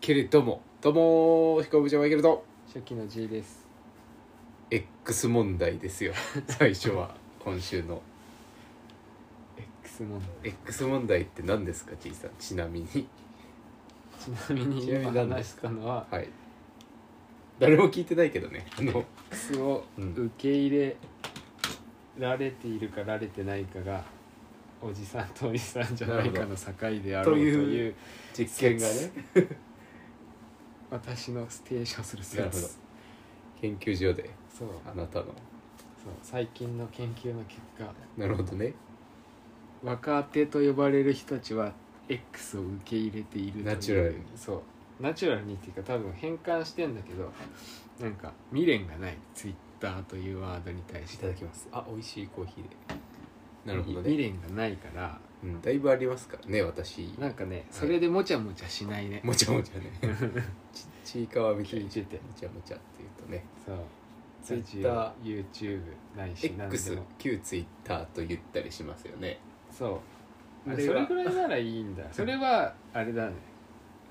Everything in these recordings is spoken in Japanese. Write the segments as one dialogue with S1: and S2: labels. S1: けれどもどうも飛行部長マイケルと
S2: 初期の G です
S1: X 問題です よ最初は今週の
S2: X 問題
S1: X 問題って何ですかじいさんちなみに
S2: ちなみに
S1: ちなみに
S2: 今
S1: 何で
S2: 話
S1: す
S2: したのは
S1: はい誰も聞いてないけどねあの
S2: X を
S1: うん
S2: 受け入れられているかられてないかがおじさんとおじさんじゃないかの境であろう
S1: と
S2: と
S1: いう
S2: いう
S1: 実験がね
S2: 私のステーションする
S1: なるほど
S2: です
S1: 研究所で
S2: そう
S1: あなたの
S2: そう最近の研究の結果
S1: なるほどね
S2: 若手と呼ばれる人たちは X を受け入れているという
S1: ナチュラルに
S2: そうナチュラルにっていうか多分変換してんだけどなんか未練がないツイッターというワードに対して
S1: いただきますあ美味しいコーヒーでなるほど
S2: 未
S1: ね、
S2: 練がないから
S1: うん、だいぶありますからね私
S2: なんかねそれでもちゃもちゃしないね、
S1: もちゃもち ゃねちちいかわみたいに
S2: 聞いてて
S1: もちゃもちゃっていうとね
S2: そう
S1: ツイッ
S2: Twitter
S1: タ
S2: YouTube ないし何で
S1: X
S2: も
S1: 旧ツイッターと言ったりしますよね
S2: そう
S1: あ
S2: で
S1: れ
S2: そ
S1: は
S2: れぐらいならいい んだそれはあれだね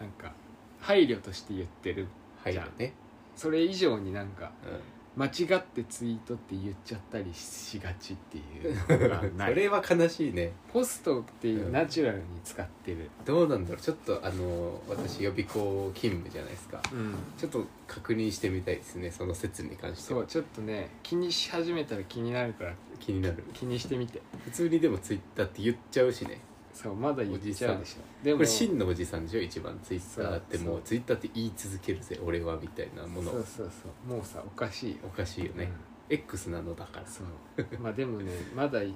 S2: なんか配慮として言ってる
S1: はい
S2: じゃあ
S1: ね、
S2: それ以上になんか
S1: う
S2: 間違ってツイートって言っちゃったりしがちっていうのが
S1: ん、
S2: な
S1: そ
S2: い
S1: れは悲しいね
S2: ポストっていうナチュラルに使ってる、
S1: どうなんだろうちょっとあの私予備校勤務じゃないですか
S2: うん、
S1: ちょっと確認してみたいですねその説に関して
S2: そ
S1: は
S2: うちょっとね気にし始めたら気になるから
S1: 気になる
S2: 気にしてみて
S1: 普通にでもツイッターって言っちゃうしね
S2: そうまだ言っちゃうでしょで
S1: こ
S2: も
S1: れ真のおじさんでしょ一番ツイッターって
S2: そう
S1: もう
S2: そう
S1: ツイッターって言い続けるぜ俺はみたいなもの
S2: そうそうそうもうさおかしいよ
S1: おかしいよね、X なのだから
S2: うんそうまあでもねまだい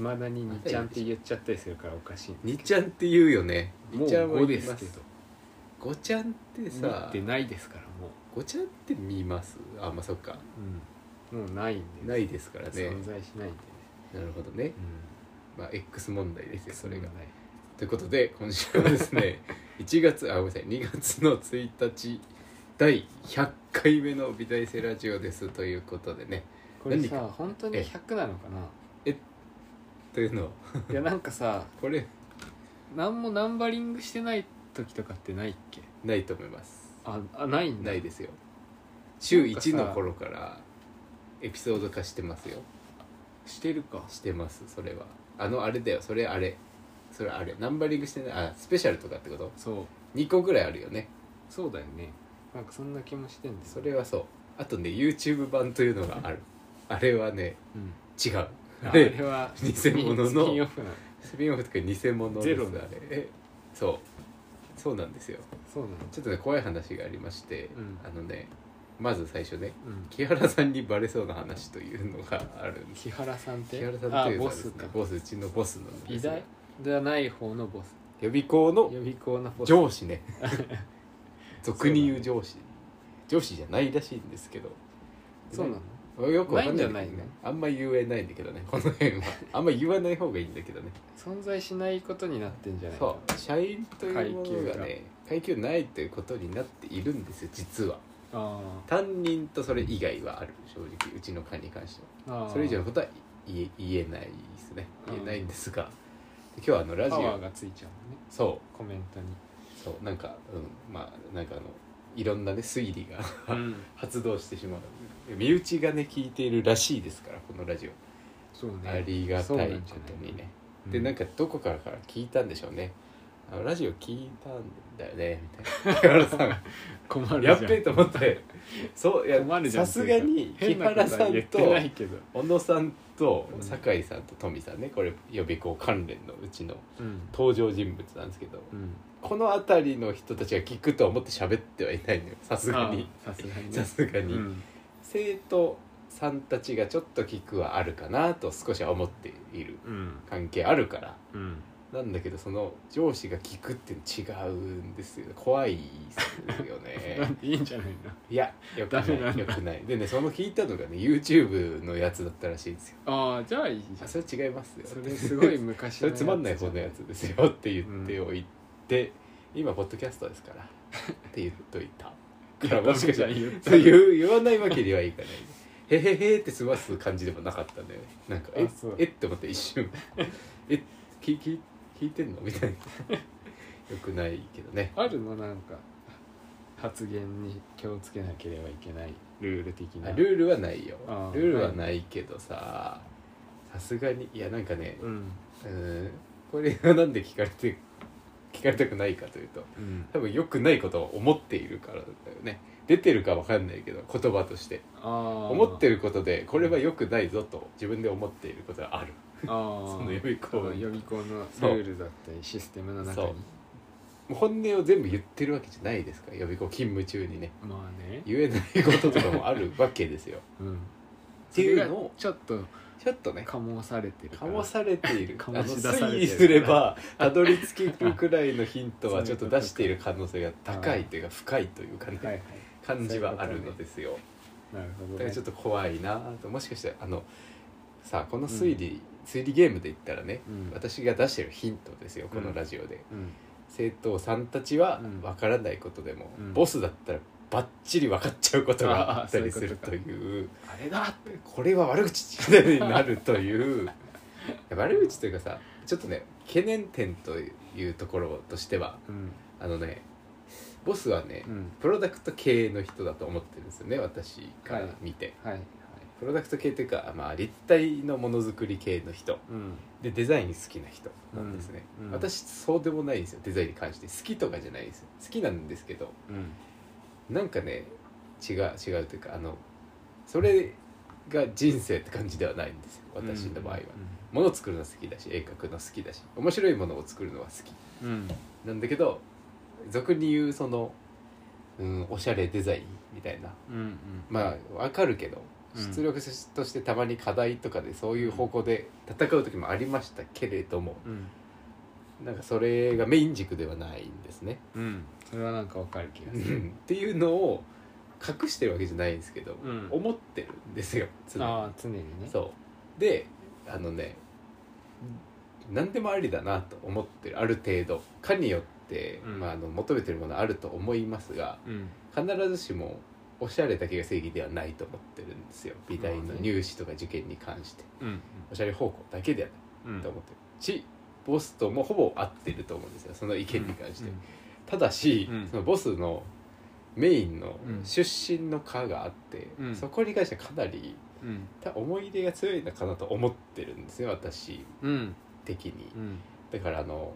S2: まだに「にちゃん」って言っちゃったりするからおかしい
S1: にちゃんって言うよね
S2: も
S1: に
S2: う
S1: ちゃんは
S2: 5
S1: 言
S2: で
S1: いますす
S2: けど
S1: ごちゃんって
S2: 2
S1: さ
S2: ってないですからもう
S1: ごちゃんって見ますあまあそっか
S2: うんもうないんで
S1: ないですからね
S2: 存在しないんで
S1: な
S2: ね
S1: るほどね
S2: う
S1: まあ X 問題ですよそれが、
S2: ない
S1: ということで今週はですね1月あごめんなさい2月の1日第100回目の美大生ラジオですということでね
S2: これ
S1: 何
S2: さ本当に
S1: ええ
S2: 100なの かな
S1: というのを
S2: いやなんかさ
S1: これ
S2: 何もナンバリングしてない時とかってないっけ
S1: ないと思います
S2: ああないんだ
S1: ないですよ週
S2: なんかさ
S1: 1の頃からエピソード化してますよ
S2: してるか
S1: してますそれはあのあれだよそれあれそれあれナンバリングしてないあスペシャルとかってこと
S2: そう
S1: 2個ぐらいあるよね
S2: そうだよねなんかそんな気もしてんだよ
S1: それはそうあとね YouTube 版というのがあるあれはね
S2: うん
S1: 違う
S2: ああ
S1: で
S2: れは
S1: 偽
S2: スピン
S1: 物の
S2: スピンオフなの
S1: スピンオフとか偽物です
S2: ゼロ
S1: あ
S2: だ
S1: れえそうそうなんですよ
S2: そうなの
S1: ちょっとね怖い話がありまして、
S2: うん
S1: あのねまず最初ね
S2: うん
S1: 木原さんにバレそうな話というのがあるんです
S2: 木原さんって
S1: 木原さんというの
S2: あボ
S1: はです
S2: ス
S1: ね
S2: か
S1: ボスうちのボスなんですよ
S2: 美大じゃない方のボス
S1: 予備校
S2: 予
S1: の
S2: 備校のボス
S1: 上司ね 俗に言う上司上司じゃないらしいんですけど
S2: そうなの
S1: よくわかんないんだ
S2: ないん
S1: け
S2: じ
S1: ど
S2: ゃな
S1: ね
S2: い
S1: あんま言えないんだけどねこの辺はあんま言わない方がいいんだけどね
S2: 存在しないことになってんじゃないの
S1: そう社員というものがね階級ないということになっているんですよ実は
S2: あ
S1: 担任とそれ以外はある正直うちの課に関して
S2: ーあ
S1: は
S2: ー
S1: それ以上のことは言え言えないですね
S2: うん
S1: 言えないんですが今日はあのラジ
S2: パワ
S1: オ
S2: ーがついちゃうのね
S1: そ
S2: コメントに
S1: うそうなんかうんまあなんかあのいろんなね推理が 発動してしまう身内がね聞いているらしいですからこのラジオ
S2: そうね
S1: ありが
S2: そう
S1: た
S2: ないんじゃ
S1: こ
S2: ない
S1: とにねでなんかどこからから聞いたんでしょうねあのラジオ聞いたんだよねみたいな木原さん
S2: 困るじゃ
S1: や
S2: ん
S1: っべえと思ってそういや
S2: 困るじゃん
S1: さすがに木
S2: 変なことは
S1: 原さん
S2: 言っ
S1: と
S2: てないけど、
S1: 小野さんと
S2: うん
S1: 酒井さんと富さんねこれ予備校関連のうちの
S2: うん
S1: 登場人物なんですけど
S2: うん、
S1: この辺りの人たちが聞くとは思って喋ってはいないのよさすがに
S2: ああさすがに
S1: さすがに、
S2: うん
S1: 生徒さんたちがちょっと聞くはあるかなと少しは思っている
S2: うん
S1: 関係あるから
S2: うん
S1: なんだけどその上司が聞くっていうの違うんですよ怖いですよね
S2: なんでいいんじゃないの
S1: いやよく
S2: ダメ
S1: な
S2: なん
S1: い
S2: だ
S1: よくないでねその聞いたのがね YouTube のやつだったらしいんですよ
S2: ああじゃあいいじ
S1: あ
S2: ゃん
S1: それ違いますよ
S2: それすごい昔
S1: それつまんない方のやつですよって言っておいて、今ポッドキャストですからって言っとい たからもしかしたら
S2: 言っ
S1: そう言う言わないわけにはいかないへへへって済ます感じでもなかったんだよねなんかえ
S2: あそう
S1: えって思って一瞬 え 聞聞聞いてんのみたいなよくないけどね
S2: あるのなんか発言に気をつけなければいけないルール的な
S1: あルールはないよ
S2: あー
S1: ルールはないけどささすがにいやなんかね
S2: うん
S1: うーんこれがなんで聞かれて聞かれたくないかというと
S2: うん
S1: 多分良くないことを思っているからだよね出てるかわかんないけど言葉として
S2: ああ
S1: 思って
S2: る
S1: ることでこれは良くないぞと自分で思っていることがある
S2: あー
S1: その予備校
S2: あの予備校のルールだったりシステムの中
S1: そ
S2: に
S1: もう本音を全部言ってるわけじゃないですから予備校勤務中にね
S2: まあね
S1: 言えないこととかもあるわけですよ
S2: うんって
S1: いうのを
S2: ちょっと
S1: ちょっとね
S2: 醸されてるか
S1: からもされている
S2: 醸
S1: あの
S2: し出されてる
S1: 推移すればたどり着けるくらいのヒントはちょっと出している可能性が高いというか深いというかね、
S2: はいはい
S1: 感じはあるのですよ
S2: なるほど、
S1: だから
S2: ね、
S1: ちょっと怖いなともしかしてあのさあこの推理、推理ゲームで言ったらね、
S2: うん
S1: 私が出してるヒントですよこのラジオで、
S2: うん
S1: 生徒さんたちは
S2: うん
S1: わからないことでも、
S2: うん
S1: ボスだったらバッチリ分かっちゃうことがあったりする
S2: あー
S1: と
S2: そう
S1: い
S2: いうう
S1: あれだってこれは悪口になるという悪口というかさちょっとね懸念点というところとしては
S2: うん
S1: あのねボスはね、
S2: うん
S1: プロダクト系の人だと思ってるんですよね私から見て、
S2: はいはい
S1: プロダクト系というか、まあ、立体のものづくり系の人
S2: うん
S1: でデザイン好きな人なんですね、
S2: うんうん
S1: 私そうでもないんですよデザインに関して好きとかじゃないですよ好きなんですけど
S2: うん
S1: なんかね違う違うというかあのそれが人生って感じではないんですよ私の場合は、物を作るの好きだし絵描くの好きだし面白いものを作るのは好き
S2: うん、うん
S1: なんだけど俗に言うその、うん、おしゃれデザインみたいな
S2: うんうん
S1: まあわかるけど
S2: うん
S1: 出力としてたまに課題とかでそういう方向で戦う時もありましたけれども
S2: うん
S1: なんかそれがメイン軸ではないんですね。
S2: うんそれはなんかわかる気が
S1: う
S2: する、
S1: んっていうのを隠してるわけじゃないんですけど、
S2: うん
S1: 思ってるんですよ常に
S2: ああ常にね
S1: そうであのね何でもありだなと思ってるある程度かによって、
S2: うん
S1: まあ、あの求めてるものあると思いますが
S2: うん
S1: 必ずしもおしゃれだけが正義ではないと思ってるんですよ美大の入試とか受験に関して
S2: うん
S1: おしゃれ方向だけでは
S2: うん
S1: ないと思ってるしボスともほぼ合ってると思うんですよその意見に関して、
S2: うん
S1: ただし、
S2: うん
S1: そのボスのメインの
S2: うん
S1: 出身の科があって、
S2: うん
S1: そこに関してはかなり
S2: うん
S1: た思い入れが強いのかなと思ってるんですね私
S2: うん
S1: 的に
S2: うん
S1: だからあの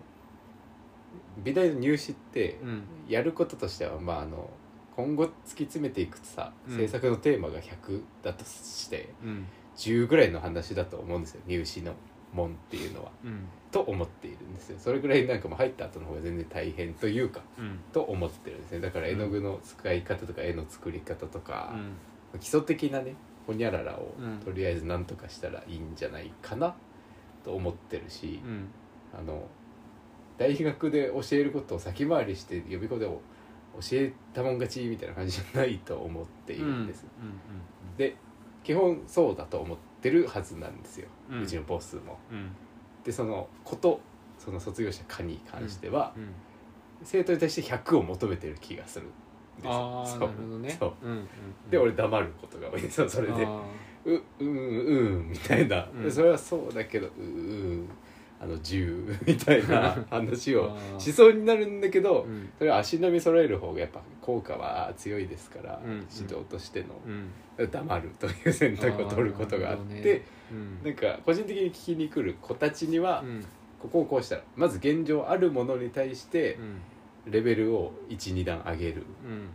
S1: 美大の入試って
S2: うん
S1: やることとしてはまああの今後突き詰めていくとさ
S2: うん
S1: 制作のテーマが100だとして
S2: うん
S1: 10ぐらいの話だと思うんですよ入試の門っていうのは。
S2: うん
S1: と思っているんですよそれぐらいなんかもう入った後の方が全然大変というか
S2: うん
S1: と思ってるんですねだから絵の具の使い方とか絵の作り方とか、
S2: うん
S1: 基礎的なねほにゃららを
S2: うん
S1: とりあえず何とかしたらいいんじゃないかなと思ってるし、
S2: うん
S1: あの大学で教えることを先回りして予備校で教えたもん勝ちみたいな感じじゃないと思っているんです、
S2: うん
S1: で基本そうだと思ってるはずなんですよ、
S2: う
S1: うんちのボスも
S2: うん
S1: でそのことその卒業者科に関しては、
S2: うん
S1: 生徒に対して100を求めてる気がするんですよ
S2: ああ
S1: そう
S2: なるほどね
S1: そう
S2: うんうん
S1: で俺黙ることが多いん ですよそれで
S2: あー
S1: ううんうんみたいな、
S2: うん
S1: でそれはそうだけどううんあの10み たい な話を
S2: あー
S1: しそうになるんだけど、
S2: うん
S1: それは足並み揃える方がやっぱ効果は強いですから、
S2: うんうん
S1: 指導としての、
S2: うん
S1: 黙るという選択を取ることがあっ
S2: あーな
S1: て
S2: るうん
S1: なんか個人的に聞きに来る子たちには、
S2: うん
S1: ここをこうしたらまず現状あるものに対して
S2: うん
S1: レベルを12段上げる
S2: うん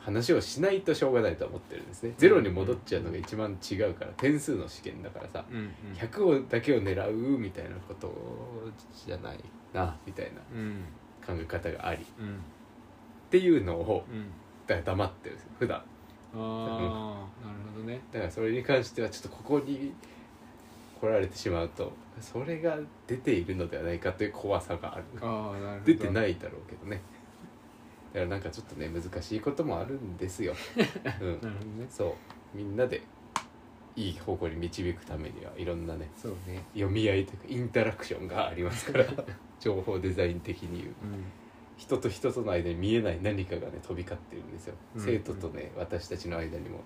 S1: 話をしないとしょうがないと思ってるんですね。ゼロに戻っちゃうのが一番違うから点数の試験だからさ、
S2: うんうん
S1: 100をだけを狙うみたいなことじゃないなみたいな
S2: うん
S1: 考え方がありっ
S2: うん
S1: ていうのを
S2: うん
S1: だから黙ってるんですよ普段
S2: ああなるほどね
S1: だからそれに関してはちょっとここに来られてしまうとそれが出ているのではないかという怖さがある
S2: ああなるほど
S1: 出て
S2: い
S1: ないだろうけどねだからなんかちょっとね難しいこともあるんですよ、うん
S2: な、 るほどね
S1: そうみんなでいい方向に導くためにはいろんなね
S2: そうね
S1: 読み合いというかインタラクションがありますから 情報デザイン的に言う
S2: うん
S1: 人と人との間に見えない何かがね飛び交ってるんですよ、
S2: うん
S1: 生徒とね私たちの間にも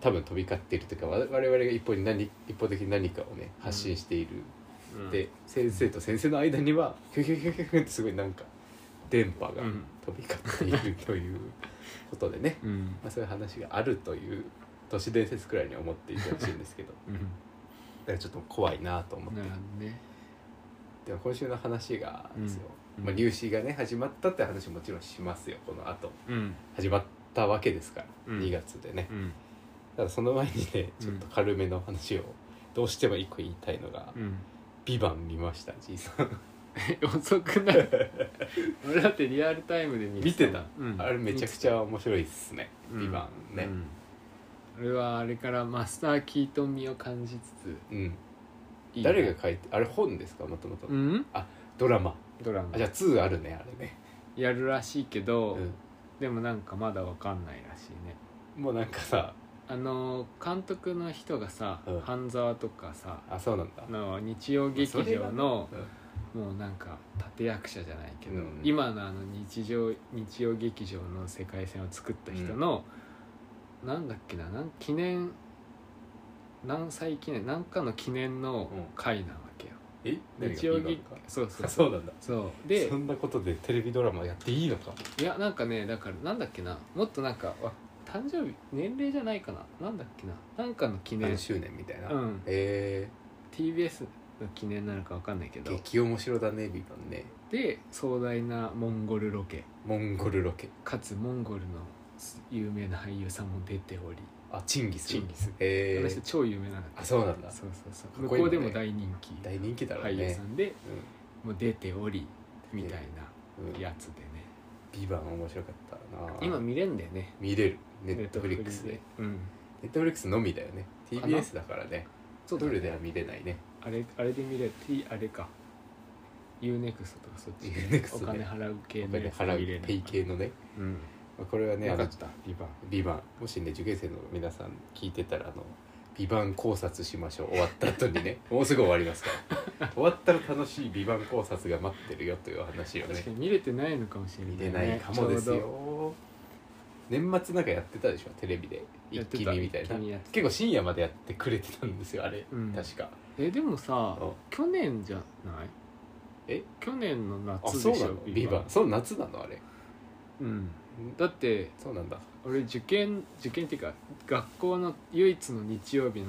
S1: 多分飛び交っているというかわ我々が一方に何一方的に何かをね発信している、
S2: うん
S1: で先生と先生の間にはヒュヒュヒュヒュヒュってすごいなんか電波が
S2: うん
S1: 飛び交っているという、ことでね、
S2: うん
S1: まあ、そういう話があるという都市伝説くらいに思っていてほしいんですけ どだ
S2: うん
S1: からちょっと怖いなと思って
S2: なるほどね
S1: でも今週の話がですよ、
S2: うん
S1: まあ、入試がね始まったって話もちろんしますよこの後
S2: うん
S1: 始まったわけですから、
S2: うん
S1: 2月でね
S2: うん
S1: ただその前にねちょっと軽めの話をどうしても一個言いたいのが
S2: うん
S1: 「ビバン見ましたじいさん
S2: 遅くない俺だってリアルタイムで見
S1: 見てた、
S2: うん
S1: あれめちゃくちゃ面白いっすね「
S2: うん
S1: ビバンね、
S2: うん俺はあれからマスター・キートン味を感じつつ
S1: うん
S2: いいな
S1: 誰が書いてあれ本ですかもともと
S2: うん
S1: ドラマ
S2: ドラマ
S1: あじゃあ2あるねあれね、
S2: やるらしいけど、
S1: う
S2: でもなんかまだわかんないらしいね
S1: ん、もうなんかさ
S2: あの監督の人がさ、
S1: うん
S2: 半沢とかさ
S1: あそうなんだ
S2: あの日曜劇場の
S1: うん
S2: もうなんか立役者じゃないけど、
S1: うん
S2: 今のあの日常日曜劇場の世界線を作った人の、なんだっけななん記念何歳記念何かの記念の
S1: うん
S2: 回なわけよ、
S1: え何が
S2: 日曜
S1: ビ
S2: 劇
S1: バンか
S2: そうそう
S1: あそう なんだ
S2: そう
S1: で
S2: で
S1: そんなことでテレビドラマやっていいのか
S2: いやなんかねだからなんだっけなもっとなんかわ誕生日年齢じゃないかななんだっけななんかの記念
S1: 何周年みたいな、
S2: うん
S1: え
S2: TBS の記念なのかわかんないけ
S1: ー、
S2: ど
S1: 激面白だねビバンね
S2: で壮大なモンゴルロケ
S1: モンゴルロケ
S2: かつモンゴルの有名な俳優さんも出ており
S1: あチンギス
S2: チンギス
S1: え
S2: 私
S1: ー、
S2: 超有名なんだ
S1: あそうなんだ
S2: そうそうそ
S1: か
S2: う
S1: っこ
S2: 向
S1: いい
S2: こ
S1: もん
S2: う
S1: ね
S2: でも大人気
S1: 大人気だろう
S2: 俳優
S1: ね
S2: さ、んでもう出ておりみたい
S1: うんう、
S2: なんやつでね
S1: ビバン面白かったな
S2: 今見れんだよね
S1: 見れるネットフリックスで
S2: でうん
S1: ネットフリックスのみだよね
S2: な
S1: TBS だからね
S2: そうだ
S1: ど
S2: ね
S1: れでは見れないね
S2: あれあれで見れる T あれか UNEXT とかそっち
S1: Unext
S2: お金払う系
S1: やっ
S2: の
S1: ぱり
S2: やつ見れ
S1: 払
S2: る
S1: うペイ系のね
S2: うん
S1: まあこれはねあ
S2: よか
S1: の
S2: ったリバー
S1: ビバンもしね受験生の皆さん聞いてたらあのビバン考察しましょう終わった後に ねもうすぐ終わりますから終わったら楽しいビバン考察が待ってるよという話をね
S2: 確かに見れてないのかもしれない
S1: 見
S2: ね
S1: れないかもです
S2: ちょう
S1: よ年末なんかやってたでしょテレビで
S2: や
S1: 一
S2: って
S1: 気
S2: た
S1: 見みたい
S2: 一
S1: な
S2: 気見やってた
S1: 結構深夜までやってくれてたんですよあれ、
S2: うん
S1: 確か
S2: どえでもさ
S1: うん
S2: 去年じゃない
S1: え
S2: 去年の
S1: あ
S2: 夏
S1: そう
S2: で
S1: な
S2: し
S1: の
S2: ょ
S1: ビバンそう夏なのあれ
S2: うんだって
S1: そうなんだ
S2: 俺受験受験っていうか学校の唯一の日曜日の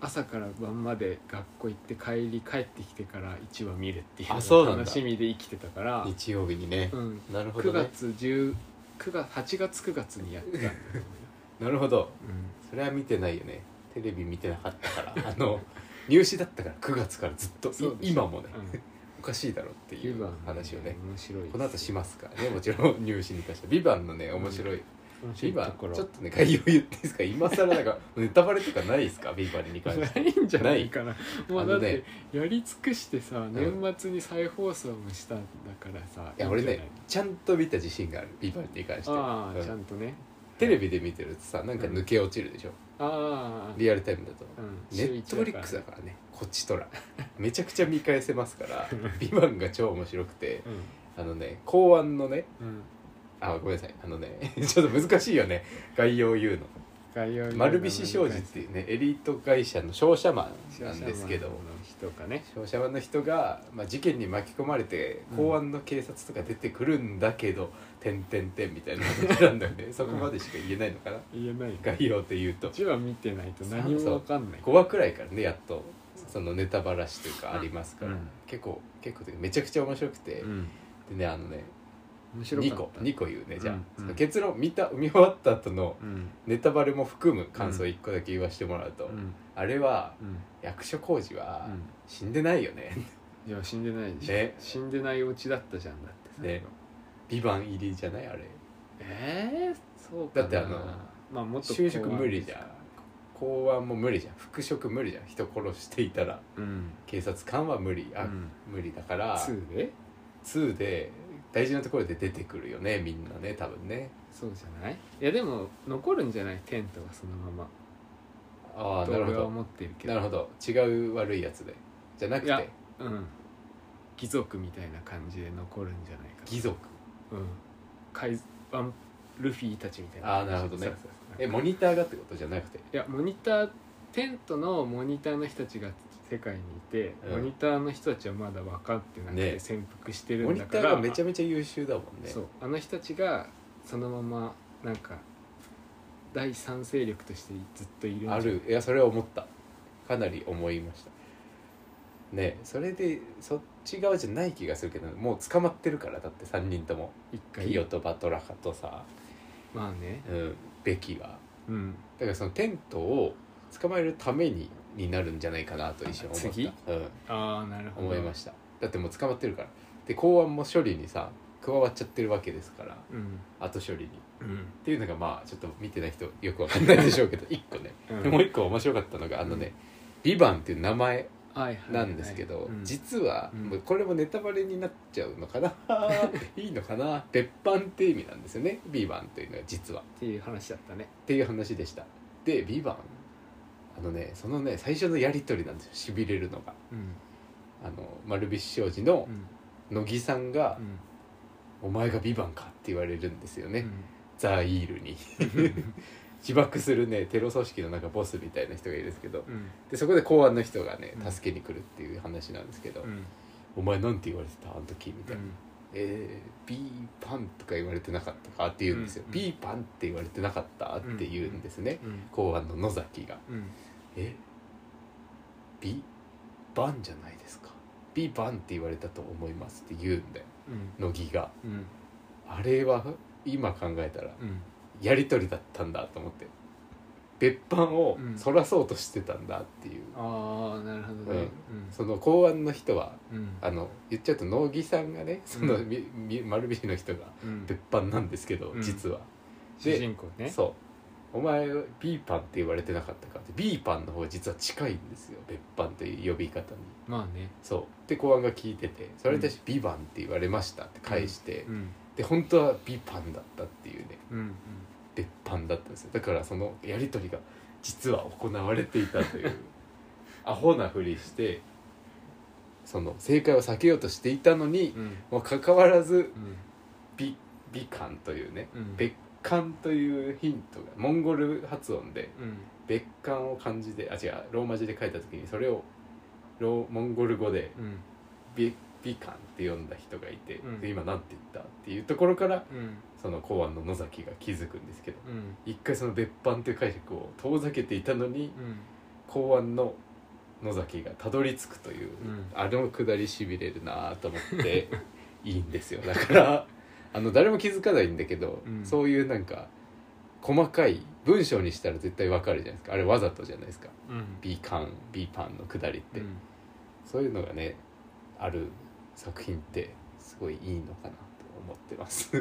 S2: 朝から晩まで学校行って帰り帰ってきてから1話見るっていうの
S1: あ
S2: が
S1: そうなんだ
S2: 楽しみで生きてたから
S1: 日曜日にね、
S2: うん
S1: なるほど
S2: 9
S1: ね
S2: 月10 9月8月9月にやってたんだよ、
S1: なるほど
S2: うん、
S1: それは見てないよねテレビ見てなかったから あの入試だったから9月からずっとい
S2: そうでしょ
S1: 今もね、
S2: うん
S1: おかしいだろってい
S2: ビバ
S1: う
S2: ン
S1: 話をね
S2: 面白い
S1: この後しますからねもちろん入試に関しては「ビバンのね面白い「
S2: 面白
S1: ビ
S2: い
S1: バ
S2: と
S1: ン
S2: ころ
S1: ちょっとね概要言っていいですか今更なんかネタバレとかないですか「ビバンに関して
S2: ないんじゃないかなも
S1: あ
S2: う
S1: の
S2: だっ
S1: ね
S2: てやり尽くしてさ年
S1: ん
S2: 末に再放送もしたんだからさ
S1: いや
S2: ん
S1: 俺
S2: じゃ
S1: ねちゃんと見た自信がある「ビバンに関しては
S2: あ、
S1: う
S2: あ
S1: ん
S2: ちゃんとね
S1: テレビで見てるとさなんか抜け落ちるでしょ、
S2: ああ
S1: リアルタイムだと、
S2: うん
S1: ネットフリックスだからねこっちとらめちゃくちゃ見返せますから 「ビバンが超面白くて
S2: う
S1: あのね公安のね
S2: んうん
S1: あごめんなさいあのね ちょっと難しいよね概要を言うの
S2: 概要
S1: 丸菱商事っていうねエリート会社の商社マンなんですけど
S2: 人かね
S1: 商社マンの人が、まあ、事件に巻き込まれて
S2: うん
S1: 公安の警察とか出てくるんだけど「てんてんてん」みたいな感じなんだよねそこまでしか言えないのかな
S2: 言えない
S1: 概要って言うと
S2: 一話見てないと何もわかんない
S1: 5話くらいからねやっとそのネタばらしというかありますから、
S2: うん
S1: 結構結構というかめちゃくちゃ面白くて、
S2: うん
S1: でねあのね
S2: 面白
S1: 2
S2: かっ
S1: 個
S2: た
S1: 2個言うねじゃあ、
S2: うんうん
S1: その結論見た見終わった後の
S2: うん
S1: ネタバレも含む感想1個だけ言わせてもらうと、
S2: うん
S1: あれは
S2: うん
S1: 役所広司は
S2: うん
S1: 死んでないよね「
S2: いや死んでないでしょ、
S1: ね
S2: 死んでないオチだったじゃんだって
S1: ねビバン入りじゃないあれ
S2: えー、そうかな
S1: だってあの
S2: まあもっと
S1: 就職無理じゃん公安も無理じゃん復職無理じゃん人殺していたら
S2: うん
S1: 警察官は無理あ、
S2: うん
S1: 無理だから
S2: 2で
S1: 2で大事なところで出てくるよねみんなね多分ね
S2: そうじゃないいやでも残るんじゃないテントはそのま
S1: あ
S2: ま
S1: あなるほ
S2: 俺は
S1: ど
S2: 思ってるけど
S1: なるほど違う悪いやつでじゃなく
S2: いや
S1: て
S2: うん貴族みたいな感じで残るんじゃないか
S1: 義族
S2: うんカイワンルフィたちみたいな
S1: あーなるほどね
S2: そうそうそう
S1: えモニターがってことじゃなくて
S2: いやモニターテントのモニターの人たちが世界にいて、
S1: うん
S2: モニターの人たちはまだ分かってなく
S1: ね
S2: て潜伏してる
S1: モ
S2: ん
S1: ニ
S2: だ
S1: タ
S2: か
S1: ー
S2: ら、
S1: がめちゃめちゃ優秀だもんね
S2: そうあの人たちがそのままなんか第三勢力としてずっといるんじゃ
S1: あ
S2: ない
S1: るいやそれは思ったかなり思いましたねそれでそっち側じゃない気がするけどもう捕まってるからだって3人とも
S2: 一
S1: ピヨ
S2: 回
S1: とバトラカとさ、
S2: まあね
S1: うん、ベキが
S2: うん
S1: だからそのテントを捕まえるためにになるんじゃないかなと一瞬思った
S2: 次
S1: うん、
S2: ああなるほど
S1: 思いま
S2: た
S1: しただってもう捕まってるからで公安も処理にさ加わっちゃってるわけですから
S2: うん
S1: 後処理に
S2: うん
S1: っていうのがまあちょっと見てない人よくわかんないでしょうけ ど一個ね、
S2: うん
S1: でもう一個面白かったのがあのね「ビバンっていう名前
S2: はいはいはい
S1: なんですけど、
S2: うん
S1: 実は、
S2: うん
S1: もうこれもネタバレになっちゃうのか ないいのかな別版って意味なんですよね「ビバンというのは実はっ
S2: っていう話だったね
S1: ていう話でしたで「ビバンあのねそのね最初のやり取りなんですよしびれるのが
S2: うん
S1: あの丸菱商事の
S2: うん
S1: 乃木さんが
S2: うん
S1: 「お前がビバンか」って言われるんですよね、
S2: うん
S1: ザイールに自爆するねテロ組織のなんかボスみたいな人がいるんですけど
S2: うん
S1: でそこで公安の人がね
S2: うん
S1: 助けに来るっていう話なんですけど「
S2: うん
S1: お前なんて言われてたあの時」みた
S2: う
S1: いな「
S2: ん
S1: えー、ビーパンとか言われてなかったか?」って言うんですよ「
S2: うん
S1: ビーパンって言われてなかった?」って言うんですね
S2: うん
S1: 公安の野崎が
S2: うん
S1: 「えビバンじゃないですか」「ビバンって言われたと思います」って言うんだよ
S2: うん
S1: 乃木が
S2: うん
S1: あれは今考えたら
S2: うん
S1: やり取りだったんだと思って別班を
S2: うん
S1: そらそうとしてたんだっていう、
S2: ああなるほどねうん
S1: その公安の人は
S2: うん
S1: あの言っちゃうと農儀さんがねその、
S2: うん
S1: みみ丸菱の人が
S2: うん
S1: 別班なんですけど、
S2: うん
S1: 実は、
S2: 主人公ね
S1: そうお前 B パンって言われてなかったかって B パンの方が実は近いんですよ別班という呼び方に
S2: まあね
S1: そうで公安が聞いててそれに対して「ビバンって言われましたって返して、
S2: うん
S1: で本当は B パンだったっていうね
S2: うん
S1: 別班だったんですよだからそのやり取りが実は行われていたと いうアホなふりしてその正解を避けようとしていたのに
S2: うん
S1: もかかわらず
S2: うん
S1: 美美観というね
S2: うん
S1: 別館というヒントがモンゴル発音で
S2: うん
S1: 別館を漢字であ違うローマ字で書いた時にそれをローモンゴル語で
S2: うん
S1: 美美観って読んだ人がいて、
S2: うん
S1: で今なんて言ったっていうところから
S2: うん
S1: その公安の野崎が気づくんですけど
S2: うん
S1: 一回その別班という解釈を遠ざけていたのに
S2: うん
S1: 公安の野崎がたどり着くという、
S2: うん
S1: あのくだりしびれるなぁと思って いいんですよだからあの誰も気づかないんだけど、
S2: うん
S1: そういうなんか細かい文章にしたら絶対わかるじゃないですかあれわざとじゃないですか
S2: うん
S1: 美観美パンのくだりって、
S2: うん
S1: そういうのがねある作品ってすごいいいのかなと思ってます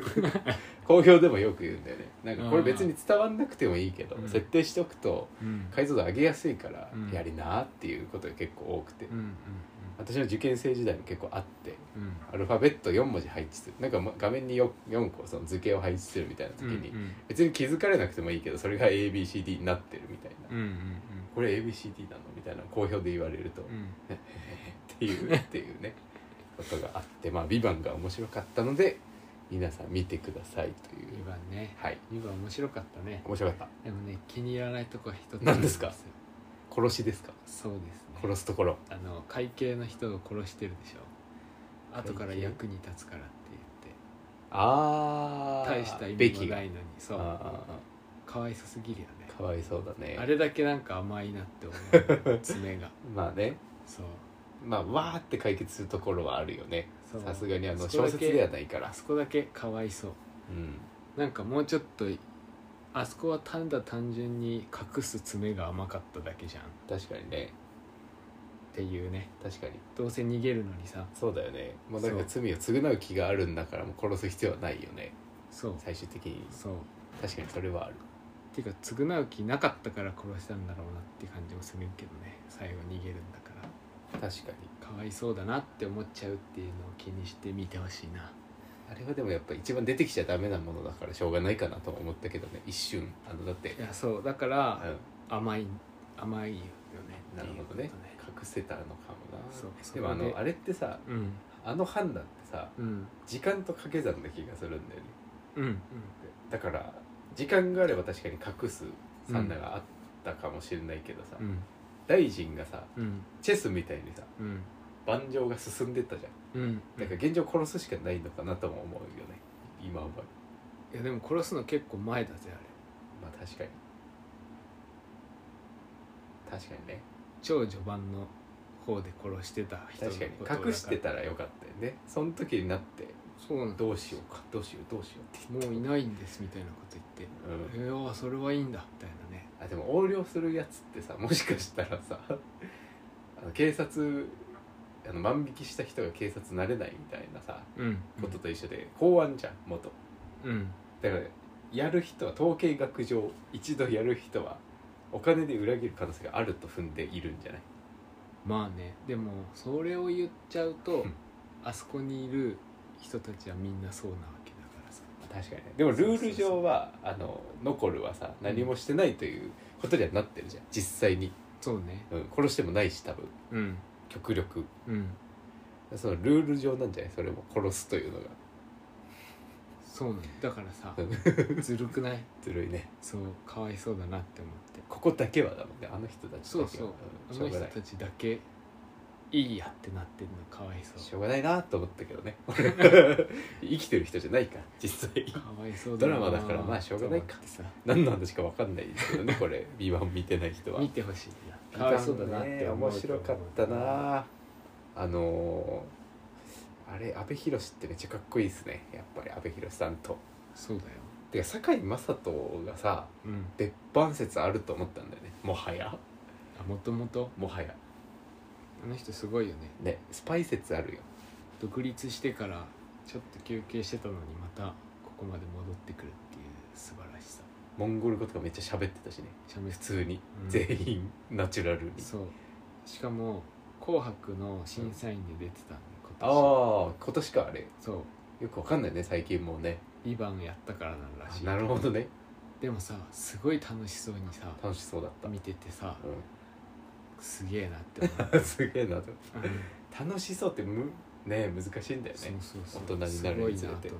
S1: 好評でもよく言うんだよねなんかこれ別に伝わんなくてもいいけど、
S2: うん
S1: 設定しておくと
S2: うん
S1: 解像度上げやすいから
S2: うん
S1: やりなーっていうことが結構多くて、
S2: うん
S1: 私の受験生時代も結構あって
S2: うんうん
S1: アルファベット4文字配置するなんかま画面に 4, 4個その図形を配置するみたいな時に、
S2: うん
S1: 別に気づかれなくてもいいけどそれが ABCD になってるみたいな、
S2: うんうん
S1: これ ABCD なのみたいな好評で言われると、
S2: うんうん
S1: っていうっていうねことがあってまあ「ビバンが面白かったので皆さん見てくださいとい
S2: 2
S1: う
S2: 番ね
S1: はい
S2: 2番面白かったね
S1: 面白かった
S2: でもね気に入らないとこは一つ
S1: 何ですか
S2: あるん
S1: 殺
S2: よ
S1: しですか
S2: そうですね
S1: 殺すところ
S2: あの会計の人を殺してるでしょ
S1: 会計
S2: 後から役に立つからって言って
S1: ああ
S2: 大した意
S1: べ
S2: 味
S1: き
S2: もな
S1: が
S2: いのにそう
S1: あ
S2: かわいそすぎるよ
S1: ーかわいそうだね
S2: ねあれだけなんか甘いなって思う爪が
S1: まあね
S2: そう
S1: まあわーって解決するところはあるよね
S2: そう
S1: さすがにあの
S2: そこ
S1: 小
S2: だけ
S1: 説ではないか
S2: あ
S1: ら
S2: そこだけかわいそう
S1: うん
S2: なんかもうちょっとあそこはただ単純に隠す爪が甘かっただけじゃんっ
S1: 確かにね
S2: ていうね
S1: 確かに
S2: どうせ逃げるのにさ
S1: そうだよねもうなん
S2: そ
S1: か
S2: う
S1: 罪を償う気があるんだからもう殺す必要はないよね
S2: そう
S1: 最終的に
S2: そう
S1: 確かにそれはある
S2: ていうか償う気なかったから殺したんだろうなって感じもするけどね最後逃げるんだから
S1: 確かに
S2: かわいそうだなって思っちゃうっていうのを気にして見てほしいな
S1: あれはでもやっぱ一番出てきちゃダメなものだからしょうがないかなと思ったけどね一瞬あのだって
S2: いやそうだか
S1: うん
S2: ら甘い甘いよね
S1: なるほどね隠せたのかもな
S2: そう
S1: でもあ
S2: そ
S1: の
S2: れで
S1: あれってさ
S2: うん
S1: あの判断ってさ
S2: うん
S1: 時間と掛け算な気がするんだよね
S2: うん
S1: だから時間があれば確かに隠すサンダがあったかもしれないけどさ、
S2: うん
S1: 大臣がさ
S2: うん
S1: チェスみたいにさ
S2: うん
S1: 盤上が進んでったじゃん
S2: うん
S1: だから現状殺すしかないのかなとも思うよね今思う
S2: いやでも殺すの結構前だぜあれ
S1: まあ確かに確かにね
S2: 超序盤の方で殺してた人の
S1: 確
S2: こと
S1: かに隠してたらよかったよねその時になって
S2: そうなんだ
S1: どうしようかどうしようどうしようって
S2: もういないんですみたいなこと言って
S1: 言って、
S2: いやーそれはいいんだみたいなね
S1: うん、あでも横領するやつってさもしかしたらさ あの警察あの万引きした人が警察なれないみたいなさ
S2: うん
S1: ことと一緒で公安じゃん元
S2: うん
S1: だからやる人は統計学上一度やる人はお金で裏切る可能性があると踏んでいるんじゃない
S2: まあねでもそれを言っちゃうと
S1: うん
S2: あそこにいる人たちはみんなそうなわけだからさ
S1: 確かにねでもルール上はあのノコルはさ何もしてないということにはなってるじゃん実際に、
S2: そうね
S1: うん、殺してもないし多分
S2: うん
S1: 極力
S2: うん
S1: そのルール上なんじゃないそれも殺すというのが
S2: そうなんだからさ
S1: うん
S2: ずるくない
S1: ずるいね
S2: そうかわいそうだなって思って
S1: ここだけはだもんねあの人たちだけは
S2: そうそうんあ
S1: しょ
S2: の
S1: うが
S2: 人
S1: ない
S2: たちだけいいやってなってんのかわいそ
S1: しょうがないなと思ったけどね俺 生きてる人じゃないから実際
S2: うかわいそう
S1: ドラマだからまあしょうがないか
S2: と思ってさ
S1: 何の話か分かんないですけどねこれ美版見てない人は
S2: 見てほしいなかわいそうだなって
S1: ね
S2: 思う
S1: 面白かったなあのーあれ阿部寛ってめっちゃかっこいいですねやっぱり阿部寛さんと
S2: そうだよ
S1: てか堺雅人がさ
S2: うん
S1: 別班説あると思ったんだよねもはや
S2: あもともと
S1: もはや
S2: あの人すごいよね
S1: ねスパイ説あるよ
S2: 独立してからちょっと休憩してたのにまたここまで戻ってくるっていう素晴らしさ
S1: モンゴル語とかめっちゃ喋ってたしね
S2: しゃべ
S1: 普通に、
S2: うん
S1: 全員ナチュラルに
S2: そうしかも「紅白」の審査員で出てたんで
S1: あ
S2: 今年
S1: あ今年かあれ
S2: そう
S1: よくわかんないね最近もうね
S2: 「ビバンやったからなんら
S1: あ
S2: しい
S1: なるほどね
S2: でもさすごい楽しそうにさ
S1: 楽しそうだった、
S2: 見ててさ
S1: う
S2: すげえなって 思
S1: ん、 すげえなと
S2: う、うん
S1: 楽しそうってむね難しいんだよね
S2: そうそう
S1: 大人になるにつれて
S2: すごいなと思って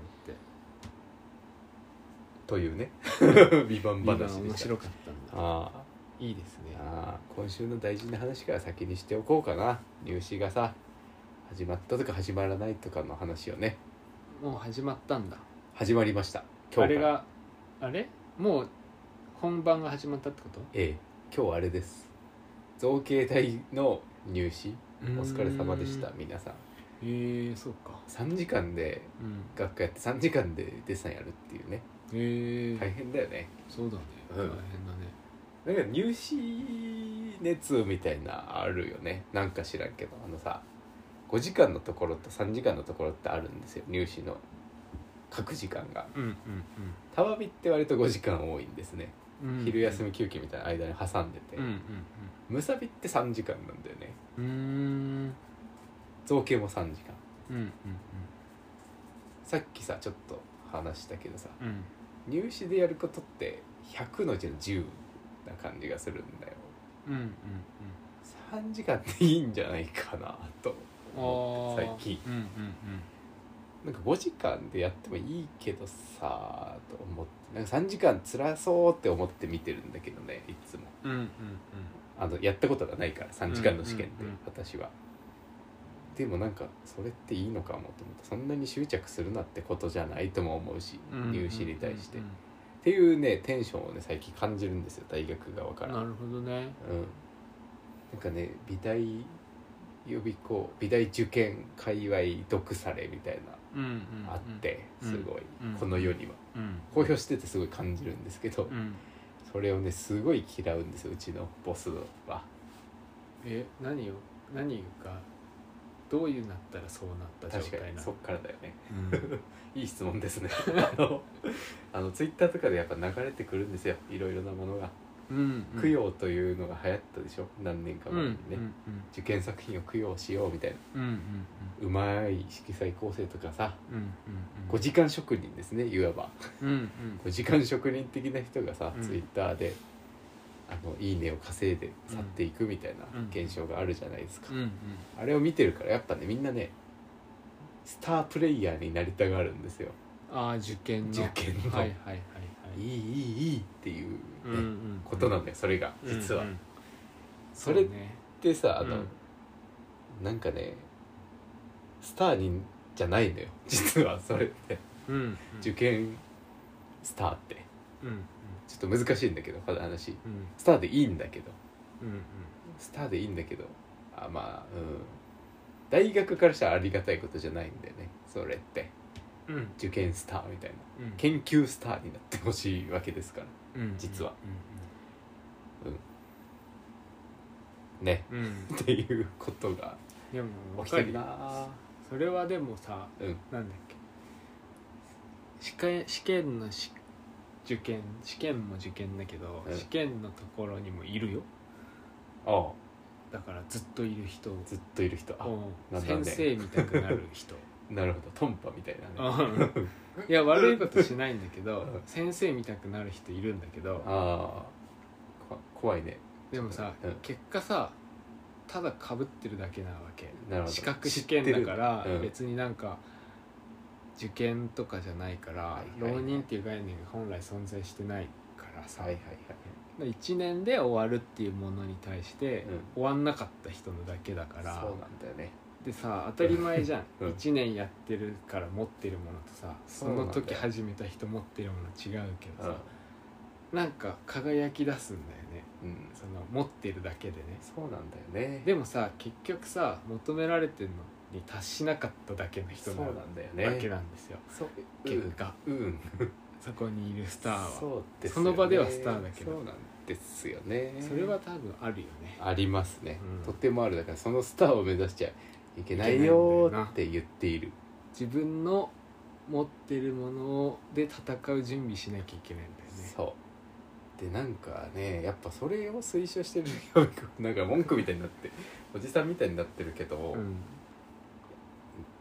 S1: というね 美版
S2: 「ビバ
S1: 話
S2: ン
S1: でした
S2: 面白かったんだ
S1: あ
S2: いいです
S1: ー
S2: ね
S1: あー今週の大事な話から先にしておこうかな入試がさ始まったとか始まらないとかの話をね
S2: もう始まったんだ
S1: 始まりました
S2: あ
S1: から
S2: れがあれもう本番が始まったってこと
S1: ええ今日あれです造形大の入試
S2: お
S1: お疲れ様でした皆さん
S2: えー、そうか
S1: 3時間で
S2: うん
S1: 学科やって3時間でデッサンやるっていうね
S2: えー
S1: 大変だよね
S2: そうだね、
S1: うん
S2: 大変だね
S1: なんか入試熱みたいなあるよねなんか知らんけどあのさ5時間のところと3時間のところってあるんですよ入試の各時間が
S2: うんうん
S1: たわみって割と5時間多いんですね、
S2: うん
S1: 昼休み休憩みたいな間に挟んでて、
S2: うんうん
S1: むさびって3時間なんだよね
S2: うんうーん
S1: 造形も3時間
S2: うんうん
S1: さっきさちょっと話したけどさ
S2: うん
S1: 入試でやることって100のうちの10な感じがするんだよ
S2: うんうん
S1: 3時間っていいんじゃないかなと
S2: うん
S1: 思って最近
S2: うんうん
S1: なんか5時間でやってもいいけどさと思ってなんか3時間辛そうって思って見てるんだけどねいつも
S2: うんうんうん
S1: あのやったことがないから3時間の試験で、
S2: うんうんうん
S1: 私はでもなんかそれっていいのかもと思ってそんなに執着するなってことじゃないとも思うし、
S2: うんうん
S1: 入試に対して、
S2: うん
S1: っ、ていうねテンションをね最近感じるんですよ大学側から
S2: なるほどね
S1: うん、なんかね美大予備校美大受験界隈毒されみたい
S2: うんうん、うん、
S1: なあって
S2: うん
S1: すごい、
S2: うん
S1: この世には
S2: うん
S1: 公表しててすごい感じるんですけど、
S2: うん
S1: それをねすごい嫌うんですようちのボスは
S2: え何を何がどういうなったらそうなった状
S1: 確か
S2: 態
S1: に
S2: な
S1: そっ
S2: の
S1: からだよね
S2: うん
S1: いい質問です ねあのあのツイッターとかでやっぱ流れてくるんですよいろいろなものが、
S2: うんうん
S1: 供養というのが流行ったでしょ何年か
S2: うんう
S1: 前に
S2: ん
S1: ね、受験作品を供養しようみたいな
S2: うんうんうん
S1: うまい色彩構成とかさ
S2: うんうん
S1: 5時間職人ですねいわば
S2: うんうん
S1: 5時間職人的な人がさ、
S2: うん
S1: ツイッターで「あのいいね」を稼いで去っていくみたいな
S2: うん
S1: 現象があるじゃないですか、
S2: うんうん
S1: あれを見てるからやっぱねみんなねスタープレイヤーになりたがるんですよ
S2: ああ受験の
S1: 受験の、
S2: はいは
S1: い、
S2: いはいはい
S1: いいいいっていう、ね
S2: うんうん
S1: ことなんだよそれが実は、
S2: うんうん
S1: それっ
S2: うね
S1: てさあの、
S2: うん
S1: なんかねスターにじゃないのよ実はそれって
S2: うん
S1: 受験スターって
S2: うんうん
S1: ちょっと難しいんだけど話
S2: うん
S1: スターでいいんだけど
S2: うん
S1: スターでいいんだけどあまあうん大学からしたらありがたいことじゃないんだよねそれって
S2: うんうん
S1: 受験スターみたいな
S2: うん
S1: 研究スターになってほしいわけですから
S2: うん
S1: 実は
S2: う
S1: ね
S2: んうんうん
S1: っていうことが
S2: でも分
S1: 起き
S2: か
S1: て
S2: る
S1: る
S2: よ
S1: な
S2: それはでもさ
S1: うん
S2: なんだっけ試験試験のし受験試験も受験だけど、
S1: うん
S2: 試験のところにもいるよ
S1: ああ
S2: だからずっといる人
S1: ずっといる人あ
S2: うん
S1: なんだね
S2: 先生みたくなる 人
S1: なるほどトンパみたいなね
S2: うんいや悪いことしないんだけど
S1: うん
S2: 先生みたくなる人いるんだけど
S1: ああこ怖いね
S2: でもさ、
S1: うん
S2: 結果さただかぶってるだけなわけ
S1: なるほど
S2: 資格試験だから
S1: 知ってるうん
S2: 別になんか受験とかじゃないから、
S1: はいはいはい
S2: 浪人っていう概念が本来存在してないからさ、
S1: はいはい
S2: 1年で終わるっていうものに対して、
S1: うん
S2: 終わんなかった人のだけだか
S1: は
S2: ら
S1: いそうなんだよね
S2: でさ当たり前じゃん、
S1: うん
S2: 1年やってるから持ってるものとさ
S1: そ
S2: そう
S1: なんだ
S2: の
S1: よ
S2: 時始めた人持ってるもの違うけど
S1: うん
S2: さ、なんか輝き出すんだよね
S1: うん
S2: その持ってるだけでね
S1: そうなんだよね
S2: でもさ結局さ求められてるのに達しなかっただけの人
S1: そう
S2: な
S1: なんだよね
S2: わけなんですよ、
S1: そう
S2: 結果
S1: うん
S2: そこにいるスターはそ,、
S1: そうですよね
S2: その場ではスターだけど
S1: そうなんですよね
S2: れは多分あるよね
S1: ありますね、
S2: うん
S1: とてもあるだからそのスターを目指しちゃいけないよーって言っている
S2: 自分の持ってるもので戦う準備しなきゃいけないんだよね
S1: そうでなんかねやっぱそれを推奨してる 予備校なんか文句みたいになっておじさんみたいになってるけど、
S2: うん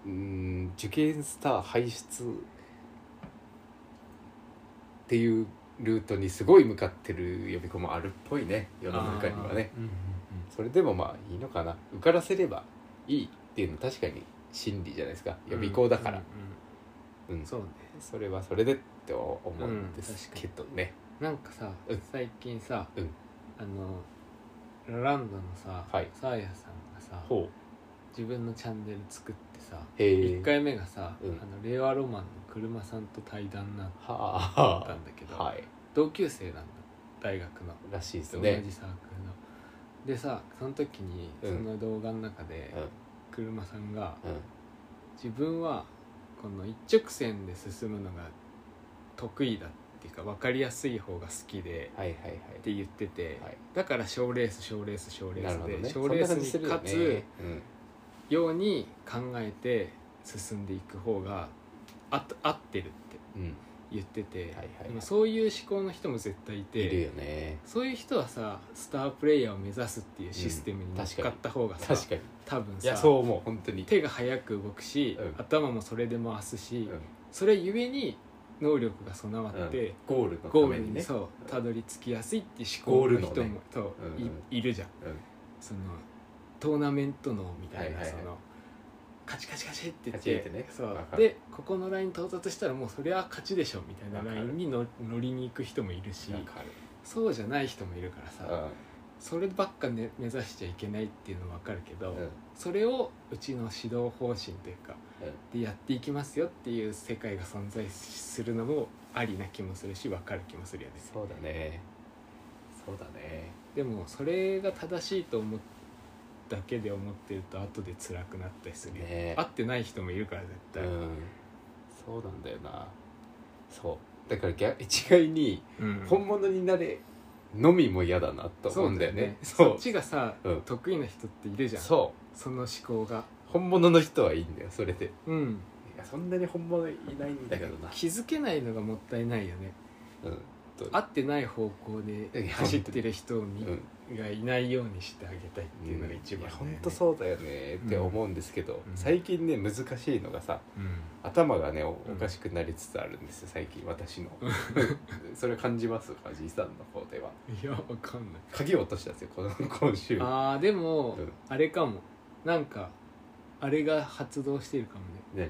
S1: うーん受験スター輩出っていうルートにすごい向かってる予備校もあるっぽいね世の中にはね
S2: あーうんうん
S1: それでもまあいいのかな受からせればいいっていうのは確かに真理じゃないですか
S2: うん
S1: 予備校だから、
S2: うん
S1: うん
S2: うんそうね
S1: それはそれでって思うんです
S2: うん
S1: けどね、
S2: なんかさ、
S1: うん
S2: 最近さ、
S1: うん
S2: あのラランドのさ、
S1: はい
S2: サーヤさんがさ
S1: ほ
S2: 自分のチャンネル作ってさ
S1: うへえ
S2: 1回目がさ、
S1: うん
S2: あの令和ロマンの車さんと対談なっ
S1: は
S2: たんだけど、
S1: あはい
S2: 同級生なんだ大学の
S1: らしいです
S2: 同
S1: ね
S2: じサークルの。でさその時に
S1: う
S2: そ
S1: ん
S2: の動画の中で、車さんが
S1: うんうん
S2: 自分はこの一直線で進むのが得意だっていうか分かりやすい方が好きで
S1: はいはいはい
S2: って言ってて、
S1: はい
S2: だから賞ーレース賞ーレース賞ーレー
S1: なる
S2: ス
S1: ほど
S2: で
S1: ね
S2: 賞、ーレース
S1: そん
S2: に
S1: な
S2: 勝
S1: 感じするよ
S2: つ
S1: ねうん
S2: ように考えて進んでいく方があっ合ってるって
S1: うん
S2: 言ってて、
S1: はいはいはい
S2: でもそういう思考の人も絶対いて
S1: いるよね
S2: そういう人はさスタープレイヤーを目指すっていうシステム
S1: う
S2: に
S1: ん
S2: 乗っ
S1: 確かに
S2: かった方がさ、
S1: 確かに
S2: 多分
S1: い
S2: さ
S1: やそう思う本当に
S2: 手が早く動くし、
S1: うん
S2: 頭もそれで回すし、
S1: うん
S2: それゆえに能力が備わって、
S1: ゴールの
S2: ゴ
S1: た
S2: ー
S1: め
S2: ル
S1: に
S2: に、
S1: ね
S2: そうたどり着きやすいって思考の人も
S1: ゴールのね
S2: そう
S1: うん
S2: い
S1: うん
S2: いるじゃん
S1: うん
S2: そのトーナメントのみたいな、
S1: はいはいはい
S2: そのカチカチカチって言っ
S1: カ
S2: て
S1: チってね
S2: そう
S1: わかる
S2: でここのライン到達したらもうそれは勝ちでしょみたいなラインにの乗りに行く人もいるし
S1: なんかある
S2: そうじゃない人もいるからさ、
S1: うん
S2: そればっか、ね、目指しちゃいけないっていうのは分かるけど、
S1: うん
S2: それをうちの指導方針というか
S1: うん
S2: でやっていきますよっていう世界が存在するのもありな気もするし分かる気もするよね
S1: そうだねそうだね
S2: でもそれが正しいと思うだけで思ってると後で辛くなったりするよね
S1: ね
S2: 合ってない人もいるから絶
S1: う
S2: 対、
S1: んそうなんだよなそうだから逆一概に
S2: うん
S1: 本物になれのみも嫌だなと思うんだよね
S2: そうだ
S1: そ
S2: よねそ
S1: う
S2: っちがさ、
S1: うん
S2: 得意な人っているじゃん
S1: そ
S2: その思考が
S1: う本物の人はいいんだよそれでい
S2: うん
S1: やそんなに本物いないんだけどな
S2: 気づけないのがもったいないよね
S1: うんと
S2: 合ってない方向で走ってる人を見
S1: うん
S2: がいないようにしてあげたいっていうのが一
S1: い
S2: 番
S1: や
S2: だよね
S1: 本当そうだよねって思うんですけど、
S2: うん
S1: 最近ね難しいのがさ
S2: うん
S1: 頭がねお
S2: うん
S1: おかしくなりつつあるんですよ最近私の それ感じますかじいさんの方ではい
S2: やわかんない
S1: 鍵を落としたんですよ この今週
S2: あーでも、
S1: うん
S2: あれかもなんかあれが発動してるかもね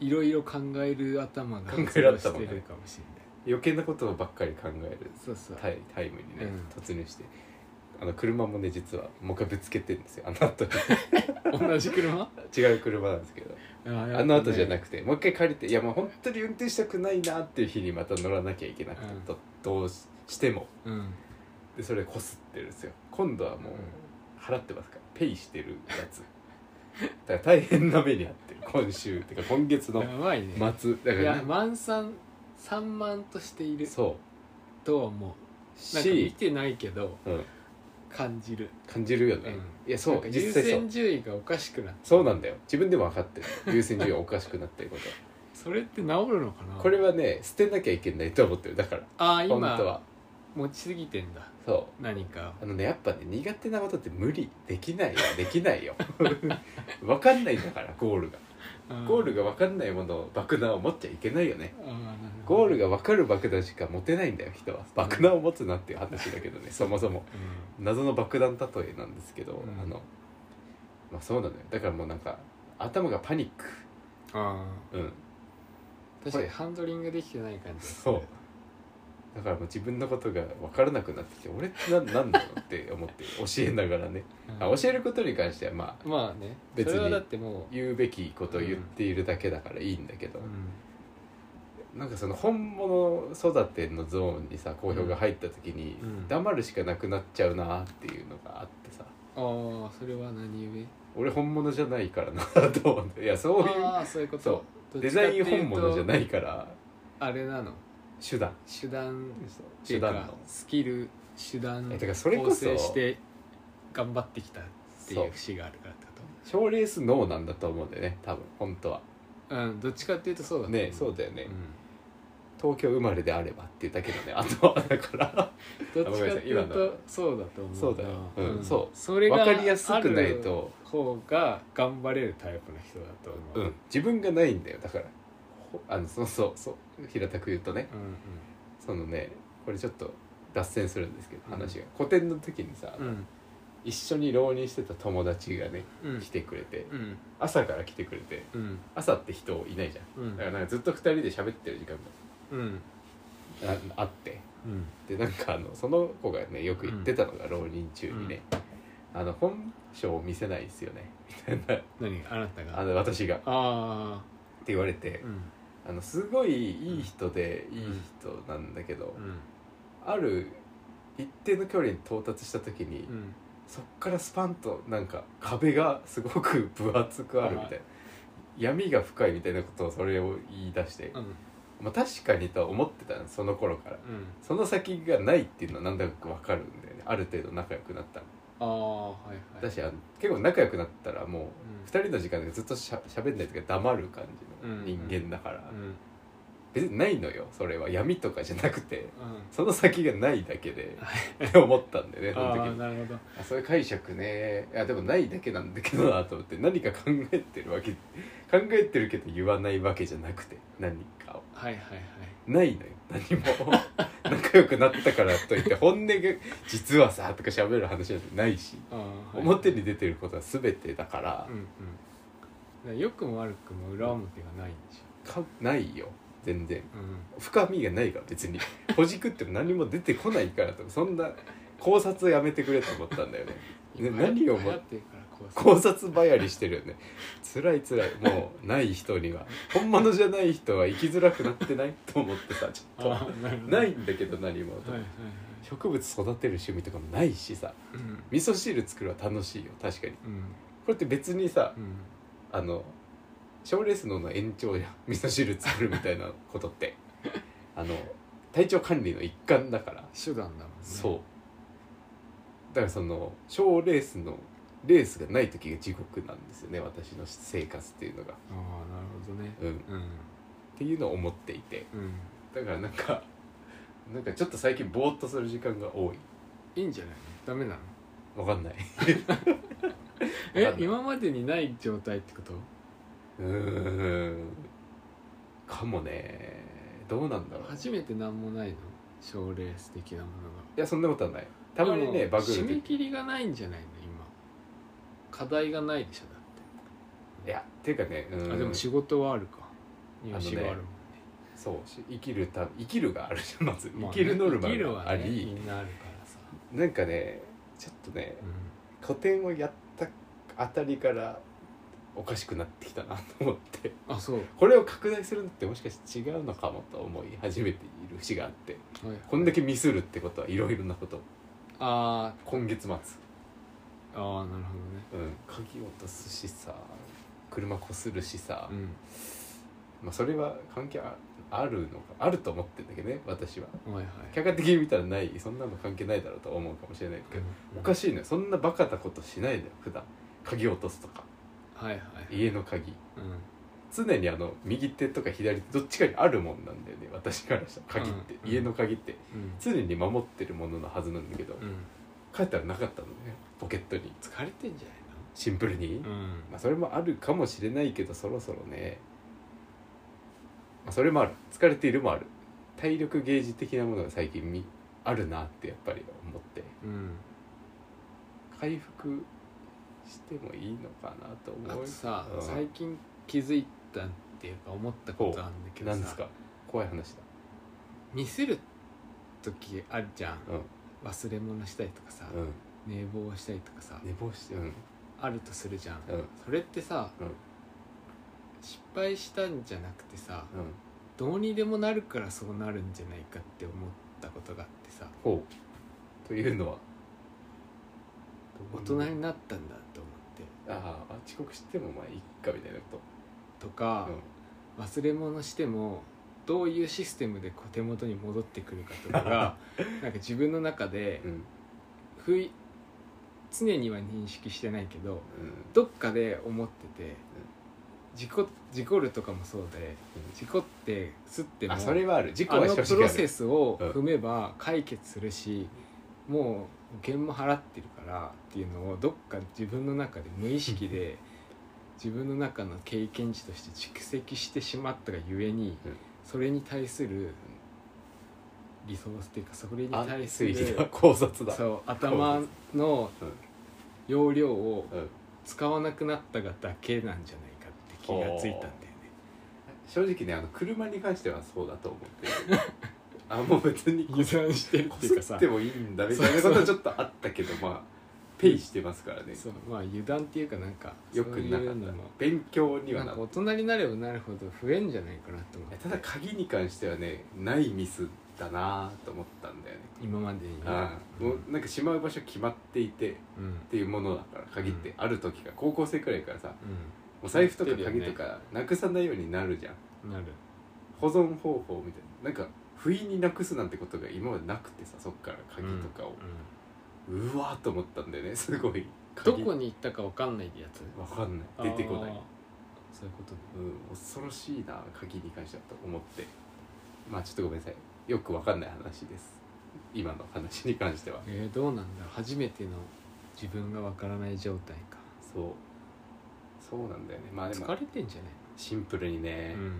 S1: 何
S2: いろいろ考える頭が
S1: 考
S2: 発
S1: える
S2: 動し
S1: 頭がね
S2: てるかもしれない
S1: 余計なことばっかり考える
S2: そうそう、
S1: タイタイムにね、
S2: うん
S1: 突入してあの車もね実はもう一回ぶつけてるんですよあの後
S2: 同じ車あ
S1: 違う車なんですけどあの後じゃなくてもう一回借りていやもう本当に運転したくないなっていう日にまた乗らなきゃいけなくて、
S2: うん
S1: どどうししても
S2: くうん
S1: でそれこすってるんですよ今度はもう払ってますからペイしてるやつ だから大変な目に遭ってる今週ってか今月の
S2: やばいね、
S1: 末だ
S2: い
S1: か
S2: や
S1: ら、
S2: 満さん3万としている
S1: そ
S2: とは思
S1: う
S2: うなんか見
S1: して
S2: ないけど
S1: うん、
S2: 感じる
S1: 感じるよね、
S2: う
S1: いやそ
S2: なん
S1: う
S2: か優
S1: 実際そう
S2: 先順位がおかしくなって
S1: そうなんだよ自分でも分かってる優先順位がおかしくなってる こと
S2: それって治るのかな
S1: これはね捨てなきゃいけないと思ってるだから
S2: ああ
S1: 本当
S2: 今
S1: は
S2: 持ちすぎてんだ
S1: そ
S2: 何か
S1: うあのねやっぱね苦手なことって無理できないよできない よ分かんないんだからゴールがゴール
S2: が
S1: が分かんないものを爆弾を持っちゃいけないよねゴ
S2: ゴ
S1: ール
S2: が、
S1: が分かる爆弾しか持てないんだよ人は爆弾を持つなっていう話だけ どねそもそも謎の爆弾例えなんですけど、
S2: うん
S1: あのまあそうなのよだからもうなんか頭がパニック
S2: うんあ
S1: うん
S2: ー確かにハンドリングできてない感じ
S1: そうだからもう自分のことが分からなくなってきて俺って何なんだろうって思って教えながらね
S2: うん
S1: あ教えることに関してはまあ
S2: まあね
S1: 別に
S2: それはだっても
S1: 言うべきことを言っているだけだからいいんだけ
S2: う、
S1: ど、
S2: うん
S1: なんかその本物育てのゾーンにさ好評が入った時に
S2: うん
S1: 黙るしかなくなっちゃうなっていうのがあってさ
S2: ああそれは何故
S1: 俺本物じゃないからなと思 っていやそういう
S2: ああそういうこと
S1: そ
S2: どっ
S1: デ
S2: ちかっ
S1: ザ
S2: て
S1: イン
S2: いうと
S1: 本物じゃないから
S2: あれなの
S1: 手段
S2: 手段って
S1: 手
S2: いうか
S1: 段の
S2: スキル手段
S1: えだからそれこそ
S2: 構成して頑張ってきたって
S1: そ
S2: いうう節があるからってこ
S1: 賞レース脳なんだと思うんだよね多分本当は
S2: とうんどっちかっていうとそうだ
S1: ねそうだよ
S2: だ
S1: ね、
S2: う
S1: 東京生まれであればっていうだけだねあと はだから
S2: ん、どっちかってい
S1: あ
S2: う
S1: ごめんなさい今
S2: とそうだと思うな
S1: そうだようんそう
S2: それ
S1: 分
S2: が
S1: かりやすくないと、
S2: ある方が頑張れるタイプの人だと
S1: う
S2: 思う、
S1: ん、自分がないんだよだからほあのそうそうそう平たく言うとねそのねこれちょっと脱線するんですけど
S2: うん
S1: 話が、古典の時にさ、
S2: うんうん
S1: 一緒に浪人してた友達がね
S2: うん
S1: 来てくれて、
S2: うん
S1: 朝から来てくれて
S2: うん
S1: 朝って人いないじゃん
S2: うん
S1: だからなんかずっと二人で喋ってる時間
S2: うん
S1: がああって
S2: うん
S1: でなんかあのその子がねよく言ってたのが浪人中にね、あの本性を見せないですよねみたい
S2: 何あなた
S1: なあ
S2: が
S1: の私がって
S2: あ
S1: 言われ
S2: あ
S1: て
S2: う、ん
S1: あのすごいいい人でいい人なんだけど、
S2: うん
S1: ある一定の距離に到達した時に、
S2: うん
S1: そっからスパンとなんか壁がすごく分厚くあるみたいな闇が深いみたいなことをそれを言い出して、
S2: うん
S1: まあ、確かにとは思ってたのその頃から
S2: うん
S1: その先がないっていうのはなんとなく分かるんだよねある程度仲良くなったの
S2: ああはいはい
S1: だしあの結構仲良くなったらもう
S2: うん
S1: 2人の時間でずっとしゃ喋んないというか黙る感じの人間だから、
S2: うん
S1: 別にないのよそれは闇とかじゃなくて
S2: うん
S1: その先がないだけでって思ったんだよねその
S2: あ
S1: 時
S2: あ
S1: に
S2: なるほど
S1: あそういう解釈ねいやでもないだけなんだけど なと思って何か考えてるわけ考えてるけど言わないわけじゃなくて何かを
S2: はいはいはい
S1: ないのよ何も仲良くなったからといって本音が「実はさ」とか喋る話なんてないし
S2: ああはい
S1: 表に出てることは全てだから
S2: うんうんだから良くも悪くも裏表がないんでし
S1: かないよ全然
S2: ょうん
S1: 深みがないから別にほじくっても何も出てこないからとそんな考察やめてくれと思ったんだよねね
S2: 今
S1: 何を
S2: 流
S1: も
S2: 行ってるからこうさ
S1: 考察ばやりしてるよね辛い辛いもうない人には本物じゃない人は生きづらくなってないと思ってさちょっ
S2: ああなる
S1: と
S2: ほど
S1: ないんだけど何も、
S2: はいはいはい
S1: 植物育てる趣味とかもないしさ
S2: うん
S1: 味噌汁作るは楽しいよ確かにこ
S2: うん
S1: れって別にさ
S2: うん
S1: あの賞レースのの延長や味噌汁作るみたいなことってあの体調管理の一環だから
S2: 手段だもんね
S1: そうだからその賞レースのレースがない時が地獄なんですよね私の生活っていうのが、
S2: ああなるほどね
S1: うん、っ
S2: うん
S1: ていうのを思っていて
S2: うん
S1: だからなんか なんかちょっと最近ぼーっとする時間が多い
S2: いいんじゃないダメなの
S1: わかんないわ
S2: え
S1: かんない
S2: 今までにない状態ってこと
S1: うーんかもねどうなんだろう
S2: 初めて何もないの賞レース的なものが
S1: いやそんなことはないたまに
S2: で
S1: ね
S2: も
S1: バグる
S2: 締め
S1: 時
S2: 切りがないんじゃないの今課題がないでしょだっ
S1: いやっていうかねう
S2: て、
S1: ん
S2: あでも仕事はあるか
S1: のね
S2: 入試があるもんね
S1: そうし生きるた生きるがあるじゃんまず
S2: まあ
S1: 生き
S2: ね
S1: るノルマ
S2: 生きる
S1: が
S2: は
S1: あ
S2: ね
S1: り、
S2: みんなあるからさ
S1: なんかねちょっとね古典をやったあたりからおかしくなってきたなと思って
S2: うんあそう
S1: これを拡大するのってもしかして違うのかもと思い始めている節があって
S2: はい
S1: こんだけミスるってことはいろいろなこと
S2: あー
S1: 今月末
S2: あーなるほどね
S1: うん鍵落とすしさ車こするしさ、
S2: う
S1: まあ、それは関係ああるのかあると思ってんだけどね私は
S2: んはいはい
S1: 客観的に見たらないそんなの関係ないだろうとは思うかもしれないけど、おか
S2: し
S1: しいのよそんなバカなことしないのよ普段鍵落とすとか
S2: はいはい
S1: 家の鍵
S2: うん
S1: 常にあの右手とか左手どっちかにあるもんなんだよね私からしたら鍵って、
S2: うん
S1: 家の鍵って
S2: うん
S1: 常に守ってるもののはずなんだけど、
S2: うん
S1: 帰ったらなかったのねポケットに
S2: 疲れてんじゃ
S1: シンプルに、
S2: ないのうん
S1: まあ、それもあるかもしれないけどそろそろね、まあ、それもある疲れているもある体力ゲージ的なものが最近みあるなってやっぱり思って
S2: うん
S1: 回復してもいいのかなと思
S2: あと
S1: う
S2: さ
S1: うん
S2: 最近気づいたっていうか思ったことあるんだけど
S1: 何です
S2: さ
S1: か怖い話だ
S2: ミスる時あるじゃん
S1: うん
S2: 忘れ物したりとかさ
S1: うん
S2: 寝坊したりとかさ
S1: 寝坊してうん
S2: あるとするじゃん
S1: うんうん
S2: それってさ
S1: うん
S2: 失敗したんじゃなくてさどうにでもなるからそうなるんじゃないかって思ったことがあってさ
S1: ほうというのは
S2: 大人になったんだと思って
S1: ああ遅刻してもまあいっかみたいなこと
S2: とか
S1: うん
S2: 忘れ物してもどういうシステムでこう手元に戻ってくるかとか がなんか自分の中で
S1: うん
S2: 不意常には認識してないけど
S1: うん
S2: どっかで思ってて事故事故るとかもそうで事故ってすっても
S1: あそれはある事故
S2: あ
S1: は
S2: の
S1: 正直ある
S2: プロセスを踏めば解決するし、もう保険も払ってるからっていうのをどっか自分の中で無意識で自分の中の経験値として蓄積してしまったがゆえに、
S1: うん
S2: それに対するリソースっていうかそれに
S1: あ
S2: 対す
S1: 推理だ
S2: る
S1: 考察だ
S2: そう頭の容量を
S1: うん
S2: 使わなくなったがだけなんじゃないかって気がついたんだよね。
S1: 正直ねあの車に関してはそうだと思って るあもう別にこ
S2: 油断してるっ
S1: こ
S2: ていうか
S1: す
S2: さ
S1: ってもいいんだみたいなことはちょっとあったけどまあペイしてますからね
S2: そうまあ油断っていうかなんか
S1: よくなかっ
S2: そういう
S1: た
S2: のも
S1: 勉強には
S2: なん
S1: な
S2: か
S1: った
S2: 大人になればなるほど増えんじゃないかなと思って
S1: ただ鍵に関してはねないミスだなと思ったんだよね
S2: 今までに
S1: ああもうなんかしまう場所決まっていてっ
S2: うんうん
S1: ていうものだから鍵ってある時が高校生くらいからさ
S2: う
S1: お財布と
S2: 持
S1: か
S2: ってる
S1: 鍵
S2: よね
S1: とかなくさないようになるじゃん
S2: んなる
S1: 保存方法みたいななんか不意になくすなんてことが今までなくてさそっから鍵とかを、
S2: うん
S1: うわーと思ったんだよね すごい
S2: ど
S1: 鍵
S2: こに行ったかわかんないやつ
S1: わかんない出てこない
S2: あーそういうことね
S1: うん、恐ろしいな鍵に関してはと思ってまあちょっとごめんなさいよくわかんない話です今の話に関しては
S2: えー、どうなんだろう初めての自分がわからない状態か
S1: そうそうなんだよねまあでも
S2: 疲れてんじゃな
S1: シンプルに
S2: い、
S1: ね、
S2: うん、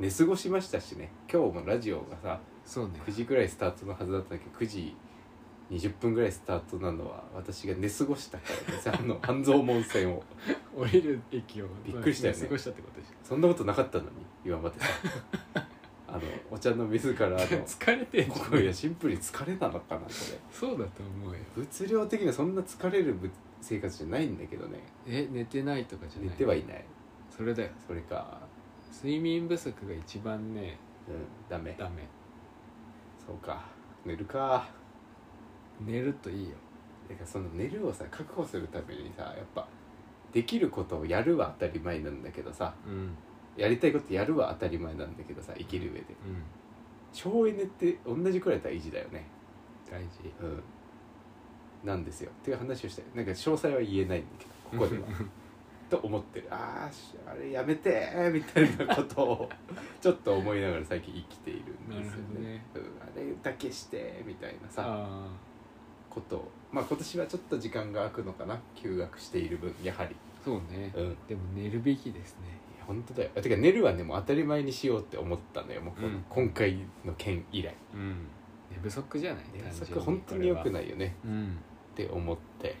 S1: 寝過ごしましたしね今日もラジオがさ
S2: そうね
S1: 9時くらいスタートのはずだったんだけど9時20分ぐらいスタートなのは私が寝過ごしたからです あの半蔵門線を
S2: 降りる駅を
S1: びっくりしたよね
S2: 過ごしたってことでし
S1: そんなことなかったのに今まで さあのお茶の水からあの
S2: ょ 疲れてんじゃ
S1: こ
S2: な
S1: れいや
S2: い
S1: シンプルに疲れなのかなこれ
S2: そうだと思うよ
S1: 物量的にはそんな疲れるぶ生活じゃないんだけどね
S2: え寝てないとかじゃない
S1: 寝てはいない
S2: それだよ
S1: それか
S2: 睡眠不足が一番ね
S1: うんダメ
S2: ダメ
S1: そうか寝るか
S2: 寝るといいよ
S1: だからその寝るをさ確保するためにさやっぱできることをやるは当たり前なんだけどさ
S2: うん
S1: やりたいことやるは当たり前なんだけどさ生きる上で
S2: うん
S1: 省エネって同じくらい大事だよね
S2: 大事
S1: うんなんですよっていう話をしたいなんか詳細は言えないんだけどここで はと思ってるあーしあれやめてーみたいなことをちょっと思いながら最近生きているんですよねうん、あれだけしてーみたいなさ
S2: あ
S1: ことをまあ今年はちょっと時間が空くのかな休学している分やはり
S2: あそうね
S1: うんいや
S2: でも寝るべきですね
S1: 本当だよてか寝るはねもう当たり前にしようって思ったのよもうこの、
S2: うん
S1: 今回の件以来
S2: うん寝不足じゃない
S1: 寝不
S2: 単純
S1: 足本当に良く
S2: い
S1: ないよね
S2: うん
S1: って思って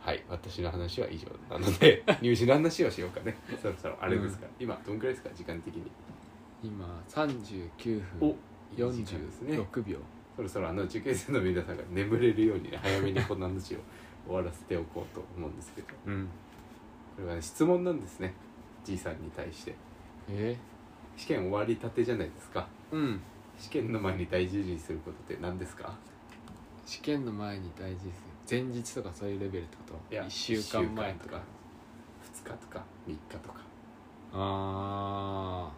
S1: はい私の話は以上なの で入試の話をしようかねそろそろあれですから、今どんくらいですか時間的に
S2: 今39
S1: お
S2: 分
S1: いい時間ですね
S2: 46秒
S1: そろそろあの受験生の皆さんが眠れるようにね、早めにこの話を終わらせておこうと思うんですけどこ
S2: うん
S1: れは、ね、質問なんですねじいさんに対して
S2: え
S1: 試験終わりたてじゃないですか
S2: うん
S1: 試験の前に大事にすることって何ですか
S2: 試験の前に大事ですよ前日とかそういうレベルってこと
S1: いや
S2: 1週間前とか
S1: 2日とか3日とか
S2: あ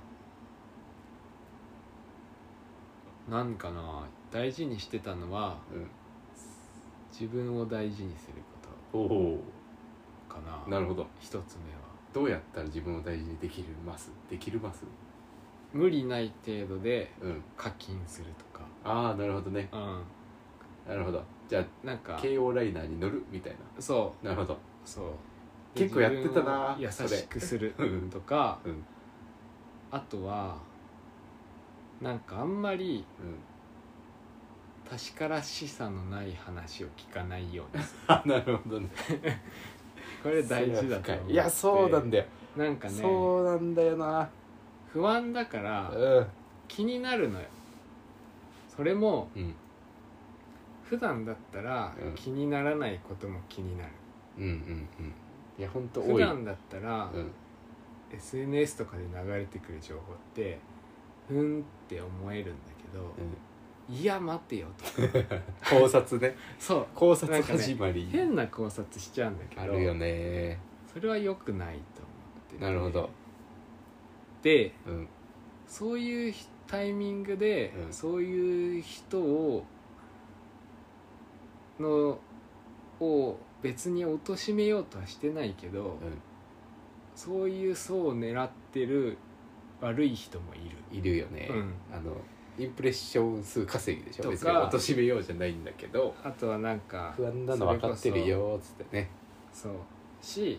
S2: ーなんかな大事にしてたのは
S1: うん
S2: 自分を大事にするこ
S1: おお
S2: とかな
S1: なるほど
S2: 一つ目は
S1: どうやったら自分を大事にできるますできるます
S2: 無理ない程度で
S1: うん
S2: 課金するとか
S1: ああなるほどね
S2: う
S1: なるほどじゃ
S2: んなん
S1: あ
S2: か
S1: KO ライナーに乗るみたい
S2: そ
S1: ななるほど
S2: うそう
S1: 結構やってたな
S2: 自分を優しくする
S1: それうん
S2: とか、
S1: うん
S2: あとはなんかあんまり
S1: うん
S2: 確からしさのない話を聞かないようにする
S1: あなるほどね
S2: これ大事だと思って
S1: いやそうなんだよ、
S2: なんかね
S1: そうなんだよな
S2: 不安だから
S1: うん
S2: 気になるのよそれも
S1: うん
S2: 普段だったら
S1: うん
S2: 気にならないことも気になる、
S1: うんうんうんいや本当
S2: 普
S1: 多い
S2: 段だったら、
S1: うん
S2: SNS とかで流れてくる情報ってふんって思えるんだけど、いや待てよと
S1: 考察ね
S2: そう
S1: 考察始まり、
S2: 変な考察しちゃうんだけ
S1: あ
S2: ど
S1: るよね
S2: それは良くないと思ってて
S1: なるほど
S2: で
S1: うん
S2: そういうひタイミングで、
S1: うん
S2: そういう人をのを別に貶としめようとはしてないけど、そういう層を狙ってる悪い人もいる
S1: うんいるよね、
S2: うん
S1: あのインプレッション数稼ぎでし
S2: と
S1: ょ
S2: か
S1: 別に貶としめようじゃないんだけど
S2: あとはなんか
S1: 不安なの分かってるよっつってね
S2: そうし